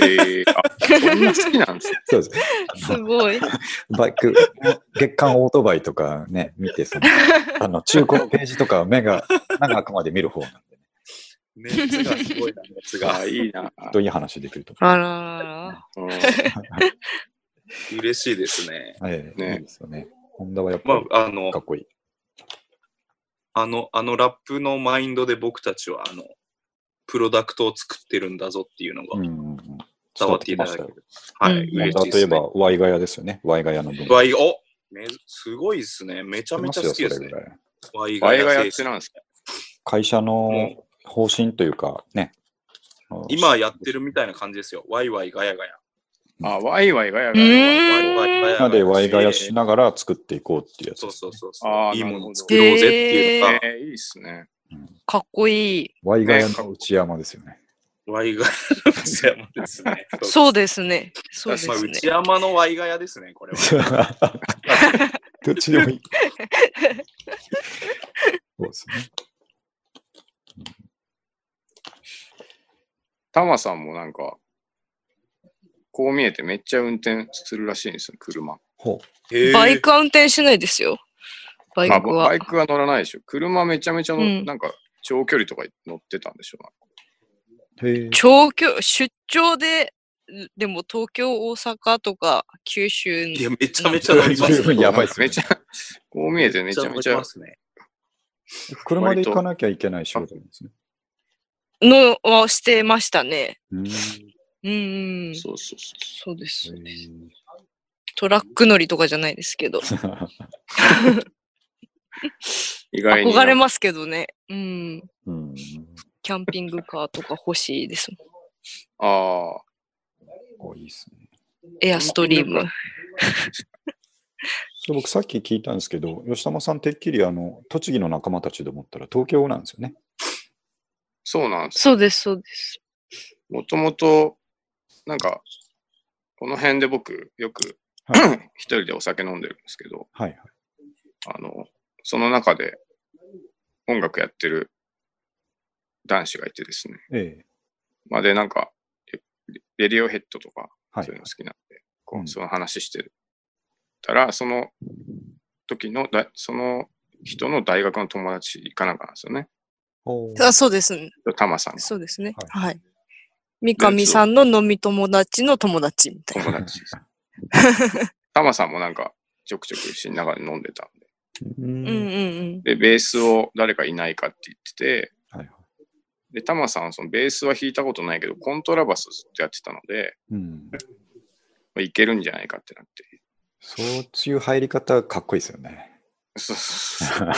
Speaker 2: えー、あ、こんな好きなんですね。
Speaker 1: そうです。
Speaker 6: すごい。
Speaker 1: バイク、月刊オートバイとかね、見て、 その、あの、中古のページとか目が長くまで見る方なんで、ね、
Speaker 3: 熱が すごいな、熱が。
Speaker 2: あ、いいな。
Speaker 1: といい話できると
Speaker 6: あららら。
Speaker 2: うん
Speaker 3: 嬉しいですね。
Speaker 1: ええ
Speaker 2: ね
Speaker 1: いいですよね。ホンダはやっぱ
Speaker 3: ま
Speaker 1: り
Speaker 3: あ、あの
Speaker 1: か、っこいい。
Speaker 3: あの、あのラップのマインドで僕たちは、あの、プロダクトを作ってるんだぞっていうの
Speaker 1: うん
Speaker 3: が
Speaker 1: うんうん
Speaker 3: 伝わっていただ
Speaker 1: 伝わってきまし
Speaker 3: け
Speaker 1: たよ
Speaker 3: る。は
Speaker 6: うん
Speaker 3: い、
Speaker 1: ホン
Speaker 3: 嬉
Speaker 1: ダ
Speaker 3: しい
Speaker 1: とい
Speaker 3: で
Speaker 1: え
Speaker 3: すね。
Speaker 1: ば、ワイガヤですよね。ワイガヤの文
Speaker 3: ワイおめすごいですね。めちゃめちゃ好きです
Speaker 1: 知ってますよそれ
Speaker 3: ね
Speaker 1: ぐ。らい
Speaker 3: ワイ
Speaker 2: あれ
Speaker 3: ガ
Speaker 2: がや
Speaker 3: ヤ
Speaker 2: っ
Speaker 3: 精
Speaker 2: て
Speaker 3: 神
Speaker 2: なんですか
Speaker 1: 会社の
Speaker 3: もう
Speaker 1: 方針というか、ね。あの
Speaker 3: 今やってるみたいな感じですよ。ワイワイガヤガヤ。
Speaker 2: あ、ワイワイガヤ
Speaker 6: う
Speaker 2: ガヤ。
Speaker 3: ワイワイ
Speaker 6: ー
Speaker 3: ガ
Speaker 6: ん。
Speaker 3: ヤ
Speaker 1: みんなでワイガヤ
Speaker 3: して
Speaker 1: しながら作っていこうっていうやつ
Speaker 3: そ
Speaker 1: で
Speaker 3: う
Speaker 1: す
Speaker 3: そ
Speaker 1: ね
Speaker 3: うそう
Speaker 2: あー
Speaker 3: そう。いい
Speaker 2: なるほ
Speaker 3: もの
Speaker 2: ど
Speaker 3: を作ろうぜっていうのが、
Speaker 2: えー、いいっすね。
Speaker 6: かっこいい。
Speaker 1: ワイガヤの内山ですよね。
Speaker 3: ワイガヤの内山ですね。
Speaker 6: そうですね。そうで
Speaker 3: まあ、
Speaker 6: すね
Speaker 3: 内。山のワイガヤですね、これは。
Speaker 1: どっちでもいい。そうですね。
Speaker 2: タマさんもなんか、こう見えてめっちゃ運転するらしいんですよ、車。
Speaker 1: ほう。
Speaker 3: へー
Speaker 6: バイクは運転しないですよ。バイ
Speaker 2: まあ、
Speaker 6: クは。
Speaker 2: バイクは乗らないでしょ。車めちゃめちゃの、
Speaker 6: うん
Speaker 2: なんか、長距離とか乗ってたんでしょ
Speaker 1: へえ。
Speaker 6: 長距離、出張で、でも東京、大阪とか九州
Speaker 3: いや、めちゃめちゃ乗ります
Speaker 1: 十分
Speaker 3: ね。
Speaker 1: やばいっすね
Speaker 2: めちゃ、こう見えてめちゃめち
Speaker 3: 乗り
Speaker 2: ゃ
Speaker 3: ま、すね。
Speaker 1: 車で行かなきゃいけない仕事なんですね。
Speaker 6: のはしてましたね。
Speaker 1: うんへ
Speaker 6: うんうん。
Speaker 2: そうそうそ
Speaker 6: そ
Speaker 2: う。
Speaker 6: うです。
Speaker 1: え
Speaker 6: トラック乗りとかじゃないですけど。
Speaker 2: 意外に。
Speaker 6: 憧れますけどね。うん。
Speaker 1: うん。
Speaker 6: キャンピングカーとか欲しいですも
Speaker 2: ああ、
Speaker 1: おいいですね。
Speaker 6: ん。エアストリーム。
Speaker 1: そう僕さっき聞いたんですけど、吉玉さんてっきりあの栃木の仲間たちで思ったら東京なんですよね。
Speaker 2: そうなんです。
Speaker 6: そうです、そうです。
Speaker 2: もともと、なんか、この辺で僕、よく、
Speaker 1: は
Speaker 2: 一人でお酒飲んでるんですけど、
Speaker 1: はいはい。
Speaker 2: あの、その中で音楽やってる男子がいてですね。
Speaker 1: ええ。
Speaker 2: まあ、で、なんか、レレディオヘッドとか、
Speaker 1: はい
Speaker 2: そういうの好きなんで、こ
Speaker 1: うん
Speaker 2: うその話してたら、その時のだ、その人の大学の友達かなんかなんですよね。
Speaker 1: おー
Speaker 6: あそうです、ね。
Speaker 2: タマさんが
Speaker 6: そうですね。
Speaker 1: は
Speaker 6: はい。三上さんの飲み友達の友達みたいな。
Speaker 2: 友 達です。タマさんもなんか、ちょくちょく死にながら飲んでたんで。
Speaker 1: う
Speaker 6: うんんうんうん。
Speaker 2: で、ベースを誰かいないかって言ってて、
Speaker 1: はいはい
Speaker 2: で、タマさんはそのベースは弾いたことないけど、コントラバスずっとやってたので、
Speaker 1: うん。
Speaker 2: まあいけるんじゃないかってなって。
Speaker 1: そういう入り方かっこいいですよね。
Speaker 2: そうそうそう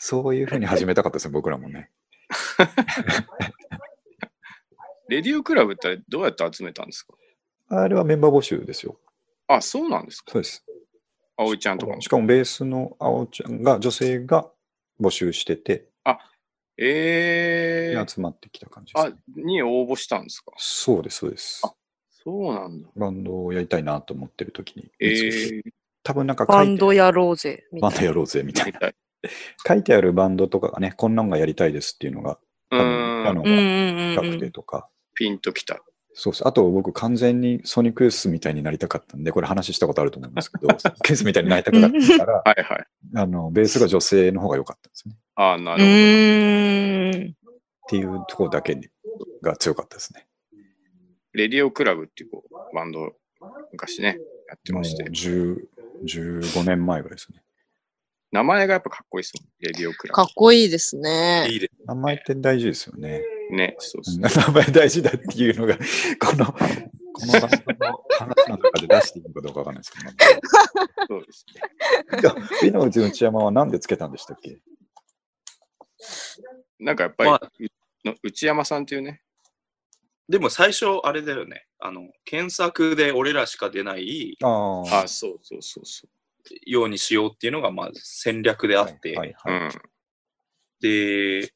Speaker 1: そういうふうに始めたかった ですね、僕らもね。
Speaker 2: レディオクラブってどうやって集めたんですか
Speaker 1: あれはメンバー募集ですよ。
Speaker 2: あ、そうなんですか
Speaker 1: そうです。
Speaker 2: 葵ちゃんとかも
Speaker 1: し。かもベースの青ちゃんが、女性が募集してて、
Speaker 2: ええ
Speaker 1: 集まってきた感じです
Speaker 2: あ
Speaker 1: ね、、
Speaker 2: に応募したんですか
Speaker 1: そうです、そうです。
Speaker 2: そうなんだ。
Speaker 1: バンドをやりたいなと思ってる時に、
Speaker 2: え
Speaker 1: 見つけて
Speaker 2: え
Speaker 1: 多分なんか
Speaker 6: バ
Speaker 1: 書
Speaker 6: ン
Speaker 1: い
Speaker 6: ド
Speaker 1: て、
Speaker 6: やろうぜ。みた
Speaker 1: バ
Speaker 6: い
Speaker 1: ンドやろうぜみたい
Speaker 2: み
Speaker 1: な。
Speaker 2: たい。
Speaker 1: 書いてあるバンドとかがね、こんなんがやりたいですっていうのが、
Speaker 2: う
Speaker 1: 多分
Speaker 2: ー
Speaker 1: あ
Speaker 2: ん、
Speaker 6: な。うん
Speaker 1: のが
Speaker 6: うんうんう
Speaker 1: 深くて
Speaker 6: ん。
Speaker 1: とか、
Speaker 2: ピンときた。
Speaker 1: そうです。あと僕完全にソニックユースみたいになりたかったんで、これ話したことあると思うんです けど、ケースみたいになりたくなったから、
Speaker 2: はいはい。
Speaker 1: あの、ベースが女性の方が良かったんですね。
Speaker 2: ああ、な
Speaker 6: う
Speaker 2: るほど。
Speaker 6: ーん。
Speaker 1: っていうところだけにが強かったですね。
Speaker 2: レディオクラブっていうこうバンド、昔ね、やって
Speaker 1: もう
Speaker 2: まして。
Speaker 1: 10 15年前ぐらいですね。
Speaker 2: 名前がやっぱかっこいいですもん。レディオクラ
Speaker 4: かっこいいですね。
Speaker 3: いいで
Speaker 1: 名前って大事ですよね。
Speaker 2: ブ。ね、そうそう。
Speaker 1: 名前大事だっていうのが、 この、この番組の話の中で出していいのかどうかわかんないです け
Speaker 2: そうですね。
Speaker 1: ど、美のうちの内山は何でつけたんでしたっけ
Speaker 2: なんかやっぱり、の内山さんっていうね、
Speaker 3: でも最初、あれだよね。あの、検索で俺らしか出ない
Speaker 1: あ
Speaker 2: あそうそうそうそ
Speaker 3: ようにしようっていうのが、まあ、戦略であって、
Speaker 1: はいは
Speaker 2: う。う
Speaker 1: い
Speaker 2: ん。
Speaker 3: で、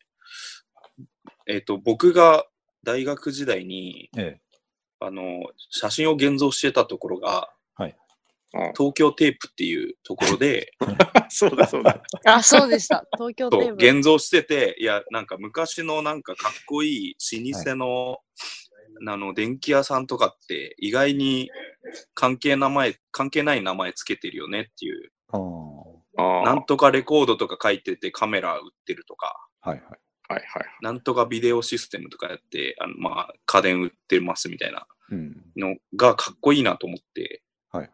Speaker 3: えっ、と、僕が大学時代に、
Speaker 1: ええ
Speaker 3: あの、写真を現像してたところが、
Speaker 1: はい
Speaker 2: うん
Speaker 3: 東京テープっていうとこ ろで、
Speaker 2: そうだそうだ。
Speaker 4: あ、そうでした。東京テ
Speaker 3: そう
Speaker 4: ーブル。
Speaker 3: 現像してて、いや、なんか昔のなんかかっこいい老舗の、あの電気屋さんとかって意外に関係名前、関係ない名前つけてるよねっていう、
Speaker 1: ああは
Speaker 2: ああ、
Speaker 3: な
Speaker 2: はい
Speaker 3: んとかレコードとか書いててカメラ売ってるとか、
Speaker 1: いはい。
Speaker 2: はい。
Speaker 3: なんとかビデオシステムとかやって、あのまあ家電売ってますみたいな
Speaker 1: うん。
Speaker 3: のがかっこいいなと思って、
Speaker 1: はい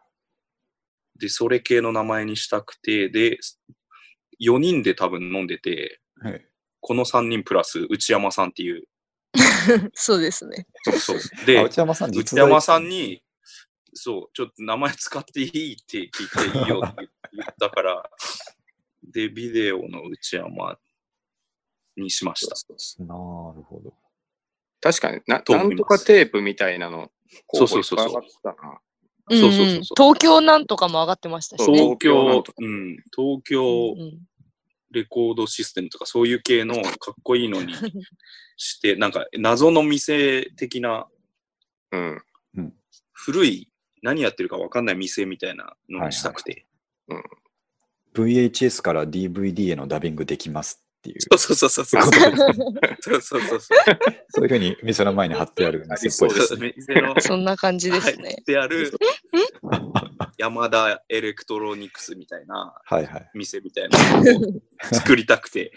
Speaker 3: で、それ系の名前にしたくて、で、4人で多分飲んでて、
Speaker 1: はい。
Speaker 3: この3人プラス内山さんっていう。
Speaker 4: そうですね。
Speaker 3: そうそう。
Speaker 1: あ
Speaker 3: で、
Speaker 1: 内山さん、
Speaker 3: 内
Speaker 1: 実在
Speaker 3: 山さんに、そう、ちょっと名前使っていいって聞いていいよって言ったから、で、ビデオの内山にしました。
Speaker 1: なるほど。
Speaker 2: 確かにな、
Speaker 3: と
Speaker 2: な
Speaker 3: 思いま
Speaker 2: ん
Speaker 3: す
Speaker 2: とかテープみたいなの、
Speaker 3: そうそうそうそう
Speaker 2: 候補いっぱいあったな
Speaker 3: そうそうそうそうん
Speaker 4: ん東京なんとかも上がってましたしね。
Speaker 3: 東京、うん、東京
Speaker 4: うん
Speaker 3: レコードシステムとかそういう系のかっこいい のにして、なんか謎の店的な
Speaker 2: うん。
Speaker 3: 古い何やってるかわかんない店みたいなのにしたくて。
Speaker 1: VHS から DVD へのダビングできますっていう、
Speaker 3: そうそうそうそう。そうそうそうそう。
Speaker 1: そういうふうに店の前に貼ってある店っぽ
Speaker 3: そう
Speaker 1: い
Speaker 3: で
Speaker 1: です
Speaker 3: す
Speaker 1: ね。
Speaker 3: ね。店の
Speaker 4: そんな感じですね
Speaker 3: 入っ。てあ る山田エレクトロニクスみたいな
Speaker 1: はいはい。
Speaker 3: 店みたいなのを作りたく て。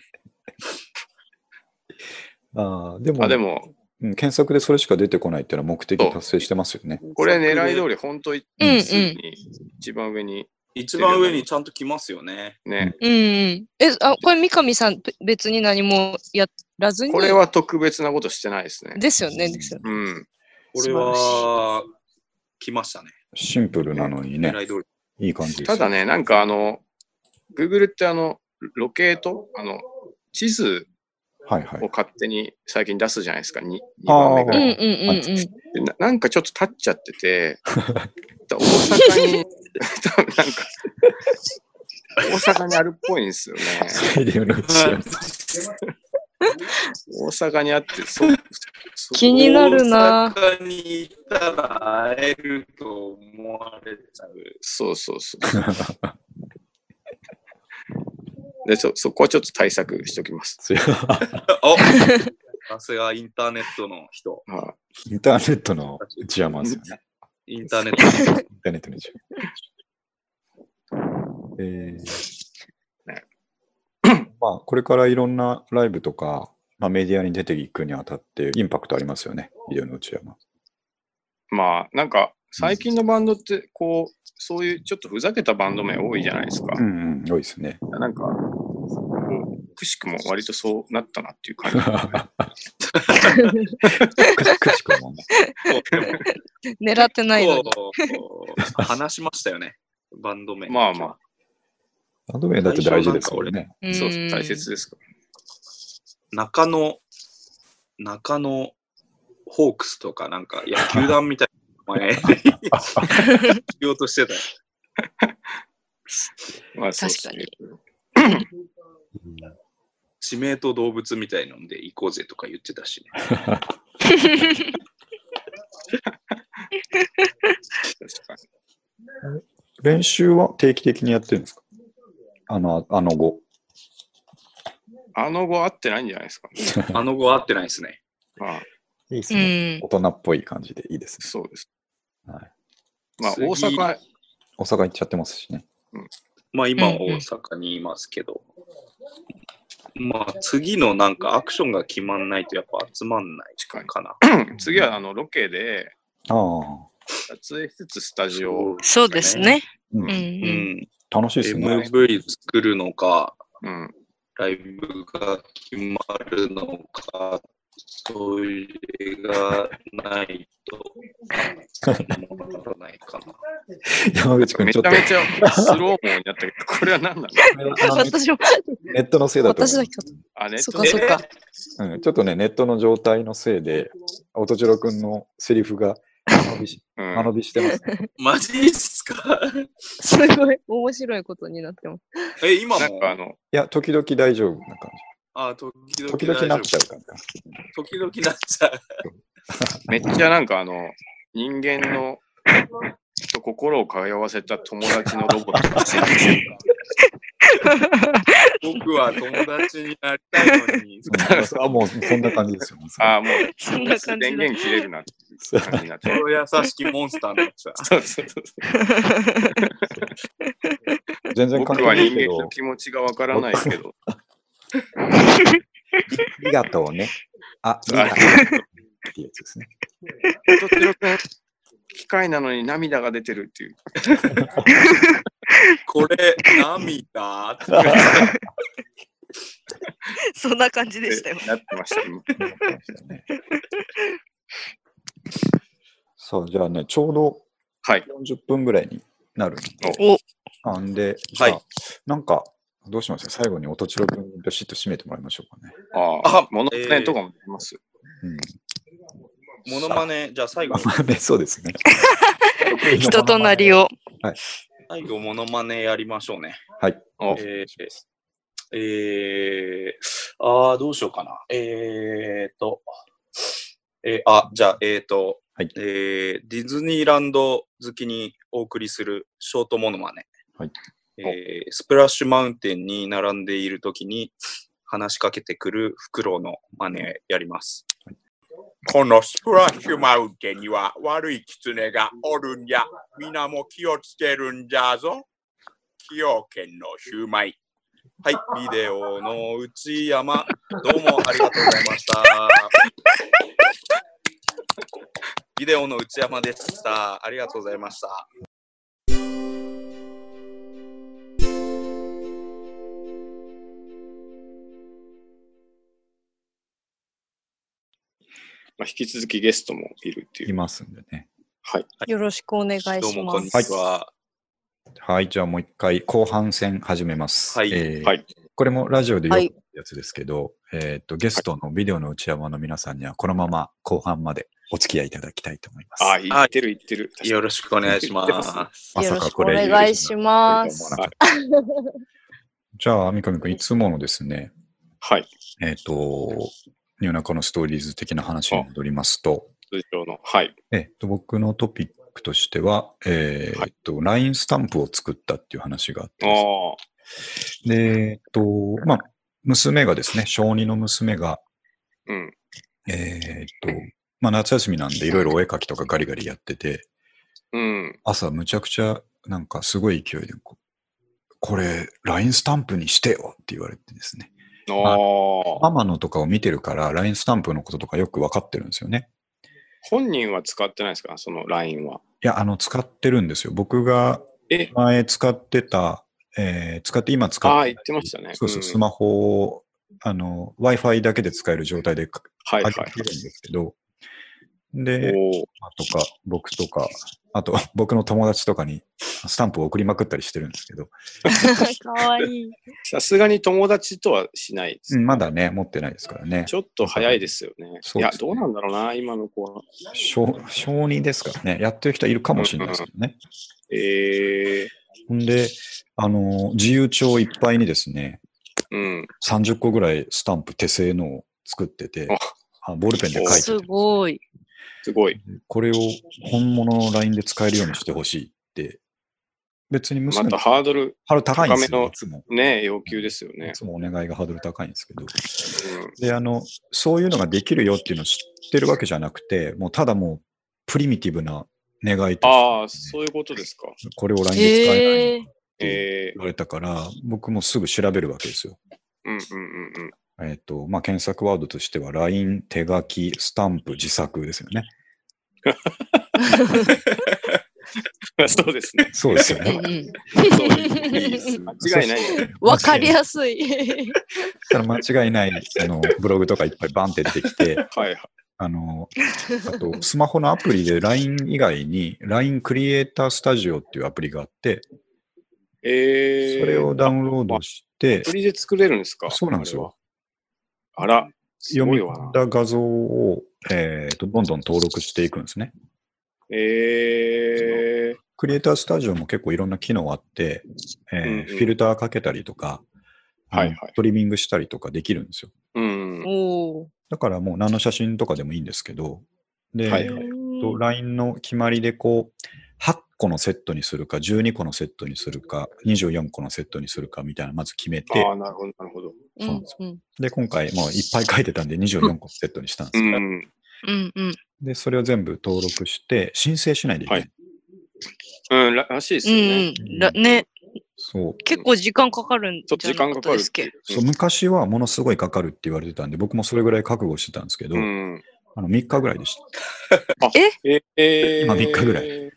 Speaker 1: あーでも
Speaker 2: あ、でも、
Speaker 1: うん検索でそれしか出てこないっていうのは目的達成してますよね。
Speaker 2: これ狙い通り、本当に、
Speaker 4: うんうん
Speaker 2: すぐに一番上に、
Speaker 3: 一番上にちゃんと来ますよね。
Speaker 2: ね、
Speaker 4: うんうん。え、あ、これ三上さん、べ別に何もやらずに。
Speaker 2: これは特別なことしてないですね。
Speaker 4: ですよね、ですよね。
Speaker 2: うん。
Speaker 3: これは来ましたね。
Speaker 1: シンプルなのにね、
Speaker 3: 狙い通り。
Speaker 1: いい感じです。
Speaker 2: ただ、ね、なんかあの、Google ってあの、ロケートあの、地図
Speaker 1: はいはい
Speaker 2: を。勝手に最近出すじゃないですか、に2番目ぐ
Speaker 4: うん
Speaker 2: ら
Speaker 4: う
Speaker 2: い
Speaker 4: ん
Speaker 1: は
Speaker 2: に
Speaker 1: い
Speaker 4: うんうん。
Speaker 2: でな。なんかちょっと立っちゃってて、大阪に、多分なんか、大阪にあるっぽいんですよね。
Speaker 1: 大量の内山
Speaker 2: 大阪にあって、そそ
Speaker 4: 気になるな
Speaker 3: 大阪に行ったら会えると思われちゃう。
Speaker 2: そうそうそう。でそそこはちょっと対策しておきます。
Speaker 3: おさすがインターネットの人。
Speaker 2: は
Speaker 1: インターネットの内山ですよね。
Speaker 3: インターネットの
Speaker 1: イ
Speaker 3: 人。
Speaker 1: ンターネットの内山。えーまあ、これからいろんなライブとか、まあ、メディアに出ていくにあたって、インパクトありますよね、ビデオの内山。
Speaker 2: いまあ、なんか、最近のバンドって、こう、そういうちょっとふざけたバンド名多いじゃないですか
Speaker 1: う。んうん、多いですね。
Speaker 2: なんか、こう、くしくも割とそうなったなっていう感じ。
Speaker 1: くしくしくもね。
Speaker 4: 狙ってないのに。
Speaker 3: そう話しましたよね。バンド名。
Speaker 2: まあま
Speaker 1: アドベンだって大事ですよね。
Speaker 2: あ、そう、
Speaker 4: ん
Speaker 2: 大切ですか
Speaker 3: 中野、中野ホークスとかなんか野球団みたいな 名前言おうとしてたよ。
Speaker 2: ら。まあ、そう
Speaker 4: 確かに
Speaker 3: 地名と動物みたいので行こうぜとか言ってたし、ね、
Speaker 2: 確かに
Speaker 1: 練習は定期的にやってるんですかあの、あの後。
Speaker 2: あの後合ってないんじゃないですか、
Speaker 3: あの後会ってないですね。
Speaker 2: ま
Speaker 1: い
Speaker 2: あ、
Speaker 1: いです
Speaker 4: う
Speaker 1: ね。
Speaker 4: ん。
Speaker 1: 大人っぽい感じでいいですね。
Speaker 2: そうです。
Speaker 1: はい、
Speaker 2: まあ、大
Speaker 3: 次
Speaker 2: 阪、
Speaker 1: 大阪行っちゃってますしね。
Speaker 3: まあ今
Speaker 4: うんうん
Speaker 3: 大阪にいますけど、まあ次のなんかアクションが決まんないとやっぱ集まんない
Speaker 2: 確
Speaker 3: かな。
Speaker 2: 次はあのロケで、
Speaker 1: ああ、
Speaker 2: 撮影しつつスタジオ、
Speaker 4: そうですね。
Speaker 1: うん
Speaker 4: うんう。
Speaker 3: うんん。
Speaker 1: 楽しいですね。
Speaker 3: MV 作るのか、
Speaker 2: うん、
Speaker 3: ライブが決まるのか、それがないと、 ならないかな。
Speaker 1: 山口君、
Speaker 2: め
Speaker 1: ち
Speaker 2: ち
Speaker 1: ょっ
Speaker 2: ゃ
Speaker 1: と
Speaker 2: めちゃスローモーになったけど、これは何なの
Speaker 4: 私も、
Speaker 1: ネットのせいだと
Speaker 4: 私
Speaker 1: 思う
Speaker 4: だけ、
Speaker 2: あ、ネッ
Speaker 4: そっ
Speaker 2: ト
Speaker 4: かそっか。
Speaker 1: うん。ちょっとね、ネットの状態のせいで、音千代君のセリフが間延びし
Speaker 2: うん
Speaker 1: 間延びしてますね。
Speaker 3: マジっすか
Speaker 4: すごい面白いことになってます。
Speaker 3: え、今
Speaker 2: なん
Speaker 3: も
Speaker 2: かあの、
Speaker 1: いや、時々大丈夫な感
Speaker 3: あ、時々
Speaker 1: じ。時々なっちゃう感じ。
Speaker 3: 大丈夫。時々なっちゃう。
Speaker 2: めっちゃなんかあの、人間のと心を通わせた友達のロボットが設計して る
Speaker 3: 僕は友達になりたいのに。
Speaker 1: うんあもうそんな感じですよ、ね。
Speaker 2: ああ、もう
Speaker 4: そんな感じ
Speaker 2: 電
Speaker 4: だ。
Speaker 2: 源切れるなって感じになって
Speaker 3: そ
Speaker 2: る。
Speaker 3: の優しきモンスターになっ ちゃう。
Speaker 2: そうそうそう
Speaker 1: 全然関
Speaker 2: 僕
Speaker 1: 係
Speaker 2: は
Speaker 1: ない
Speaker 2: 人
Speaker 1: け
Speaker 2: 間の
Speaker 1: ど、
Speaker 2: 気持ちがわからないけど、
Speaker 1: ありがとうね。あ、あり
Speaker 2: あ
Speaker 1: がとうっていうやつですね。
Speaker 2: とても機械なのに涙が出てるっていう。
Speaker 3: これ、涙って
Speaker 6: そんな感じでしたよ。
Speaker 2: なってましたよ。
Speaker 1: さあ、じゃあね、ちょうど
Speaker 2: はい。
Speaker 1: 40分ぐらいになるんで。
Speaker 6: お
Speaker 1: なんで、じゃあ、
Speaker 3: はい
Speaker 1: なんか、どうしますか最後におとちろくん、ビシッと締めてもらいましょうかね。
Speaker 2: ああ
Speaker 3: あ、
Speaker 2: 物語とかもできます。
Speaker 1: うん。
Speaker 3: モノマネ、じゃあ最後
Speaker 1: ま、あね、そうですね。
Speaker 6: 人となりを。
Speaker 3: 最後、モノマネやりましょうね。
Speaker 1: はい。
Speaker 2: お
Speaker 3: えー、えー、あー、どうしようかな。えーっと、えーあ、じゃあ、えーっと、
Speaker 1: はい
Speaker 3: えーディズニーランド好きにお送りするショートモノマネ。
Speaker 1: はい
Speaker 3: えースプラッシュマウンテンに並んでいるときに話しかけてくるフクロウの真似やります。
Speaker 7: このスプラッシュマウンテンには悪い狐がおるんじゃ。みんなも気をつけるんじゃぞ。崎陽軒のシューマイ。
Speaker 3: はい、ビデオの内山、どうもありがとうございました。ビデオの内山でした。ありがとうございました。
Speaker 2: まあ、引き続きゲストもいるってい。
Speaker 1: いうますんでね。
Speaker 2: はい。
Speaker 4: よろしくお願いします。
Speaker 3: どうもこんにちは。
Speaker 1: はい、じゃあもう一回後半戦始めます。
Speaker 3: はい
Speaker 1: えー
Speaker 2: はい
Speaker 1: これもラジオでよく
Speaker 4: は
Speaker 1: や
Speaker 4: い
Speaker 1: るやつですけど、えっ、と、ゲストのビデオの内山の皆さんには、このまま後半までお付き合いいただきたいと思います。
Speaker 2: ああ、言ってる言ってる。
Speaker 3: よろしくお願いし ます。
Speaker 1: ま
Speaker 4: よ
Speaker 1: さ
Speaker 4: ろ
Speaker 1: か
Speaker 4: しくお
Speaker 1: これ
Speaker 4: 願いしま
Speaker 2: 言
Speaker 4: す
Speaker 2: う。とは
Speaker 1: じゃあ、三上くん、いつものですね、
Speaker 2: はい。
Speaker 1: えっ、と、夜中のストーリーズ的な話に戻りますと、
Speaker 2: 通常の。はい。
Speaker 1: えっと、僕のトピックとしては、えーっと、LINE スタンプを作ったっていう話があって
Speaker 2: あ
Speaker 1: です
Speaker 2: あ。
Speaker 1: ね、でえっと、まあ、娘がですね、小児の娘が、
Speaker 2: うん。
Speaker 1: えーっと、まあ、夏休みなんでいろいろお絵描きとかガリガリやってて、
Speaker 2: うん。
Speaker 1: 朝むちゃくちゃなんかすごい勢いでこう、これ、LINE スタンプにしてよって言われてですね。
Speaker 2: あ
Speaker 1: あ
Speaker 2: あ。
Speaker 1: ママのとかを見てるから、LINE スタンプのこととかよくわかってるんですよね。
Speaker 2: 本人は使ってないですかその LINE は。
Speaker 1: いや、あの、使ってるんですよ。僕が
Speaker 2: え
Speaker 1: 前使ってた、えー使って、今使って
Speaker 2: あ
Speaker 1: た
Speaker 2: あ、言ってましたね。
Speaker 1: そうそう、
Speaker 2: ん
Speaker 1: スマホを、あの、Wi-Fi だけで使える状態でか
Speaker 2: はい
Speaker 1: 上げ
Speaker 2: はい
Speaker 1: て
Speaker 2: は
Speaker 1: るんですけど、で
Speaker 2: い。、おお。
Speaker 1: まあとか、僕とか、あと、 僕の友達とかにスタンプを送りまくったりしてるんですけど、
Speaker 4: かわいい。
Speaker 2: さすがに友達とはしないです。
Speaker 1: うんまだね、持ってないですからね。
Speaker 2: ちょっと早いですよね。
Speaker 1: そう
Speaker 2: い
Speaker 1: で
Speaker 2: や、
Speaker 1: すね
Speaker 2: どうなんだろうな、今の子は。
Speaker 1: 小小児ですからね、やってる人はいるかもしれないですけどね。
Speaker 2: ええ
Speaker 1: ほんで、あの、自由帳いっぱいにですね、
Speaker 2: うん。
Speaker 1: 30個ぐらいスタンプ手製のを作ってて、あボールペンで書いて
Speaker 4: す
Speaker 1: て
Speaker 4: ごい。
Speaker 2: すごい。
Speaker 1: これを本物の LINE で使えるようにしてほしいって、別に
Speaker 2: ま
Speaker 1: 娘
Speaker 2: た
Speaker 1: の
Speaker 2: ハードル、
Speaker 1: ハードル高いんです
Speaker 2: 高め
Speaker 1: よ、
Speaker 2: の
Speaker 1: いつも。
Speaker 2: ね、要求ですよね
Speaker 1: い。つもお願いがハードル高いんですけど。で、あの、そういうのができるよっていうのを知ってるわけじゃなくて、もうただもうプリミティブな願いと
Speaker 2: ああ、
Speaker 1: して、
Speaker 2: そういうことですか。
Speaker 1: これを LINE で使えない
Speaker 4: え
Speaker 1: って
Speaker 4: え
Speaker 2: ええ
Speaker 1: 言われたから、僕もすぐ調べるわけですよ。
Speaker 2: うんうんうんうん。
Speaker 1: えっ、と、まあ、検索ワードとしては、LINE、手書き、スタンプ、自作ですよね。
Speaker 2: そうですね。
Speaker 1: そうですよ
Speaker 4: う
Speaker 1: ね。
Speaker 4: んうん
Speaker 2: そういいです 間違いないね。
Speaker 4: わかりやすい。
Speaker 1: そしたら間違いない、あの、ブログとかいっぱいバンって出てきて、
Speaker 2: はいはい。
Speaker 1: あの、あと、スマホのアプリで LINE 以外に、LINE クリエイタースタジオっていうアプリがあって、そ
Speaker 2: ええ
Speaker 1: れをダウンロードして
Speaker 2: アプ、リで作れるんですか
Speaker 1: そうなんですよ。
Speaker 2: あれはあら、す
Speaker 1: 読
Speaker 2: ごい
Speaker 1: み
Speaker 2: わ
Speaker 1: 込ん
Speaker 2: な。
Speaker 1: だ画像を、えーと、どんどん登録していくんですね。
Speaker 2: ええ
Speaker 1: クリエイタースタジオも結構いろんな機能あって、えー
Speaker 2: うんうん
Speaker 1: フィルターかけたりとか、
Speaker 2: はい
Speaker 1: あの
Speaker 2: はい
Speaker 1: トリミングしたりとかできるんですよ。
Speaker 2: うん。
Speaker 4: おー
Speaker 1: だからもう何の写真とかでもいいんですけど、で、
Speaker 2: は
Speaker 4: う
Speaker 2: いはい
Speaker 1: と
Speaker 4: ん
Speaker 1: LINE の決まりでこう8個のセットにするか12個のセットにするか24個のセットにするかみたいなまず決めて
Speaker 2: ああ、なるほど、なるほど。
Speaker 4: う
Speaker 1: そうんです
Speaker 4: うん
Speaker 1: で今回もういっぱい書いてたんで24個セットにしたんで
Speaker 2: う
Speaker 1: す、
Speaker 2: ん。
Speaker 6: うんうん。
Speaker 1: でそれを全部登録して申請しないでいけない、
Speaker 2: はいうん、ららしいです
Speaker 6: う
Speaker 2: よね。
Speaker 6: んうん。らね、
Speaker 1: そう
Speaker 6: 結構時間かかるん
Speaker 2: ちょっ
Speaker 6: じ
Speaker 2: と
Speaker 6: ゃ
Speaker 2: 時間
Speaker 6: なか
Speaker 2: か
Speaker 6: った
Speaker 2: か
Speaker 6: で
Speaker 2: るっ
Speaker 6: す
Speaker 2: てい
Speaker 6: け
Speaker 2: う。
Speaker 1: そう昔はものすごいかかるって言われてたんで僕もそれぐらい覚悟してたんですけど、
Speaker 2: うん。
Speaker 1: あの3日ぐらいでした
Speaker 2: ええ
Speaker 1: 今三日ぐらい。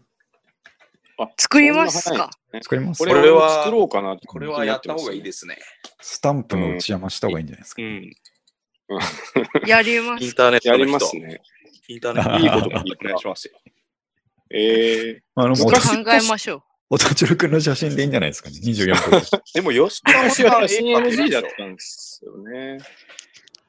Speaker 4: 作りますか。
Speaker 1: 作ります
Speaker 2: こ
Speaker 3: こ
Speaker 2: れ
Speaker 3: れ
Speaker 2: は
Speaker 3: は
Speaker 2: 作ろうかな。
Speaker 3: これはやった方がいいですすね。
Speaker 1: スタンプの打ち山した方がいいんじゃないですか。
Speaker 3: うん。
Speaker 6: やりま
Speaker 3: イン
Speaker 6: す。
Speaker 3: ターネッ
Speaker 2: や
Speaker 3: トの
Speaker 2: りま
Speaker 3: 人
Speaker 2: す。ね。
Speaker 3: インターネット
Speaker 1: いいこと
Speaker 3: お願いしますよ。
Speaker 2: ええ
Speaker 1: まあ、あの、
Speaker 6: 考
Speaker 1: もう
Speaker 2: 難しい
Speaker 6: えましょう。
Speaker 1: おたちるくんの写真でいいんじゃないですかね。24個。
Speaker 3: でも、吉川
Speaker 2: 私
Speaker 3: さんは
Speaker 2: は
Speaker 3: 絵描ける
Speaker 2: CMG だっ
Speaker 3: でした
Speaker 2: んですよね。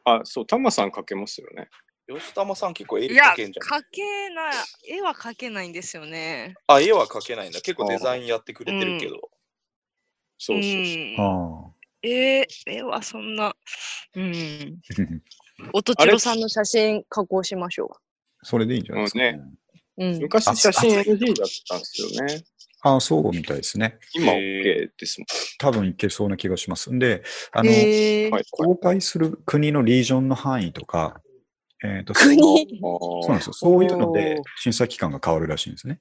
Speaker 2: あ、そう、タマさん書けますよね。
Speaker 3: ょ。吉玉さん結構絵
Speaker 6: いや、
Speaker 3: 描け
Speaker 6: 描
Speaker 3: んじゃん。
Speaker 6: けない。絵は描けないんですよね。
Speaker 3: あ、絵は描けないんだ。結構デザインやってくれてるけど。
Speaker 6: う
Speaker 2: そうそうそう。
Speaker 6: ん。
Speaker 1: あ
Speaker 6: えー、絵はそんな。うん。
Speaker 1: あ。
Speaker 6: おとちろさんの写真加工しましょ
Speaker 1: それでいいんじゃないですかね。
Speaker 6: う。うん。
Speaker 2: 昔写真 NG だったんですよね。
Speaker 1: ああ、そうみたいですね。
Speaker 2: 今
Speaker 3: へ
Speaker 2: OK ですも
Speaker 1: 多分いけそうな気がします。んで、あの、
Speaker 6: え
Speaker 2: ん。はい。
Speaker 1: 公開する国のリージョンの範囲とか、えっ、と、そう
Speaker 4: 国
Speaker 1: そうなん
Speaker 2: あ
Speaker 1: ですよ。そういうので審査期間が変わるらしいんですね。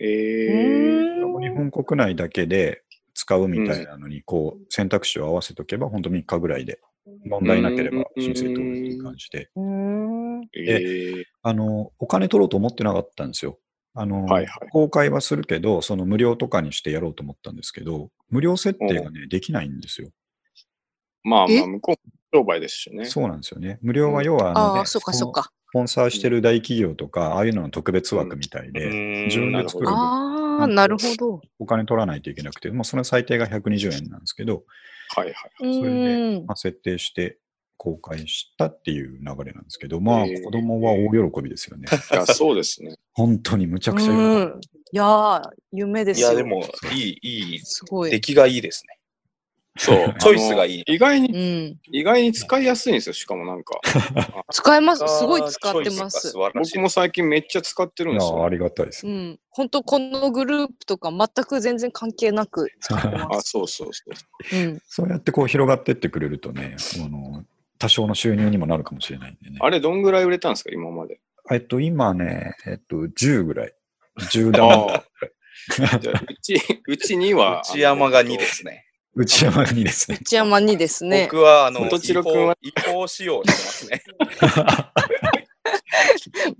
Speaker 2: ーえー、
Speaker 1: 日
Speaker 6: ー、
Speaker 1: 本国内だけで使うみたいなのに、こう、選択肢を合わせておけば、本当3日ぐらいで、問題なければ申請通りという感じで。
Speaker 6: うん。
Speaker 2: えー、
Speaker 1: あの、お金取ろうと思ってなかったんですよ。あの、
Speaker 2: はいはい
Speaker 1: 公開はするけど、その無料とかにしてやろうと思ったんですけど、無料設定がね、できないんですよ。
Speaker 2: まあまあ、
Speaker 6: え
Speaker 2: 向こうも商売ですしね。
Speaker 1: そうなんですよね。無料は要はあの、ね
Speaker 6: ああ、そうか
Speaker 1: スポ
Speaker 6: そうか。
Speaker 1: スポンサーしてる大企業とか、ああいうのの特別枠みたいで、自分
Speaker 3: 分
Speaker 1: で作る分
Speaker 6: ああ、なるほど。
Speaker 1: お金取らないといけなくて、もうその最低が120円なんですけど、
Speaker 2: はいはい。
Speaker 6: う
Speaker 1: それで
Speaker 6: ん
Speaker 1: ま。あ、設定して公開したっていう流れなんですけど、まあ、
Speaker 2: えー
Speaker 1: 子供は大喜びです よね。
Speaker 2: いや、そうですね。
Speaker 1: 本当にむちゃくちゃ喜
Speaker 6: う
Speaker 1: ぶ。
Speaker 6: ん。いやー、夢で
Speaker 3: い
Speaker 6: すよ。
Speaker 3: や、でも、いい、いい、
Speaker 6: すご
Speaker 3: 出
Speaker 6: い。
Speaker 3: 来がいいですね。
Speaker 2: そう。
Speaker 3: チョイスがい い
Speaker 2: あの意外
Speaker 6: う
Speaker 2: に、
Speaker 6: ん。
Speaker 2: 意外に使いやすいんですよ。しかもなん か。
Speaker 6: 使えます。すごい使ってま
Speaker 3: チョイ
Speaker 6: す
Speaker 3: ス。が素晴らし
Speaker 2: 僕
Speaker 3: い
Speaker 2: も最近めっちゃ使ってるん
Speaker 1: い
Speaker 2: です
Speaker 1: や、あ
Speaker 2: よ。
Speaker 1: りがたいです
Speaker 6: う
Speaker 1: ね。
Speaker 6: ん。本当このグループとか全く全然関係なく使って
Speaker 2: あ
Speaker 6: ま、す。
Speaker 2: そうそうそう。
Speaker 6: うん。
Speaker 1: そうやってこう広がってってくれるとね、あの多少の収入にもなるかもしれないんでね。
Speaker 2: あれ、どんぐらい売れたんですか今まで。
Speaker 1: えっと、今ね、えっと、10ぐらい。10段。
Speaker 2: ああ。じゃあうち、うちには。
Speaker 3: 内山が2ですね。
Speaker 1: 内山にですね。
Speaker 6: 内山にですね。
Speaker 3: 僕は、あの、
Speaker 2: 元
Speaker 3: 違
Speaker 2: 千代君
Speaker 3: 法
Speaker 2: は
Speaker 3: 違法使用してますね。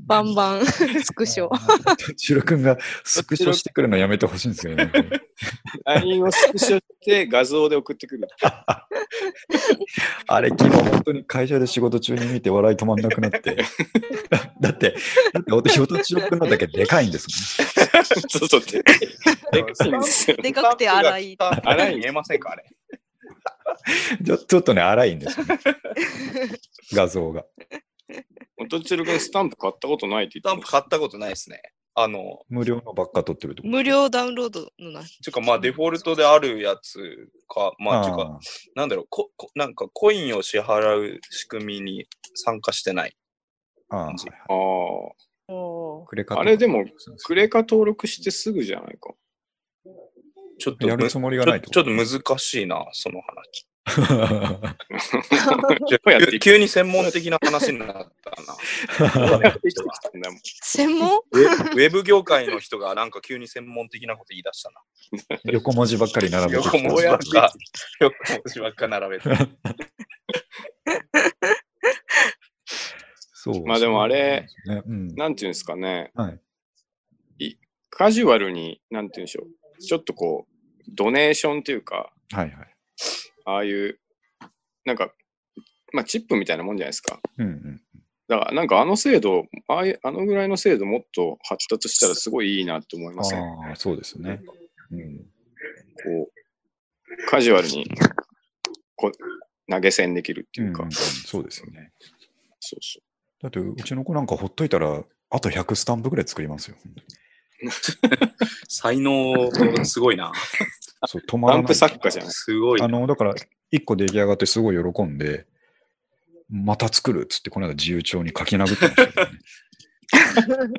Speaker 6: バン バンスクショ。
Speaker 1: チロ君がスクショしてくるのやめてほしいんですよね。
Speaker 2: LINE をスクショして画像で送ってくる。
Speaker 1: あれ、昨日本当に会社で仕事中に見て笑い止まんなくなって。だって、だって私、おとちろくんのだけでかいんです
Speaker 2: そ うそう。ででかいんです よ。
Speaker 6: でかくて荒い。
Speaker 3: 荒い見えませんか、あれ。
Speaker 1: もん。ちょちょっとね、荒いんですよ、ね。画像が。
Speaker 2: おとちるくんスタンプ買ったことないって
Speaker 3: スタ
Speaker 2: 言っ
Speaker 3: ン
Speaker 2: て
Speaker 3: プ
Speaker 2: まし
Speaker 3: 買ったことないですね。あの、
Speaker 1: 無料のばっか撮ってるってこと
Speaker 6: 無料ダウンロードのな。
Speaker 3: ちゅうか、まあ、デフォルトであるやつか、まあ、ちゅうか、
Speaker 1: あー
Speaker 3: なんだろうここ、なんかコインを支払う仕組みに参加してない。
Speaker 1: あ
Speaker 3: 感じ
Speaker 1: ー、
Speaker 2: た。ああ。
Speaker 6: おー
Speaker 1: クレカとか
Speaker 2: あれでも、クレ
Speaker 1: カ
Speaker 2: カ登録してすぐじゃないか。
Speaker 3: ちょっと
Speaker 1: やる
Speaker 3: む
Speaker 1: つ
Speaker 3: ち
Speaker 1: もり
Speaker 3: ょ
Speaker 1: がないって
Speaker 3: ちょ
Speaker 1: こ
Speaker 3: っと難しいな、その話。
Speaker 2: どう やって
Speaker 3: 急急に専門的な話になったな。
Speaker 2: どうやって生きてきたんだもん
Speaker 6: 専門
Speaker 3: ウェウェブ業界の人がなんか急に専門的なこと言い出したな。
Speaker 1: 横文字ばっかり並べて
Speaker 3: 横文字ばっか、横文字ばっか並べて。
Speaker 1: そう。
Speaker 2: まあでもあれ
Speaker 1: そうなんですね、
Speaker 2: なんていうんですかね、
Speaker 1: うん。はい。
Speaker 2: カジュアルに、なんていうんでしょう。ちょっとこう、ドネーションというか、
Speaker 1: はいはい。
Speaker 2: ああいう、なんか、まあチップみたいなもんじゃないですか。
Speaker 1: うんうん。
Speaker 2: だからなんかあの制度、ああいうあのぐらいの制度もっと発達したらすごいいいなって思いません。こ
Speaker 1: ああ、そうですね。うん。
Speaker 2: う、カジュアルに、こう、投げ銭できるっていうか。
Speaker 1: うんうんそうですよね。
Speaker 2: そうそ
Speaker 1: だって、うちの子なんかほっといたら、あと100スタンプぐらい作りますよ。本当に
Speaker 3: 才能すごいな。
Speaker 1: そう、止
Speaker 2: う。
Speaker 1: ま
Speaker 2: ラ
Speaker 1: ら
Speaker 2: ン
Speaker 1: な
Speaker 2: プ
Speaker 1: い。
Speaker 2: 作家じゃない
Speaker 3: すごい
Speaker 1: あ
Speaker 3: な。
Speaker 1: の、だから、1個出来上がってすごい喜んで、また作るっつって、この間自由帳に書き殴ってましたけどね。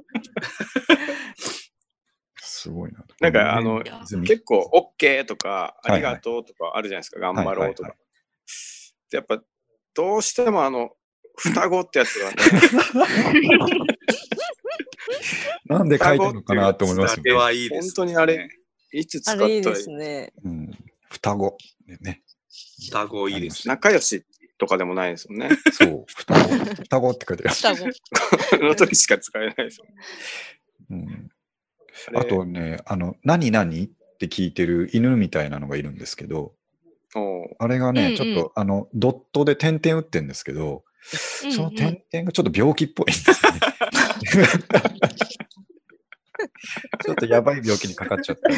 Speaker 1: すごいな。
Speaker 2: なんかあの
Speaker 1: 泉、
Speaker 2: 結構 OK とか、
Speaker 1: はいは
Speaker 2: あ
Speaker 1: い
Speaker 2: りがとうとかあるじゃないですか、頑張ろうと
Speaker 1: はいはいは
Speaker 2: か。でやっぱ、どうしてもあの、双子ってやつがね、
Speaker 1: なんで書いたのかなと思 います
Speaker 3: そ
Speaker 1: よ
Speaker 3: れ
Speaker 1: ね。
Speaker 3: はいいです、
Speaker 2: 本当にあれ。いつ使
Speaker 6: あ
Speaker 2: ったら
Speaker 6: れい
Speaker 2: い
Speaker 6: い
Speaker 2: い
Speaker 6: ですね。
Speaker 1: うん、双子。ね、
Speaker 3: 双子いいですね。
Speaker 2: 仲良しとかでもないで すもんね。
Speaker 1: そう、双子。双子って書いてある。
Speaker 6: 双子。
Speaker 2: あの時しか使えないですもん
Speaker 1: うん、 あとね、あの、何々って聞いてる犬みたいなのがいるんですけど、
Speaker 2: おう
Speaker 1: あれがね、
Speaker 6: うんうん
Speaker 1: ちょっと、あの、ドットで点々打ってんですけど、
Speaker 6: うん
Speaker 1: その点々がちょっと病気っぽいんですよね。ちょっとやばい病気にかかっちゃった。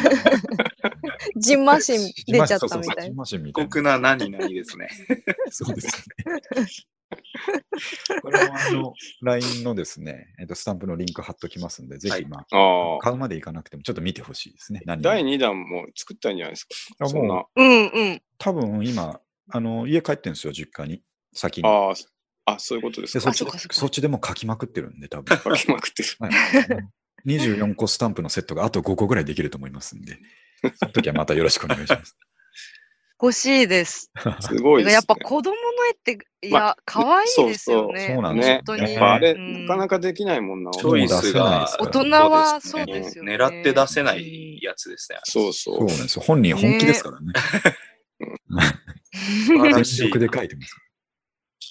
Speaker 4: ジンマシン出ちゃったみた
Speaker 1: ジ
Speaker 4: い
Speaker 1: ン
Speaker 4: な。
Speaker 1: マシンみたい
Speaker 3: 酷な何々です ね。
Speaker 1: そうです ね。これもあの、LINE のですね、えっと、スタンプのリンク貼っときますんで、ぜひ、まあ、
Speaker 2: ああ。
Speaker 1: 買うまでいかなくても、ちょっと見てほしいですね。何々
Speaker 2: 第2弾も作ったんじゃないですか。
Speaker 1: あ
Speaker 2: そん
Speaker 1: も
Speaker 2: な
Speaker 1: う、。
Speaker 6: うんうん。
Speaker 1: 多分今、あの、家帰ってんですよ、実家に。先に。
Speaker 2: ああ、そあそういうことです
Speaker 1: で、
Speaker 2: か。
Speaker 1: そ
Speaker 6: っ
Speaker 1: っちで
Speaker 2: あそう
Speaker 6: かそっか
Speaker 1: そっちでもう書きまくってるんで、多 分。
Speaker 2: 書きまくっ てる。
Speaker 1: はい、24個スタンプのセットがあと5個ぐらいできると思いますん で、その時はまたよろしくお願いします。
Speaker 4: 欲しいです。
Speaker 2: すごいです、ね。
Speaker 4: やっぱ子供の絵って、い
Speaker 2: ま
Speaker 4: や、可愛いですよ
Speaker 1: そう
Speaker 4: ね。
Speaker 1: そうなんです
Speaker 2: ね
Speaker 1: よ、
Speaker 4: 本当に
Speaker 2: やっぱあれ、
Speaker 4: うん
Speaker 2: なかなかできないもんな。
Speaker 1: チ
Speaker 3: チ
Speaker 1: ョ
Speaker 3: ョ
Speaker 1: イ
Speaker 3: イ
Speaker 1: ス
Speaker 3: ス
Speaker 1: が
Speaker 3: が、
Speaker 1: 大
Speaker 4: 人はそうですよね。
Speaker 3: 狙って出せないやつですね。
Speaker 2: そうそ
Speaker 1: そう
Speaker 2: う。
Speaker 1: なんですよ。本人本気ですからね。
Speaker 3: 素晴らしい
Speaker 1: 全力で書いてますか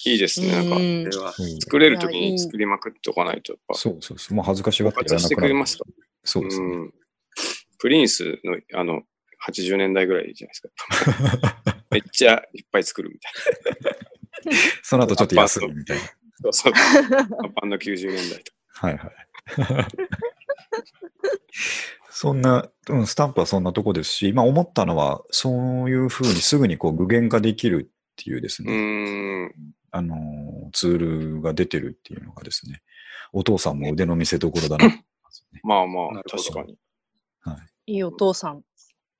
Speaker 2: いいですね。なんか、
Speaker 4: うん
Speaker 3: これは
Speaker 1: ら。
Speaker 2: 作れるとき
Speaker 4: いやいい
Speaker 2: に作りまくっておかないと、やっぱ、
Speaker 1: そうそうそう。もう恥ずかしが
Speaker 2: 枯
Speaker 1: って
Speaker 2: 渇してくれますか
Speaker 1: そうですね。
Speaker 2: ん。プリンスの、あの、80年代ぐらいじゃないですか。 めっちゃいっぱい作るみたい
Speaker 1: その後ちょっと休むみたいな。
Speaker 2: な。そうそう。アパンの90年代とか。
Speaker 1: はいはい。そんな、うん、スタンプはそんなとこですし、まあ思ったのは、そういうふうにすぐにこう具現化できるって いうです
Speaker 2: う
Speaker 1: ね、
Speaker 2: ーん。
Speaker 1: あのーツールが出てるっていうのがですね、お父さんも腕の見せ所だなと思いますね。
Speaker 2: まあま
Speaker 3: な
Speaker 2: あ、
Speaker 3: るほど
Speaker 2: 確かに。
Speaker 4: いいお父さん。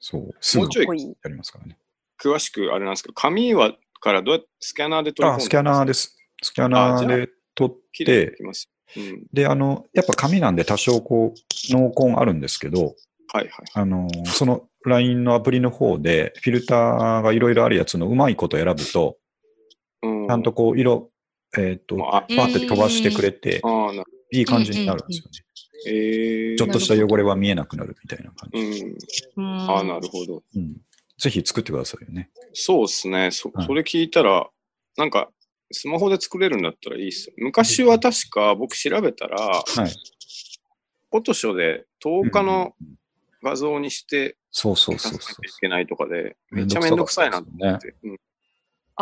Speaker 1: そう、すぐ
Speaker 2: もうちょい
Speaker 4: かっこいい
Speaker 1: やりますからね。
Speaker 2: 詳しくあれなんですけど、紙は、からどうやってスキャナーで取り込
Speaker 1: あ、
Speaker 2: む
Speaker 1: スキャナー
Speaker 2: で
Speaker 1: です。スキャナ
Speaker 2: あ
Speaker 1: ー
Speaker 2: じゃあ
Speaker 1: で撮っ
Speaker 2: 切れて
Speaker 1: て
Speaker 2: き、ます。うん。
Speaker 1: で、あの、やっぱ紙なんで多少こう、濃紺あるんですけど、
Speaker 2: はいはい。
Speaker 1: あのーその LINE のアプリの方で、フィルターがいろいろあるやつのうまいこと選ぶと、
Speaker 2: うん。
Speaker 1: ちゃんとこう、色、えっ、と、
Speaker 2: まあ、あ
Speaker 1: バーって飛ばしてくれて、
Speaker 2: あー、なる
Speaker 1: いい感じになるんですよね。
Speaker 2: えー、
Speaker 1: ちょっとした汚れは見えなくなるみたいな感
Speaker 2: う
Speaker 1: じ。
Speaker 2: ん。
Speaker 4: うん
Speaker 2: ああ、なるほど。
Speaker 1: うん、ぜひ作ってくださいよね。
Speaker 2: そうですねそ
Speaker 1: はい。
Speaker 2: それ聞いたら、なんか、スマホで作れるんだったらいいっすよ。昔は確か僕調べたら、
Speaker 1: はい。
Speaker 2: フォトショーで10日の
Speaker 1: うん、
Speaker 2: 画像にして、
Speaker 1: そうそう
Speaker 2: 出
Speaker 1: そ
Speaker 2: さ
Speaker 1: う
Speaker 2: な
Speaker 1: そ。
Speaker 2: きゃいうけないとかで、めちゃめんどくさいなっ
Speaker 1: めんどくさかったですよね。
Speaker 2: て。うん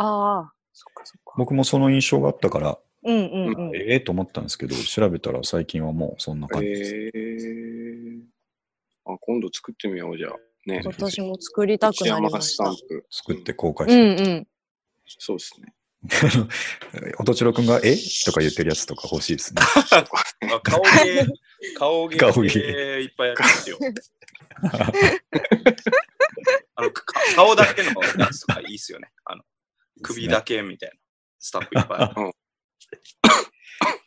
Speaker 4: ああ、そっかそっか。
Speaker 1: 僕もその印象があったから、
Speaker 4: うんうんうん。
Speaker 1: ええと思ったんですけど、調べたら最近はもうそんな感じです。
Speaker 2: えー、あ、今度作ってみよう、じゃあ。ね。
Speaker 4: 私も作りた
Speaker 2: 内
Speaker 4: くなり
Speaker 2: 山
Speaker 4: まし
Speaker 2: スタ
Speaker 4: た
Speaker 2: ン。プ。
Speaker 1: 作って公開
Speaker 4: うん
Speaker 1: し
Speaker 4: うん。
Speaker 2: そうですね。
Speaker 1: て。おとちろくんが、えとか言ってるやつとか欲しいですね。
Speaker 3: あ顔芸、顔芸
Speaker 1: 顔芸
Speaker 3: いっぱいあるんですよ。 あのか顔だけのやつとかいいっすよね。あの首だけみたいなスタッフいっぱいあ る。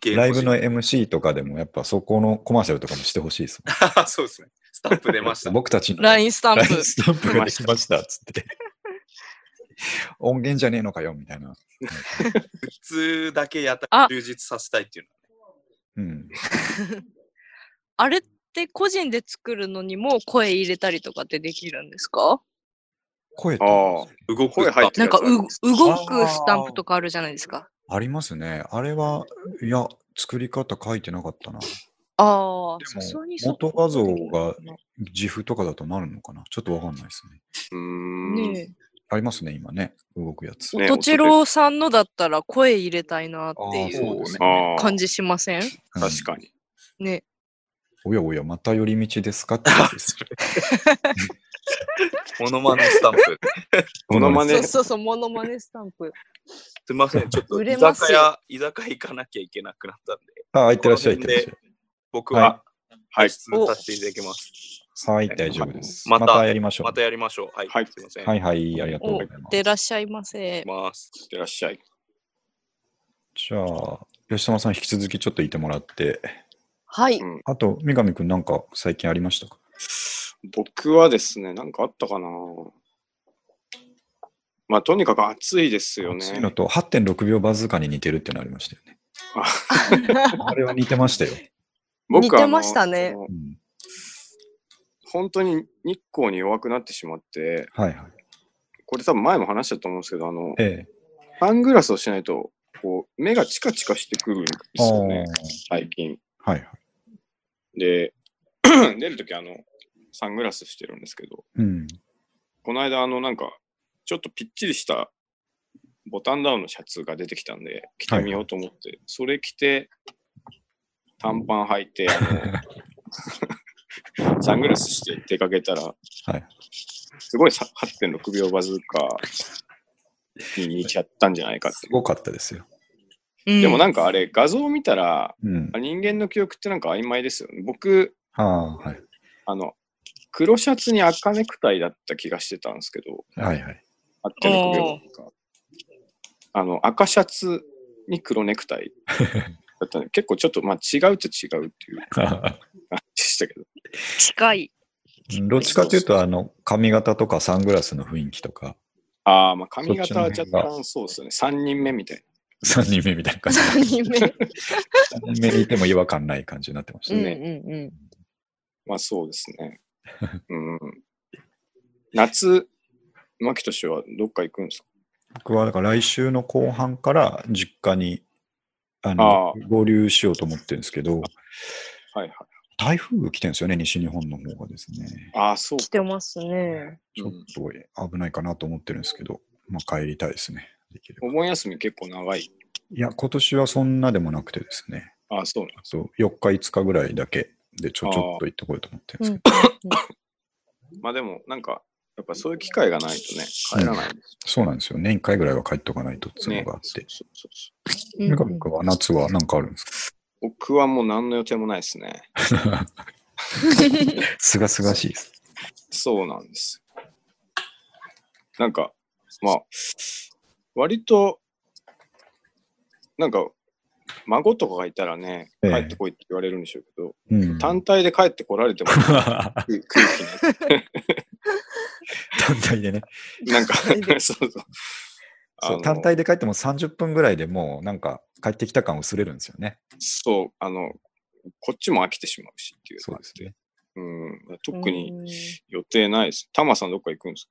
Speaker 3: ゲーム
Speaker 1: ライブの MC とかでもやっぱそこのコマーシャルとかもしてほしいですもん。
Speaker 3: そうですね。スタッフ出 ました。
Speaker 1: 僕たちの
Speaker 6: ラインスタンプ
Speaker 1: LINE。スタンプができましたっつ って。音源じゃねえのかよみたいな。
Speaker 3: 普通だけやった
Speaker 6: あ
Speaker 3: 充実させたいっていう
Speaker 1: うん。
Speaker 4: あれって個人で作るのにも声入れたりとかってできるんですか
Speaker 1: 声って
Speaker 2: あ
Speaker 3: の。動く
Speaker 2: 声入って
Speaker 4: なんかう
Speaker 2: やつあるんです
Speaker 4: 動くスタンプとかあるじゃないですか。
Speaker 1: ありますね。あれは、いや、作り方書いてなかったな。
Speaker 4: ああ、
Speaker 1: で
Speaker 4: さ
Speaker 1: も
Speaker 4: すがにそう
Speaker 1: 元画像が自負とかだとなるのかなちょっとわかんないですね。
Speaker 2: うーん。
Speaker 4: ね
Speaker 1: ありますね、今ね。動くやつ。
Speaker 4: え。
Speaker 2: ね
Speaker 4: とちろうさんのだったら声入れたいなってい
Speaker 1: あーそう
Speaker 4: う
Speaker 1: ですね
Speaker 2: ああ、
Speaker 4: 感じしません
Speaker 2: 確かに。
Speaker 4: ね。
Speaker 1: うん。おやおや、また寄り道ですか ってやつです。
Speaker 3: モノマネスタンプ。
Speaker 2: モノマ
Speaker 4: そ
Speaker 2: ネ
Speaker 4: う、そうそう、モノマネスタンプ。
Speaker 3: すみません、ちょっと
Speaker 4: 売
Speaker 3: 居
Speaker 4: れます
Speaker 3: 酒
Speaker 4: よ
Speaker 3: 屋、居酒屋行かなきゃいけなくなったんで、
Speaker 1: あ、行ってらっしゃい、行っ
Speaker 3: こ
Speaker 1: て
Speaker 3: の
Speaker 1: ら
Speaker 3: 辺
Speaker 1: っ
Speaker 3: で
Speaker 1: しゃい。
Speaker 3: 僕は、
Speaker 2: は
Speaker 3: はいい、出演させていただきます。
Speaker 1: はい、大丈夫です。ま
Speaker 3: ま
Speaker 1: た
Speaker 3: た
Speaker 1: やりましょう。
Speaker 3: またやりましょう。はい、
Speaker 2: はい
Speaker 3: すみません。
Speaker 1: はいはい、ありがとう
Speaker 4: お、
Speaker 1: ござ
Speaker 4: い
Speaker 1: いま
Speaker 4: って
Speaker 1: す。
Speaker 4: らっしゃいませ。
Speaker 3: 行きます。
Speaker 2: いってらっしゃい。
Speaker 1: じゃあ、吉様さん引き続きちょっといてもらって、
Speaker 4: はい。
Speaker 1: あと、三上くんなんか最近ありましたか
Speaker 2: 僕はですね、なんかあったかなまあ、とにかく暑いですよね。
Speaker 1: 次のと8.6秒バズーカに似てるってのありましたよね。あれは似てましたよ。
Speaker 2: 僕は
Speaker 4: 似てましたね
Speaker 2: あの
Speaker 1: うん、
Speaker 2: 本当に日光に弱くなってしまって、
Speaker 1: はいはい。
Speaker 2: これ多分前も話したと思うんですけど、あの、
Speaker 1: え
Speaker 2: サングラスをしないと、こう、目がチカチカしてくるんで
Speaker 1: え。
Speaker 2: すよね、
Speaker 1: あ
Speaker 2: 最近。
Speaker 1: あはいはい。
Speaker 2: で、 出るときあの、サングラスしてるんですけど、
Speaker 1: うん。
Speaker 2: この間あの、なんか、ちょっとぴっちりしたボタンダウンのシャツが出てきたんで、着てみようと思って、それ着て、短パン履いて、あ のサングラスして出かけたら、
Speaker 1: はい
Speaker 2: すごいさ8.6秒バズーカーに似ちゃったんじゃないかって
Speaker 1: す。ごかったですよ。
Speaker 4: うん
Speaker 2: でもなんかあれ、画像を見たら、
Speaker 1: うん。
Speaker 2: 人間の記憶ってなんか曖昧ですよね。僕、
Speaker 1: ああ、はい。
Speaker 2: あの、黒シャツに赤ネクタイだった気がしてたんですけど、
Speaker 1: はい はい。
Speaker 2: あって6秒か。あの、赤シャツに黒ネクタイだった んで、結構ちょっと、まあ違うっちゃ違うっていう感じでしたけど。
Speaker 6: 近 い。
Speaker 1: どっちかというと、あの、髪型とかサングラスの雰囲気とか、
Speaker 2: ああ、まあ髪型は
Speaker 1: そ
Speaker 2: 若
Speaker 1: っちの
Speaker 2: 干そうですよね。3人目みたい
Speaker 1: 3人目みたいな感じ。
Speaker 4: アニメ。
Speaker 1: 3人目にいても違和感ない感じになってまし
Speaker 4: う
Speaker 1: た
Speaker 4: ん
Speaker 1: ね。
Speaker 4: うんうん。
Speaker 2: な。まあそうです ね。うん。夏、牧俊はどっか行くんですか
Speaker 1: 僕はだから来週の後半から実家にあの
Speaker 2: ああ
Speaker 1: 合流しようと思ってるんですけど、
Speaker 2: はいはい。
Speaker 1: 台風が来てるんですよね、西日本の方がですね。
Speaker 2: ああ、そう
Speaker 4: 来てますね。
Speaker 1: ちょっと危ないかなと思ってるんですけど、まあ、帰りたいですね。できれば
Speaker 2: お盆休み結構長い。
Speaker 1: いや、今年はそんなでもなくてですね、
Speaker 2: ああ、そうなん
Speaker 1: そう4日、5日ぐらいだけでちょ
Speaker 2: ああ
Speaker 1: ちょっと行ってこようと思ってるん
Speaker 4: う
Speaker 1: で
Speaker 4: ん
Speaker 1: す
Speaker 4: う
Speaker 1: け
Speaker 4: ん
Speaker 1: ど、
Speaker 2: まあでも、なんか、やっぱそういう機会がないとね、帰らないんです
Speaker 1: そうなんですよ。年1回ぐらいは帰っとかないとっていう
Speaker 2: ね。
Speaker 1: のがあって。
Speaker 2: そうそうそう
Speaker 4: うん
Speaker 1: 中村君は夏は何かあるんです
Speaker 2: 僕はもう何の予定もないですね。
Speaker 1: かすがすがしいです。
Speaker 2: そうなんです。なんか、まあ、割と、なんか、孫とかがいたらね、
Speaker 1: ええ
Speaker 2: 帰ってこいって言われるんでしょうけど、
Speaker 1: うん、
Speaker 2: 単体で帰ってこられても空気空
Speaker 1: 単体でね。
Speaker 2: 気に、なんか、 そうそう。あ
Speaker 1: そう
Speaker 2: の
Speaker 1: 単体で帰っても30分ぐらいでもうなんか帰ってきた感薄れるんですよね。
Speaker 2: そう、あの、こっちも飽きてしまうしっていう
Speaker 1: そう
Speaker 2: 感
Speaker 1: です
Speaker 2: じで。
Speaker 1: ね。
Speaker 2: うん、特に予定ないです。タマさんどっか行くんです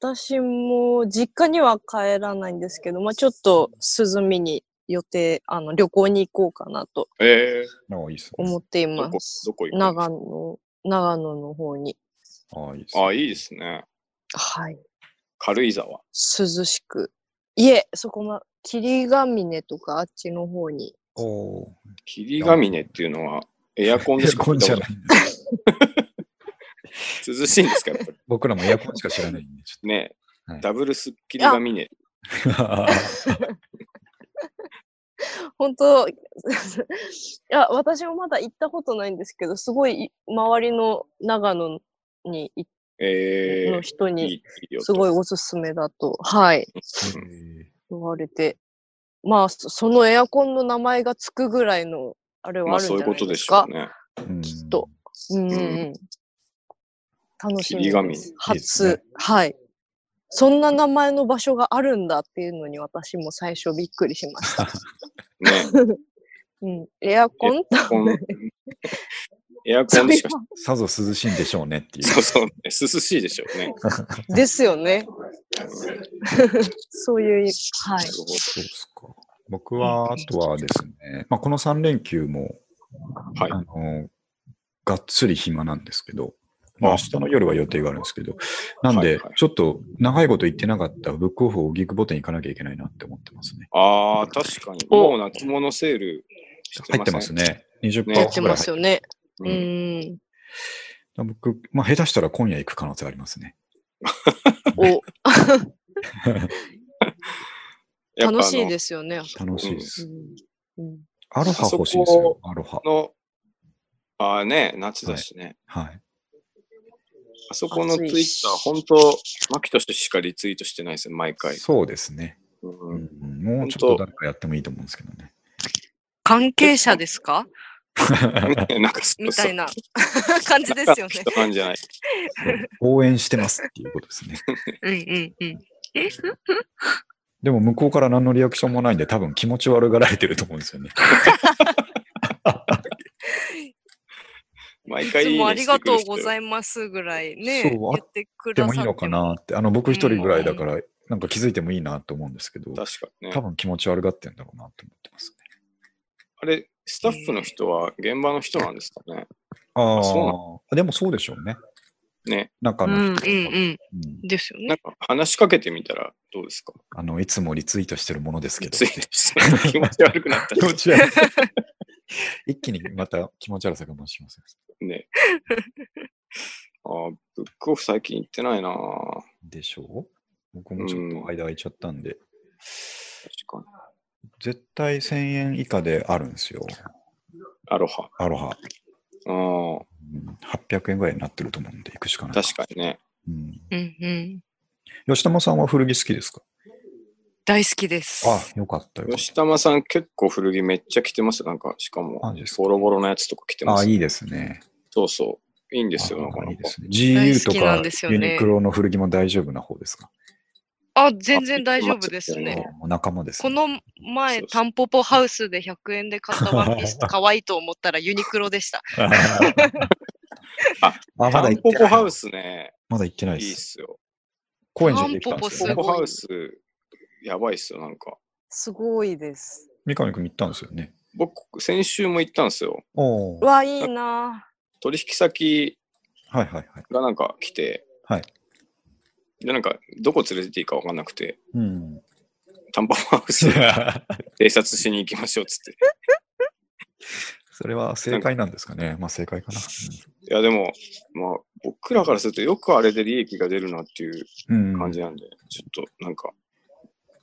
Speaker 2: か
Speaker 4: 私も実家には帰らないんですけど、まあちょっと涼みに予定、あの旅行に行こうかなと
Speaker 2: ええ
Speaker 1: ああ、いいですね。
Speaker 4: 思ってい
Speaker 2: ど
Speaker 4: ま
Speaker 2: こ、
Speaker 4: す
Speaker 2: ど。こ行くんですか
Speaker 4: 長野、長野の方に。
Speaker 1: ああ、いいです
Speaker 2: あ
Speaker 1: ね。
Speaker 2: あ、いいですね。
Speaker 4: はい。
Speaker 2: 軽井沢。
Speaker 4: 涼しく。いえ、そこま、霧ヶ峰とかあっちの方に。
Speaker 1: おお
Speaker 2: 霧ヶ峰っていうのは、エアコン
Speaker 1: ー。
Speaker 2: で
Speaker 1: エ
Speaker 2: し
Speaker 1: ア
Speaker 2: か
Speaker 1: コ
Speaker 2: 聞
Speaker 1: ン
Speaker 2: いた
Speaker 1: じゃ
Speaker 2: こと
Speaker 1: な
Speaker 2: ない
Speaker 1: いんです。
Speaker 2: 涼しいんですか、やっぱり。
Speaker 1: 僕らもエアコンしか知らないんで、ち
Speaker 2: ねえ、
Speaker 1: はい
Speaker 2: ダブルス霧ヶ峰。
Speaker 1: ょっと。
Speaker 4: 本当 いや私もまだ行ったことないんですけどすごいい周りの長野にい
Speaker 2: ええ
Speaker 4: の人
Speaker 2: いい、
Speaker 4: に
Speaker 2: いいよと。
Speaker 4: すごいおすすめだと、はい言われてまあそそのエアコンの名前がつくぐらいのあれ
Speaker 2: ま
Speaker 4: はあ
Speaker 2: あ、
Speaker 4: る
Speaker 2: そ
Speaker 4: ん
Speaker 2: ういう
Speaker 4: じゃ
Speaker 2: こ
Speaker 4: ない
Speaker 2: と
Speaker 4: で
Speaker 2: ですしょ
Speaker 4: か
Speaker 2: うね。
Speaker 1: うん
Speaker 4: きっと。うんうんうん楽しみ
Speaker 2: 霧ヶ
Speaker 4: で
Speaker 2: 峰
Speaker 4: す
Speaker 1: いいです
Speaker 4: 初
Speaker 1: ね
Speaker 4: はいそんな名前の場所があるんだっていうのに私も最初びっくりしました、
Speaker 2: ね
Speaker 4: うん、エアコン
Speaker 2: え、エアコンエアコンでしか。
Speaker 1: さぞ涼しいんでしょうねっていう。
Speaker 2: そうそう、ね、涼しいでしょうね。
Speaker 4: ですよね。そういう、はい。
Speaker 1: そうですか。僕は、あとはですね、まあ、この3連休も、
Speaker 2: はい
Speaker 1: あの、がっつり暇なんですけど、まあ、
Speaker 2: あ
Speaker 1: 明日の夜は予定があるんですけど、なん
Speaker 2: はい
Speaker 1: で
Speaker 2: はい、
Speaker 1: ちょっと長いこと行ってなかったブックオフをギグボテン行かなきゃいけないなって思ってますね。
Speaker 2: ああ、確かに。もう夏物セールして
Speaker 1: 入ってますね。20%ぐ
Speaker 2: ね
Speaker 1: ら
Speaker 4: や
Speaker 1: い
Speaker 4: って
Speaker 1: 入
Speaker 4: ますよね。
Speaker 2: う
Speaker 4: うんん。
Speaker 1: 僕、まあ、下手したら今夜行く可能性ありますね。
Speaker 4: お、
Speaker 2: やっぱあの
Speaker 4: 楽しいですよね。
Speaker 1: 楽しいです。
Speaker 4: うんうん
Speaker 1: アロハ欲しいですよ
Speaker 2: あそ、
Speaker 1: アロハ。
Speaker 2: の、ああね、夏だしね。
Speaker 1: はい。
Speaker 2: あそこのツイ
Speaker 4: 暑
Speaker 2: ッ
Speaker 4: いし
Speaker 2: ター、本当マキトシしかリツイートしてないですよ、毎回。
Speaker 1: そうですね、
Speaker 2: う、
Speaker 1: うんん。もうちょっと誰かやってもいいと思うんですけどね。
Speaker 6: 関係者ですか
Speaker 2: なんかそう
Speaker 6: みたいな
Speaker 2: そう
Speaker 6: 感じですよね。
Speaker 2: 人なんじゃない。
Speaker 1: 応援してますっていうことですね。
Speaker 6: うんうんうん。
Speaker 1: でも向こうから何のリアクションもないんで、多分気持ち悪がられてると思うんです よね。
Speaker 2: 毎
Speaker 6: い
Speaker 2: 回い
Speaker 6: つ
Speaker 2: い
Speaker 6: もあ
Speaker 2: ね
Speaker 6: り
Speaker 2: し
Speaker 6: が
Speaker 2: てく
Speaker 6: と
Speaker 2: る
Speaker 6: う
Speaker 2: 人
Speaker 6: ございますぐらいね、
Speaker 1: そう
Speaker 6: 言ってくだ
Speaker 1: で
Speaker 6: さ
Speaker 1: も
Speaker 6: っ
Speaker 1: い
Speaker 6: ても
Speaker 1: いのかなって、あの僕一人ぐらいだから、なんか気づいてもいいなと思うんですけど、
Speaker 2: 確かに
Speaker 1: 多
Speaker 2: ね。
Speaker 1: 分気持ち悪がってんだろうなと思ってますね。
Speaker 2: あれ、スタッフの人は現場の人なんですかね。
Speaker 1: あ
Speaker 2: あそうな
Speaker 1: あ、でもそうでしょうね。
Speaker 2: ね。
Speaker 1: なんかあ
Speaker 4: うん
Speaker 1: の、
Speaker 4: うん
Speaker 1: う
Speaker 4: うん。
Speaker 1: ん
Speaker 4: ですよ
Speaker 2: な
Speaker 4: ね
Speaker 2: ん。か話しかけてみたらどうですか
Speaker 1: あの、いつもリツイートしてるものですけど
Speaker 2: つ。いて 気持ち悪くなった
Speaker 1: 気持ち悪い。 一気にまた気持ち悪さが増します。
Speaker 2: ね。あーブックオフ最近行ってないなぁ
Speaker 1: でしょう僕もちょっと間空いちゃったんで。
Speaker 2: 確かに。
Speaker 1: 絶対1000円以下であるんですよ。
Speaker 2: アロハ。
Speaker 1: アロハ。
Speaker 2: あ
Speaker 1: うん800円ぐらいになってると思うんで、行くしかな
Speaker 2: あ、
Speaker 1: い。
Speaker 2: 確かにね。
Speaker 1: うん
Speaker 4: うんうん。
Speaker 1: 吉玉さんは古着好きですか
Speaker 4: 大好きです。
Speaker 1: あ、よかったよかっ
Speaker 2: 吉玉さん結構古着めっちゃ着てますよ。なんか、しかも
Speaker 1: マジです、か
Speaker 2: ボロボロのやつとか着て
Speaker 1: た。あ、
Speaker 2: ます。
Speaker 1: いいですね。
Speaker 2: そうそう。いいんですよ、
Speaker 1: あ
Speaker 2: なかない
Speaker 1: い
Speaker 2: か
Speaker 1: で。すね。GU と
Speaker 4: 大好きな
Speaker 1: か
Speaker 4: んですよ
Speaker 1: ユ
Speaker 4: ね
Speaker 1: ニクロの古着も大丈夫な方ですか
Speaker 4: あ、全然大丈夫です
Speaker 2: ええ
Speaker 4: ね。
Speaker 1: あもう仲間です
Speaker 4: こ
Speaker 1: ね、
Speaker 4: の
Speaker 2: そ
Speaker 4: 前、
Speaker 2: うそう
Speaker 4: タンポポハウスで100円で買ったワンピース、可愛いと思ったらユニクロでした。
Speaker 1: あ、ま
Speaker 2: タ
Speaker 1: だ
Speaker 2: ン
Speaker 1: 行って
Speaker 2: ポ
Speaker 1: な
Speaker 2: ポ
Speaker 1: い
Speaker 2: ハウスね、
Speaker 1: まだ行ってない
Speaker 2: い
Speaker 1: で
Speaker 2: いっ
Speaker 1: す。
Speaker 2: すよ。
Speaker 1: 高円寺でできたんです
Speaker 2: タ
Speaker 1: よね
Speaker 2: ン
Speaker 4: す
Speaker 2: ポ
Speaker 4: ごい。
Speaker 2: ポハウス、やばいっすよ、なんか。
Speaker 8: すごいです。
Speaker 1: 三上君行ったんですよね。
Speaker 2: 僕、先週も行ったんですよ。
Speaker 1: おお。はい
Speaker 8: わ、いいな
Speaker 2: 取引先
Speaker 1: はいはい。
Speaker 2: がなんか来て、
Speaker 1: はい
Speaker 2: で、なんか、どこ連れてっていいか分かんなくて、
Speaker 1: うん。
Speaker 2: タンポポハウス で偵察しに行きましょうっつって。
Speaker 1: それは正解なんですかね。まあ正解かな。
Speaker 2: いや、でも、まあ、僕らからするとよくあれで利益が出るなっていう
Speaker 1: うん。
Speaker 2: 感じなんで、ちょっとなんか、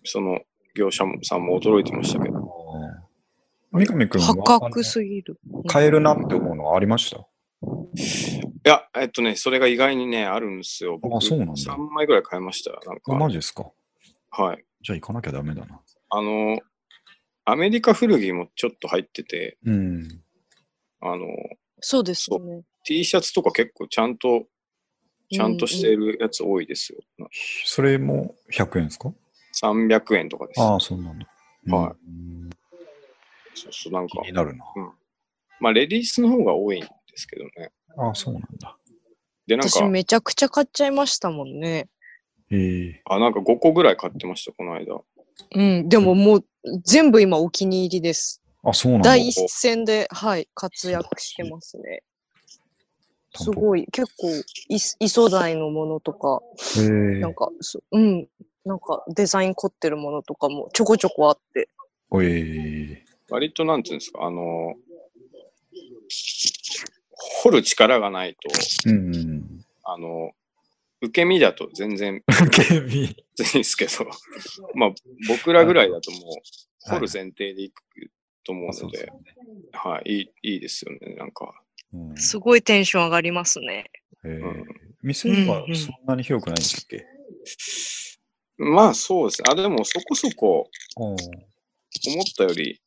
Speaker 2: その業者もさんも驚いてましたけど、
Speaker 1: うん三上君は
Speaker 4: 破格
Speaker 1: あ
Speaker 4: すぎる。
Speaker 1: の買えるなって思うのはありました
Speaker 2: いや、えっとね、それが意外にね、あるんですよ。僕、
Speaker 1: あそうなんだ
Speaker 2: 3枚ぐらい買いました。なん
Speaker 1: あマ
Speaker 2: か、
Speaker 1: ジですか
Speaker 2: はい。
Speaker 1: じゃあ行かなきゃダメだな。
Speaker 2: あの、アメリカ古着もちょっと入ってて、
Speaker 1: うん。
Speaker 2: あの、
Speaker 4: そうですね。
Speaker 2: T シャツとか結構ちゃんと、ちゃんとしてるやつ多いですよ。
Speaker 1: それも100円ですか
Speaker 2: 300円とかです。
Speaker 1: ああ、そうなんだ。。
Speaker 2: はい
Speaker 1: うん
Speaker 2: そうそう、なんか
Speaker 1: 気、になるな。
Speaker 2: まあ、レディースの方が多いんですけどね。
Speaker 1: ああ、そうなんだ。
Speaker 2: で、なんか
Speaker 4: 私、めちゃくちゃ買っちゃいましたもんね。
Speaker 1: ええ
Speaker 2: あ、なんか5個ぐらい買ってました、この間。
Speaker 4: うん、でももう全部今お気に入りです。
Speaker 1: あ、そうなんだ。
Speaker 4: 第一線で、はい、活躍してますね。すごい、結構い、磯材のものとか、
Speaker 1: ええ
Speaker 4: なんか、そうん、なんかデザイン凝ってるものとかもちょこちょこあって。
Speaker 1: おえ
Speaker 2: 割となんていうんですか、あの、掘る力がないと、
Speaker 1: うん。
Speaker 2: あの、受け身だと全然
Speaker 1: 警備。
Speaker 2: 別にですけど、 まあ、僕らぐらいだともう、
Speaker 1: はい
Speaker 2: 掘る前提でいくと思
Speaker 1: あ
Speaker 2: う
Speaker 1: そ
Speaker 2: の
Speaker 1: うです
Speaker 2: で
Speaker 1: よ、ね
Speaker 2: はい、いい、いいですよね、なんか。
Speaker 1: うん
Speaker 4: すごいテンション上がりますね。
Speaker 1: え
Speaker 2: うん
Speaker 1: ー店は
Speaker 4: うんうん
Speaker 1: そんなに広くないんですっけ
Speaker 2: まあ、そうですね。あ、でも、そこそこ、
Speaker 1: おー
Speaker 2: 思ったより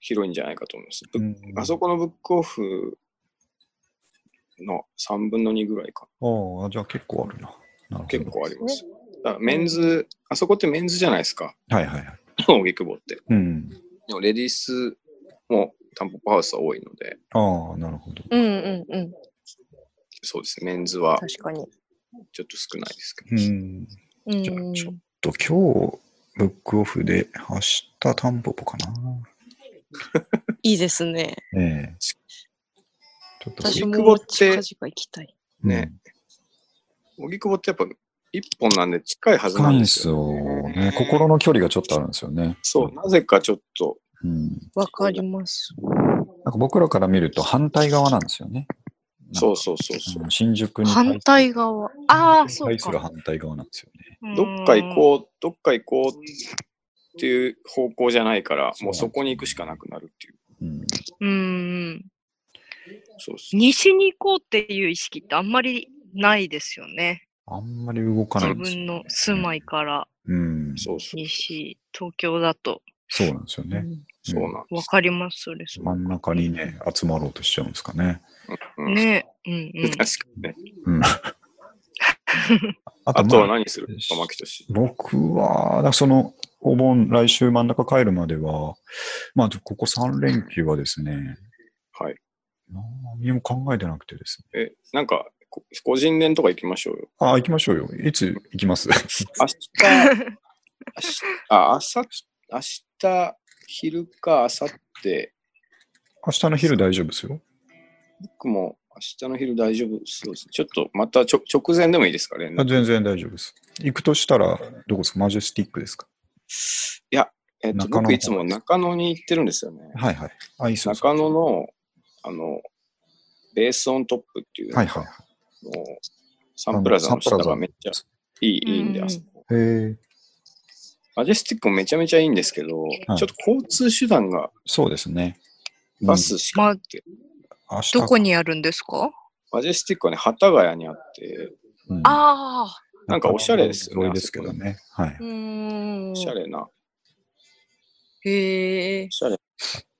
Speaker 2: 広いんじゃないかと思います。ぶ
Speaker 1: うん
Speaker 2: あそこのブックオフの3分の2ぐらいか。
Speaker 1: おーあじゃあ結構あるな。なるほど
Speaker 2: 結構あります。だからメンズ、あそこってメンズじゃないですか。
Speaker 1: はいはいはい。
Speaker 2: 荻窪って。
Speaker 1: うん。
Speaker 2: でもレディースもタンポポハウスは多いので、
Speaker 1: ああ、なるほど。
Speaker 4: うんうんうん。
Speaker 2: そうですね。メンズは
Speaker 4: 確かに。
Speaker 2: ちょっと少ないですけど。
Speaker 1: うん。
Speaker 4: う
Speaker 1: じゃあ
Speaker 4: ん
Speaker 1: ちょっと今日、ブックオフで、明日タンポポかな。
Speaker 4: いいですね。
Speaker 1: ええちょっと
Speaker 4: 私
Speaker 2: 荻窪
Speaker 4: も
Speaker 2: って
Speaker 4: 近々行きたい。
Speaker 2: ね。荻窪ってやっぱ一本なんで近いはず
Speaker 1: 近
Speaker 2: ないん
Speaker 1: んで
Speaker 2: です
Speaker 1: す
Speaker 2: よ。
Speaker 1: よね。心の距離がちょっとあるんですよね。
Speaker 2: そう、なぜかちょっと、
Speaker 1: うん。
Speaker 4: わかります。
Speaker 1: なんか僕らから見ると反対側なんですよね。
Speaker 2: そうそうそうそう
Speaker 1: う。ん。新宿に対する
Speaker 4: 反対側。ああ、そう
Speaker 1: 対する
Speaker 4: か。
Speaker 1: 反対側なんですよね。
Speaker 2: どっか行こう、どっか行こうっていう方向じゃないから、もうそこに行くしかなくなるっていう。
Speaker 1: うん。
Speaker 4: うん。うん。
Speaker 2: そうそう。
Speaker 4: 西に行こうっていう意識ってあんまりないですよね。
Speaker 1: あんまり動かな
Speaker 4: 自
Speaker 1: いんですよ。
Speaker 4: 分の住まいから
Speaker 1: うん。そ
Speaker 2: そうそう。
Speaker 4: 西、東京だと。
Speaker 1: うなんですよね。
Speaker 2: そうなんで
Speaker 4: わ
Speaker 2: す。
Speaker 4: かります、それすご
Speaker 1: 真ん
Speaker 4: く。
Speaker 1: 中にね、集まろうとしちゃうんですかね。
Speaker 2: うん
Speaker 4: ねうんうん
Speaker 2: 確。かにね。
Speaker 1: うん。あ
Speaker 2: あ
Speaker 1: と、
Speaker 2: とは
Speaker 1: まあ、
Speaker 2: 何する玉木とし。
Speaker 1: 僕は、だからその、お盆、来週真ん中帰るまでは、まあ、ここ3連休はですね、
Speaker 2: はい。
Speaker 1: 何も考えてなくてですね。
Speaker 2: え、なんか、こ個人連とか行きましょうよ。
Speaker 1: あ、行きましょうよ。いつ行きます
Speaker 2: 明日、明日あ、朝、明日、昼か、明後日
Speaker 1: 明日の昼大丈夫ですよ。
Speaker 2: 僕も明日の昼大丈夫そうですね。ちょっとまたちょ直前でもいいですかね。
Speaker 1: あ全然大丈夫です。行くとしたら、どこですかマジェスティックですか
Speaker 2: いや、えっと、
Speaker 1: 中野の方
Speaker 2: 僕いつも中野に行ってるんですよね。
Speaker 1: はいはい。あ、いいっすよ
Speaker 2: 中野の、あの、ベースオントップっていう、
Speaker 1: はいはい。
Speaker 2: もうサンプラザの下
Speaker 1: あのサンプラザ
Speaker 2: がめっちゃいいいいんで、あそこ。
Speaker 1: へー
Speaker 2: マジェスティックもめちゃめちゃいいんですけど、
Speaker 1: い
Speaker 2: ちょっと交通手段が
Speaker 1: そうですね。
Speaker 2: バスしかなくて、
Speaker 1: うん、明日
Speaker 6: どこにあるんですか
Speaker 2: マジェスティックはね、幡ヶ谷にあって、
Speaker 1: うん
Speaker 6: ああ。
Speaker 2: なんかおしゃれですよね
Speaker 1: 多いですけどね。はい。
Speaker 6: うーん
Speaker 2: お。しゃれな、お
Speaker 6: へえ。
Speaker 2: しゃれ。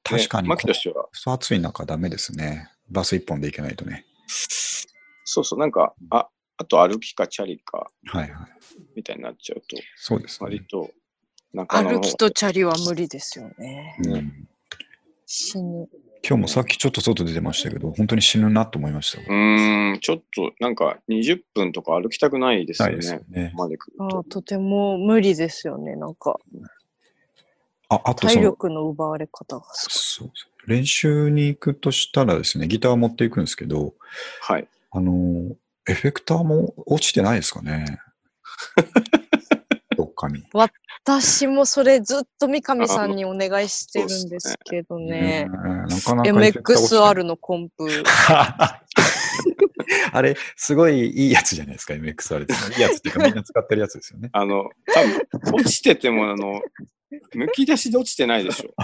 Speaker 1: 確かに、
Speaker 2: マキとしては、
Speaker 1: そう暑い中ダメですね。バス一本で行けないとね。
Speaker 2: そうそう、なんか、あ、あと歩きかチャリか
Speaker 1: はいはい。
Speaker 2: みたいになっちゃうと、
Speaker 1: そうですね
Speaker 2: 割。と中野の
Speaker 6: 歩
Speaker 2: 方
Speaker 6: きとチャリは無理ですよね。
Speaker 1: うん、
Speaker 6: 死ぬ。
Speaker 1: 今日もさっきちょっと外出てましたけど、本当に死ぬなと思いました。
Speaker 2: うーん、ちょっとなんか20分とか歩きたくないです
Speaker 1: ない
Speaker 2: よね。
Speaker 1: ですよ
Speaker 2: こ
Speaker 1: ね
Speaker 2: こ。まで来る
Speaker 6: あ
Speaker 2: と
Speaker 6: あ、。とても無理ですよね。なんか、
Speaker 1: あ、あとそ
Speaker 6: 体
Speaker 1: の、
Speaker 6: 力の奪われ方がす
Speaker 1: そうそう練習に行くとしたらですね、ギター持っていくんですけど、
Speaker 2: はい。
Speaker 1: あのー、エフェクターも落ちてないですかね。どっかに。
Speaker 6: ごい。私もそれずっと三上さんにお願いしてるんですけどね
Speaker 1: う。んなかなかエフェクター落ちてない
Speaker 6: MXR のコンプ。
Speaker 1: あれ、すごいいいやつじゃないですか、MXR って。いいやつっていうか、みんな使ってるやつですよね。
Speaker 2: あの、多分落ちてても、あの、むき出しで落ちてないでしょ。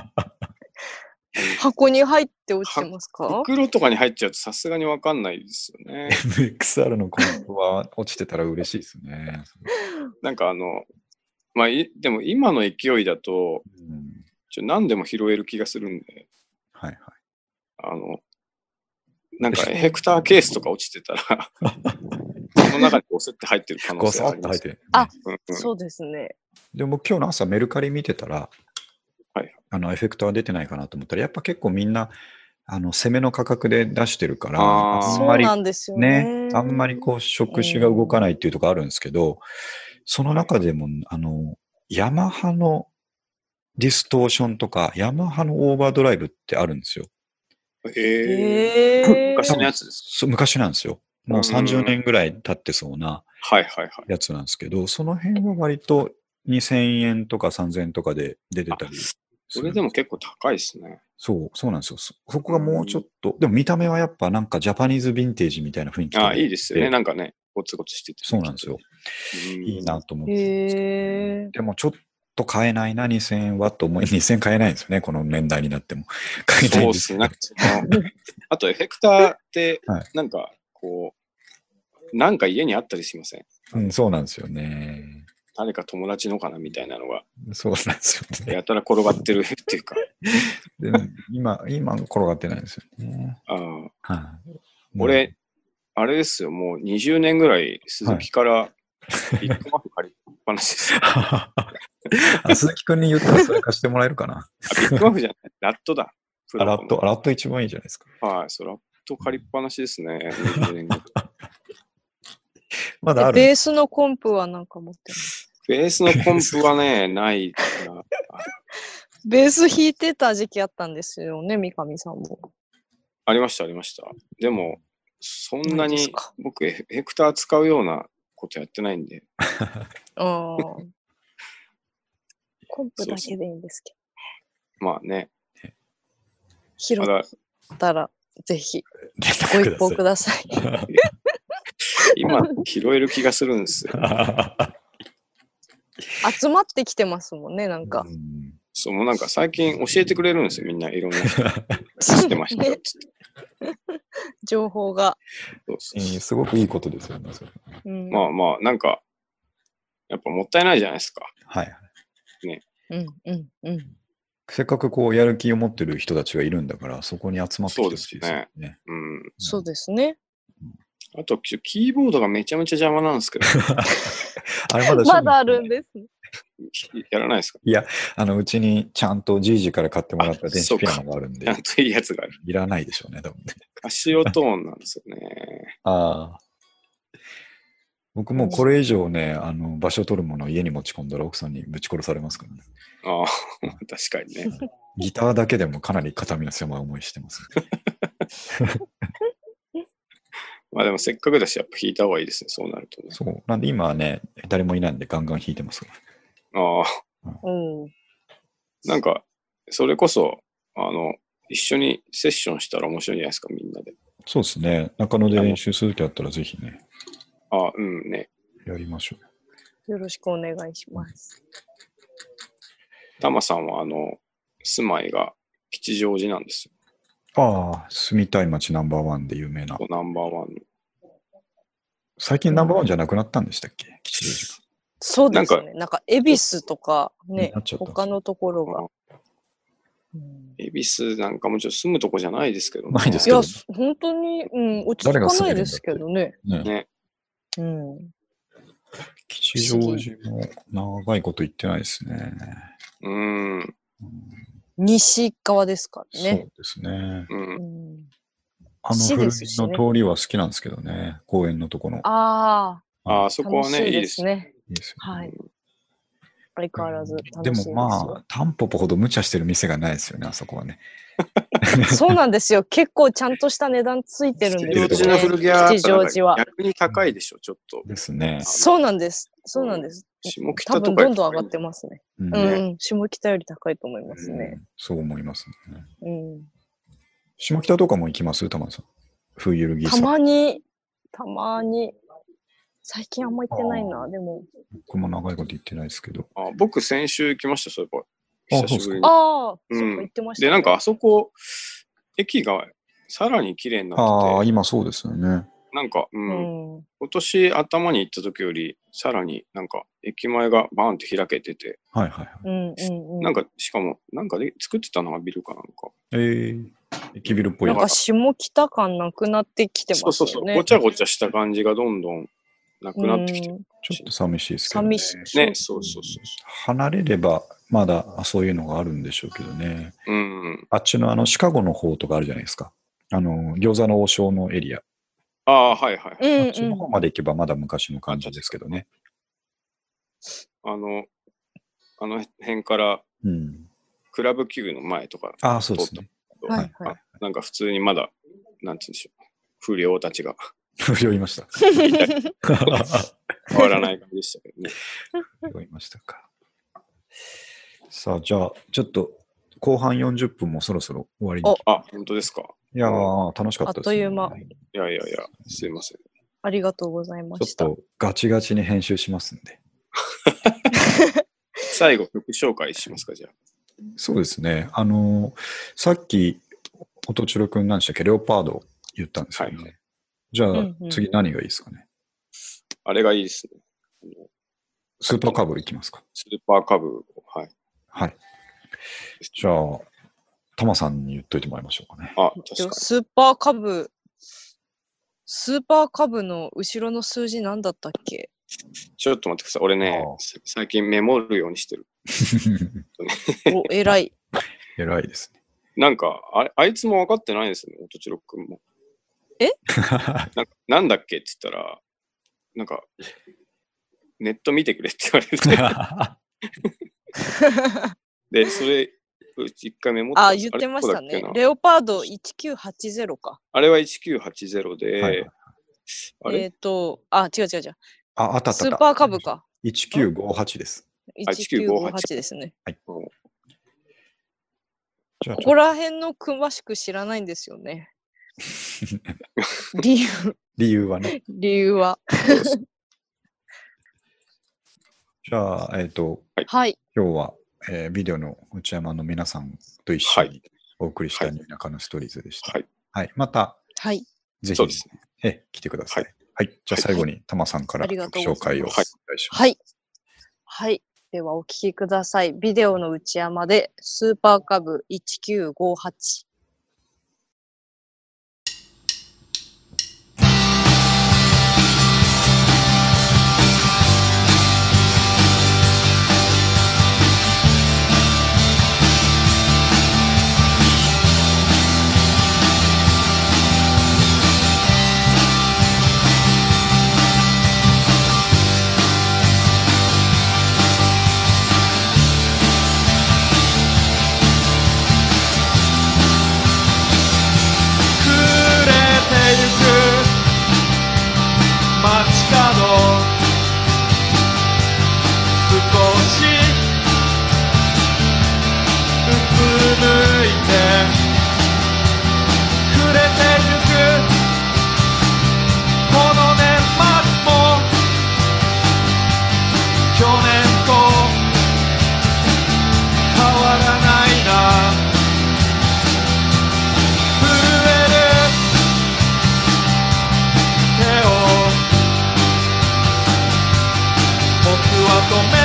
Speaker 6: 箱に入って落ちてますか
Speaker 2: 袋とかに入っちゃうとさすがにわかんないですよね。
Speaker 1: MXR のコンプは落ちてたら嬉しいですね。
Speaker 2: なんかあの、まあ、いでも今の勢いだと、
Speaker 1: うん
Speaker 2: ちょ何でも拾える気がするんで、
Speaker 1: はいはい。
Speaker 2: あの、なんかヘクターケースとか落ちてた ら、その中にゴセって入ってる可能
Speaker 1: ゴ
Speaker 2: 性
Speaker 1: サ
Speaker 2: が
Speaker 1: ッ
Speaker 2: あり
Speaker 1: と
Speaker 2: ま
Speaker 1: 入っ
Speaker 2: す
Speaker 1: て
Speaker 2: よ。
Speaker 1: る、
Speaker 6: あ
Speaker 2: うんうん
Speaker 6: そうですね。
Speaker 1: でも今日の朝メルカリ見てたら、
Speaker 2: はい
Speaker 1: あのエフェクター出てないかなと思ったら、やっぱ結構みんなあの攻めの価格で出してるから、
Speaker 2: あー
Speaker 1: あん
Speaker 6: そ
Speaker 1: ま
Speaker 6: う
Speaker 1: り
Speaker 6: なんですよね
Speaker 1: ね。、あんまりこう触手が動かないっていうところあるんですけど、その中でも、あの、ヤマハのディストーションとか、ヤマハのオーバードライブってあるんですよ。
Speaker 2: へ
Speaker 6: へ
Speaker 2: え
Speaker 6: え。
Speaker 2: 昔のやつです。
Speaker 1: そう昔なんですよ。もう
Speaker 2: う
Speaker 1: 30
Speaker 2: ん
Speaker 1: 年ぐらい経ってそうな
Speaker 2: はいはいはい。
Speaker 1: やつなんですけど、その辺は割と2000円とか3000円とかで出てたりす
Speaker 2: そ
Speaker 1: る。
Speaker 2: れでも結構高いですね。
Speaker 1: そう、そうなんですよ。そそこがもうちょっと、でも見た目はやっぱなんかジャパニーズヴィンテージみたいな雰囲気
Speaker 2: ああ、いいですよね。
Speaker 1: で
Speaker 2: なんかね、ゴツゴツしてて。
Speaker 1: そうなんですよ。。いいな。と思ってたんですけど。
Speaker 6: へえ。
Speaker 1: でもちょっと買えないな、2000円はと思い、2000円買えないんですよね、この年代になっても。買えない
Speaker 2: そ
Speaker 1: んで
Speaker 2: うです
Speaker 1: け
Speaker 2: す
Speaker 1: ど
Speaker 2: ね。なんかその、 あとエフェクターって
Speaker 1: はい、
Speaker 2: なんかこう、なんか家にあったりしません
Speaker 1: うん、そうなんですよね。
Speaker 2: 誰か友達のかなみたいなのが、
Speaker 1: そうなんですよね。
Speaker 2: やたら転がってるっていうか、
Speaker 1: でも今、今転がってないんですよね。
Speaker 2: ああ
Speaker 1: はい。
Speaker 2: 俺、あれですよ、もう20年ぐらい鈴木からビッグマフ借りっぱなしです。
Speaker 1: あ、鈴木くんに言ったらそれ貸してもらえるかな。
Speaker 2: あビッグマフじゃない、ラットだ。プ
Speaker 1: あ
Speaker 2: ロ
Speaker 1: ラ
Speaker 2: の
Speaker 1: ット、ラット一番いいじゃないですか。
Speaker 2: はい、そう、ラット借りっぱなしですね、20年ぐらい。
Speaker 1: まだあるん
Speaker 6: ベ
Speaker 1: で
Speaker 6: ースのコンプはなんか持ってます。
Speaker 2: ベースのコンプはね、ないかな。
Speaker 6: ベース弾いてた時期あったんですよね、三上さんも。
Speaker 2: ありました、ありました。でも、そんな
Speaker 6: ないです
Speaker 2: に
Speaker 6: か
Speaker 2: 僕、エフェクター使うようなことやってないんで、
Speaker 6: ああ。 コンプだ
Speaker 2: そ
Speaker 6: けでいいんですけ
Speaker 2: まあね、
Speaker 6: ど。
Speaker 2: た
Speaker 6: 拾
Speaker 2: だ、
Speaker 6: ったら、ぜひ、
Speaker 1: す。
Speaker 6: ご一
Speaker 1: 連絡
Speaker 6: 報
Speaker 1: く
Speaker 6: くだ さい。
Speaker 2: 今、拾える気がするんですよ。
Speaker 1: ださい。
Speaker 6: 集まってきてますもんね、なんか
Speaker 1: う。ん
Speaker 2: そう、もうなんか最近教えてくれるんですよ、みんないろんな人。知ってましたよ、つって。
Speaker 6: 情報が。
Speaker 2: そうそ
Speaker 1: え
Speaker 2: うそう
Speaker 1: ーすごくいいことですよね。それ
Speaker 6: うん。
Speaker 2: まあまあ、なんか、やっぱもったいないじゃないですか。
Speaker 1: はい。
Speaker 6: うん、うん、うん。
Speaker 1: せっかくこうやる気を持ってる人たちがいるんだから、そこに集まってきてほしいですよね。
Speaker 2: うん。
Speaker 6: そうですね。
Speaker 2: あと、ちょキーボードがめちゃめちゃ邪魔なんですけど、
Speaker 1: あれまだ
Speaker 6: まだあるん
Speaker 1: で。
Speaker 6: ですね。
Speaker 2: やらないですか
Speaker 1: あのうちにちゃんとじいじから買ってもらった電子ピアノがあるん
Speaker 2: ち
Speaker 1: で
Speaker 2: ゃ、んといいやつがある。
Speaker 1: いらないでしょうね、多分ね。
Speaker 2: カシオトーンなんですよね。
Speaker 1: ああ。僕もうこれ以上ね、あの場所取るものを家に持ち込んだら奥さんにぶち殺されますからね。
Speaker 2: ああ、 確かにね。
Speaker 1: ギターだけでもかなり肩身の狭い思いしてます、
Speaker 2: まあでもせっかくだし、やっぱ弾いた方がいいですね、そうなるとね。
Speaker 1: そう。なんで今はね、誰もいないんでガンガン弾いてます。
Speaker 2: ああ、
Speaker 4: うん。
Speaker 2: なんか、それこそ、あの、一緒にセッションしたら面白いんじゃないですか、みんなで。
Speaker 1: そうですね。中野で練習する気あったらぜひね、
Speaker 2: ああ、うんね。
Speaker 1: やりましょう。
Speaker 4: よろしくお願いします。
Speaker 2: タマさんは、あの、住まいが吉祥寺なんですよ。
Speaker 1: ああ、住みたい街ナンバーワンで有名な。
Speaker 2: ナンバーワンの。
Speaker 1: 最近ナンバーワンじゃなくなったんでしたっけ吉祥寺
Speaker 4: そう
Speaker 2: な
Speaker 4: で
Speaker 2: ん
Speaker 4: す
Speaker 2: か
Speaker 4: ね。なんか、恵比寿とかね
Speaker 1: なっちゃ、った
Speaker 4: 他のところが。うん
Speaker 2: 恵比寿なんかもちょっと住むとこじゃないですけど、
Speaker 1: ないです
Speaker 4: い
Speaker 1: けど
Speaker 4: や、
Speaker 1: ね
Speaker 4: す本当に、うん、落ち着
Speaker 1: 誰が
Speaker 4: か
Speaker 1: 住
Speaker 4: なんい
Speaker 1: でるんだって
Speaker 4: ですけどね。
Speaker 1: ね
Speaker 2: ね
Speaker 4: うん。
Speaker 1: 吉祥寺も長いこと行ってないですね。
Speaker 2: うーん、
Speaker 4: 西側ですから
Speaker 1: そう
Speaker 4: ね。
Speaker 1: ですね。
Speaker 2: う。
Speaker 4: うんん、
Speaker 1: あの
Speaker 4: 市
Speaker 1: 古いの
Speaker 4: で
Speaker 1: 通
Speaker 4: すしね
Speaker 1: りは好きなんですけどね。公園のところ。
Speaker 4: あ
Speaker 2: ああ、
Speaker 4: あ、
Speaker 2: そこ
Speaker 4: 楽
Speaker 2: は
Speaker 4: し
Speaker 2: ね、
Speaker 4: い
Speaker 2: いい
Speaker 4: で
Speaker 2: です
Speaker 4: す
Speaker 2: ね。
Speaker 4: ね。
Speaker 1: いいですよね
Speaker 4: はい。相変わらず楽しい
Speaker 1: で
Speaker 4: です
Speaker 1: も
Speaker 4: よ。
Speaker 1: まあ、タンポポほど無茶してる店がないですよね、あそこはね。
Speaker 4: そうなんですよ。結構ちゃんとした値段ついてるんです
Speaker 1: ついてるとこ
Speaker 2: 吉祥
Speaker 4: よ、
Speaker 2: 寺の古着屋はやっ
Speaker 4: 吉
Speaker 2: ぱなん
Speaker 4: 祥
Speaker 2: か
Speaker 4: 寺は。
Speaker 2: 逆に高いでしょ、ちょっと。
Speaker 1: ですね。
Speaker 4: そうなんです。そうなんです。
Speaker 2: 下
Speaker 4: 多
Speaker 2: 北とか
Speaker 4: 分ど
Speaker 2: よ
Speaker 4: ん
Speaker 2: り
Speaker 4: ど
Speaker 2: 高
Speaker 4: ん上
Speaker 2: い
Speaker 4: がってますね。
Speaker 1: うん
Speaker 4: うん、うん、下北より高いと思います
Speaker 1: う
Speaker 4: ね。
Speaker 1: んそう思いますね。
Speaker 4: うん。
Speaker 1: 下北とかも行きますたまさん。冬ゆるぎ
Speaker 4: た
Speaker 1: さん。
Speaker 4: まに、たまに、最近あんま行ってないな、でも。
Speaker 1: 僕も長いこと行ってないですけど。
Speaker 2: あ僕、先週行きました、そういえ
Speaker 1: あ
Speaker 2: ば。久しぶりに。
Speaker 4: あ
Speaker 2: う
Speaker 4: あ、
Speaker 2: ん
Speaker 4: そうか、行ってました、
Speaker 2: で、なんか、あそこ、駅がさらに綺麗にな
Speaker 1: ああ、
Speaker 2: ってて、
Speaker 1: 今そうですよね。
Speaker 2: なんか、う、
Speaker 4: うんん。
Speaker 2: 今年頭に行った時より、さらになんか、駅前がバーンって開けてて、
Speaker 1: はいはいはい。
Speaker 4: うん、うん、うん。
Speaker 2: なんか、しかも、なんかで作ってたのがビルかなんか。
Speaker 1: えー、駅ビルっぽい
Speaker 4: なん
Speaker 1: や
Speaker 4: か
Speaker 1: つ。
Speaker 4: 下北感なくなってきてますよ
Speaker 2: そう
Speaker 4: ね。
Speaker 2: そうそう、ごちゃごちゃした感じがどんどんなくなってきて
Speaker 4: う
Speaker 2: る
Speaker 4: ん
Speaker 1: ちょっと寂しいですけどね。
Speaker 4: 寂しい。
Speaker 2: ね、そうそうそう
Speaker 1: 離れれば、まだあそういうのがあるんでしょうけどね。
Speaker 2: そう。うん。
Speaker 1: あっちのあの、シカゴの方とかあるじゃないですか。あの、餃子の王将のエリア。
Speaker 2: ああ、はいはい。
Speaker 4: うん
Speaker 1: あ
Speaker 4: う
Speaker 1: っちの方
Speaker 4: ん。
Speaker 1: まで行けばまだ昔の感じですけどね。
Speaker 2: あの、あの辺から、
Speaker 1: うん。
Speaker 2: クラブ Q の前とか、
Speaker 1: ああ、そうですね。
Speaker 4: はいいはい。
Speaker 2: なんか普通にまだ、なんて言うんでしょう。不良たち が
Speaker 1: 不 良いました。
Speaker 2: 変わらない感じでしたけどね。
Speaker 1: 不良いましたか。さあ、じゃあ、ちょっと、後半40分もそろそろ終わりに。
Speaker 2: あ、本当ですか。
Speaker 1: いやー、楽しかったです、ね。
Speaker 4: あっという間
Speaker 2: いやいやいや、すいません。
Speaker 4: ありがとうございま
Speaker 1: ちょっ
Speaker 4: した。
Speaker 1: とガチガチに編集しますんで。
Speaker 2: 最後、曲紹介しますか、じゃあ。
Speaker 1: そうですね。あのーさっき、音千代くん何でしたっけ、レオパード言ったんですよね。
Speaker 2: はいは
Speaker 1: じゃあ、
Speaker 4: うんうん
Speaker 1: 次何がいいですかね。
Speaker 2: あれがいいですね。あの
Speaker 1: スーパーカーブルいきますか。
Speaker 2: スーパーカブを、はい。
Speaker 1: はい。じゃあ、タマさんに言っといてもらいましょうかね。
Speaker 2: あ、
Speaker 4: じ
Speaker 2: 確
Speaker 4: ゃあ
Speaker 2: か
Speaker 4: スーパーカブ、スーパーカブの後ろの数字なんだったっ け
Speaker 2: に。ちょっと待ってください。俺ね
Speaker 1: ああ、
Speaker 2: さ最近メモるようにしてる。
Speaker 4: お、偉い。
Speaker 1: 偉いですね。
Speaker 2: なんか、あれあいつも分かってないですね、音千代くんも。 なんかなんだっけって言ったら、なんか、ネット見てくれって言われ て。で、それ、うち一回メモった
Speaker 4: あ、
Speaker 2: んです
Speaker 4: 言ってましたね
Speaker 2: あれどこだっ。けな
Speaker 4: レオパード1980か。
Speaker 2: あれは1980で、
Speaker 1: はい
Speaker 2: あれ、
Speaker 4: えっと、あ、違う違う違う。
Speaker 1: あ、あったあったあった。
Speaker 4: スーパーカブ。か。
Speaker 1: 1958です。
Speaker 2: あ
Speaker 4: 1958ですね。
Speaker 1: じゃあ
Speaker 4: こ
Speaker 1: ちょ
Speaker 4: こ
Speaker 1: っと
Speaker 4: ら辺の詳しく知らないんですよね。理由、
Speaker 1: 理由はね。
Speaker 4: 理由は。
Speaker 1: じゃあ、えっ、と、
Speaker 4: はい。
Speaker 1: 今日は、えービデオの内山の皆さんと一緒にお送りした
Speaker 2: はい
Speaker 1: 田舎のストーリーズでした。
Speaker 2: はい、
Speaker 1: はい。また、
Speaker 4: はい。
Speaker 1: ぜひ、
Speaker 2: そうですね。
Speaker 1: ええ来てください。
Speaker 2: は
Speaker 1: はい。じゃあ最後に、タマさんから
Speaker 4: ありが
Speaker 1: 曲
Speaker 4: とうご
Speaker 1: 紹
Speaker 4: ざい
Speaker 1: 介をお
Speaker 4: ます
Speaker 1: 願いします。
Speaker 4: はい。はい。ではお聞きください。ビデオの内山でスーパーカブ1958。
Speaker 9: 「
Speaker 5: 街角少しうつむいて触れてゆくこの年末も去年と変わらないな震える手を僕は止め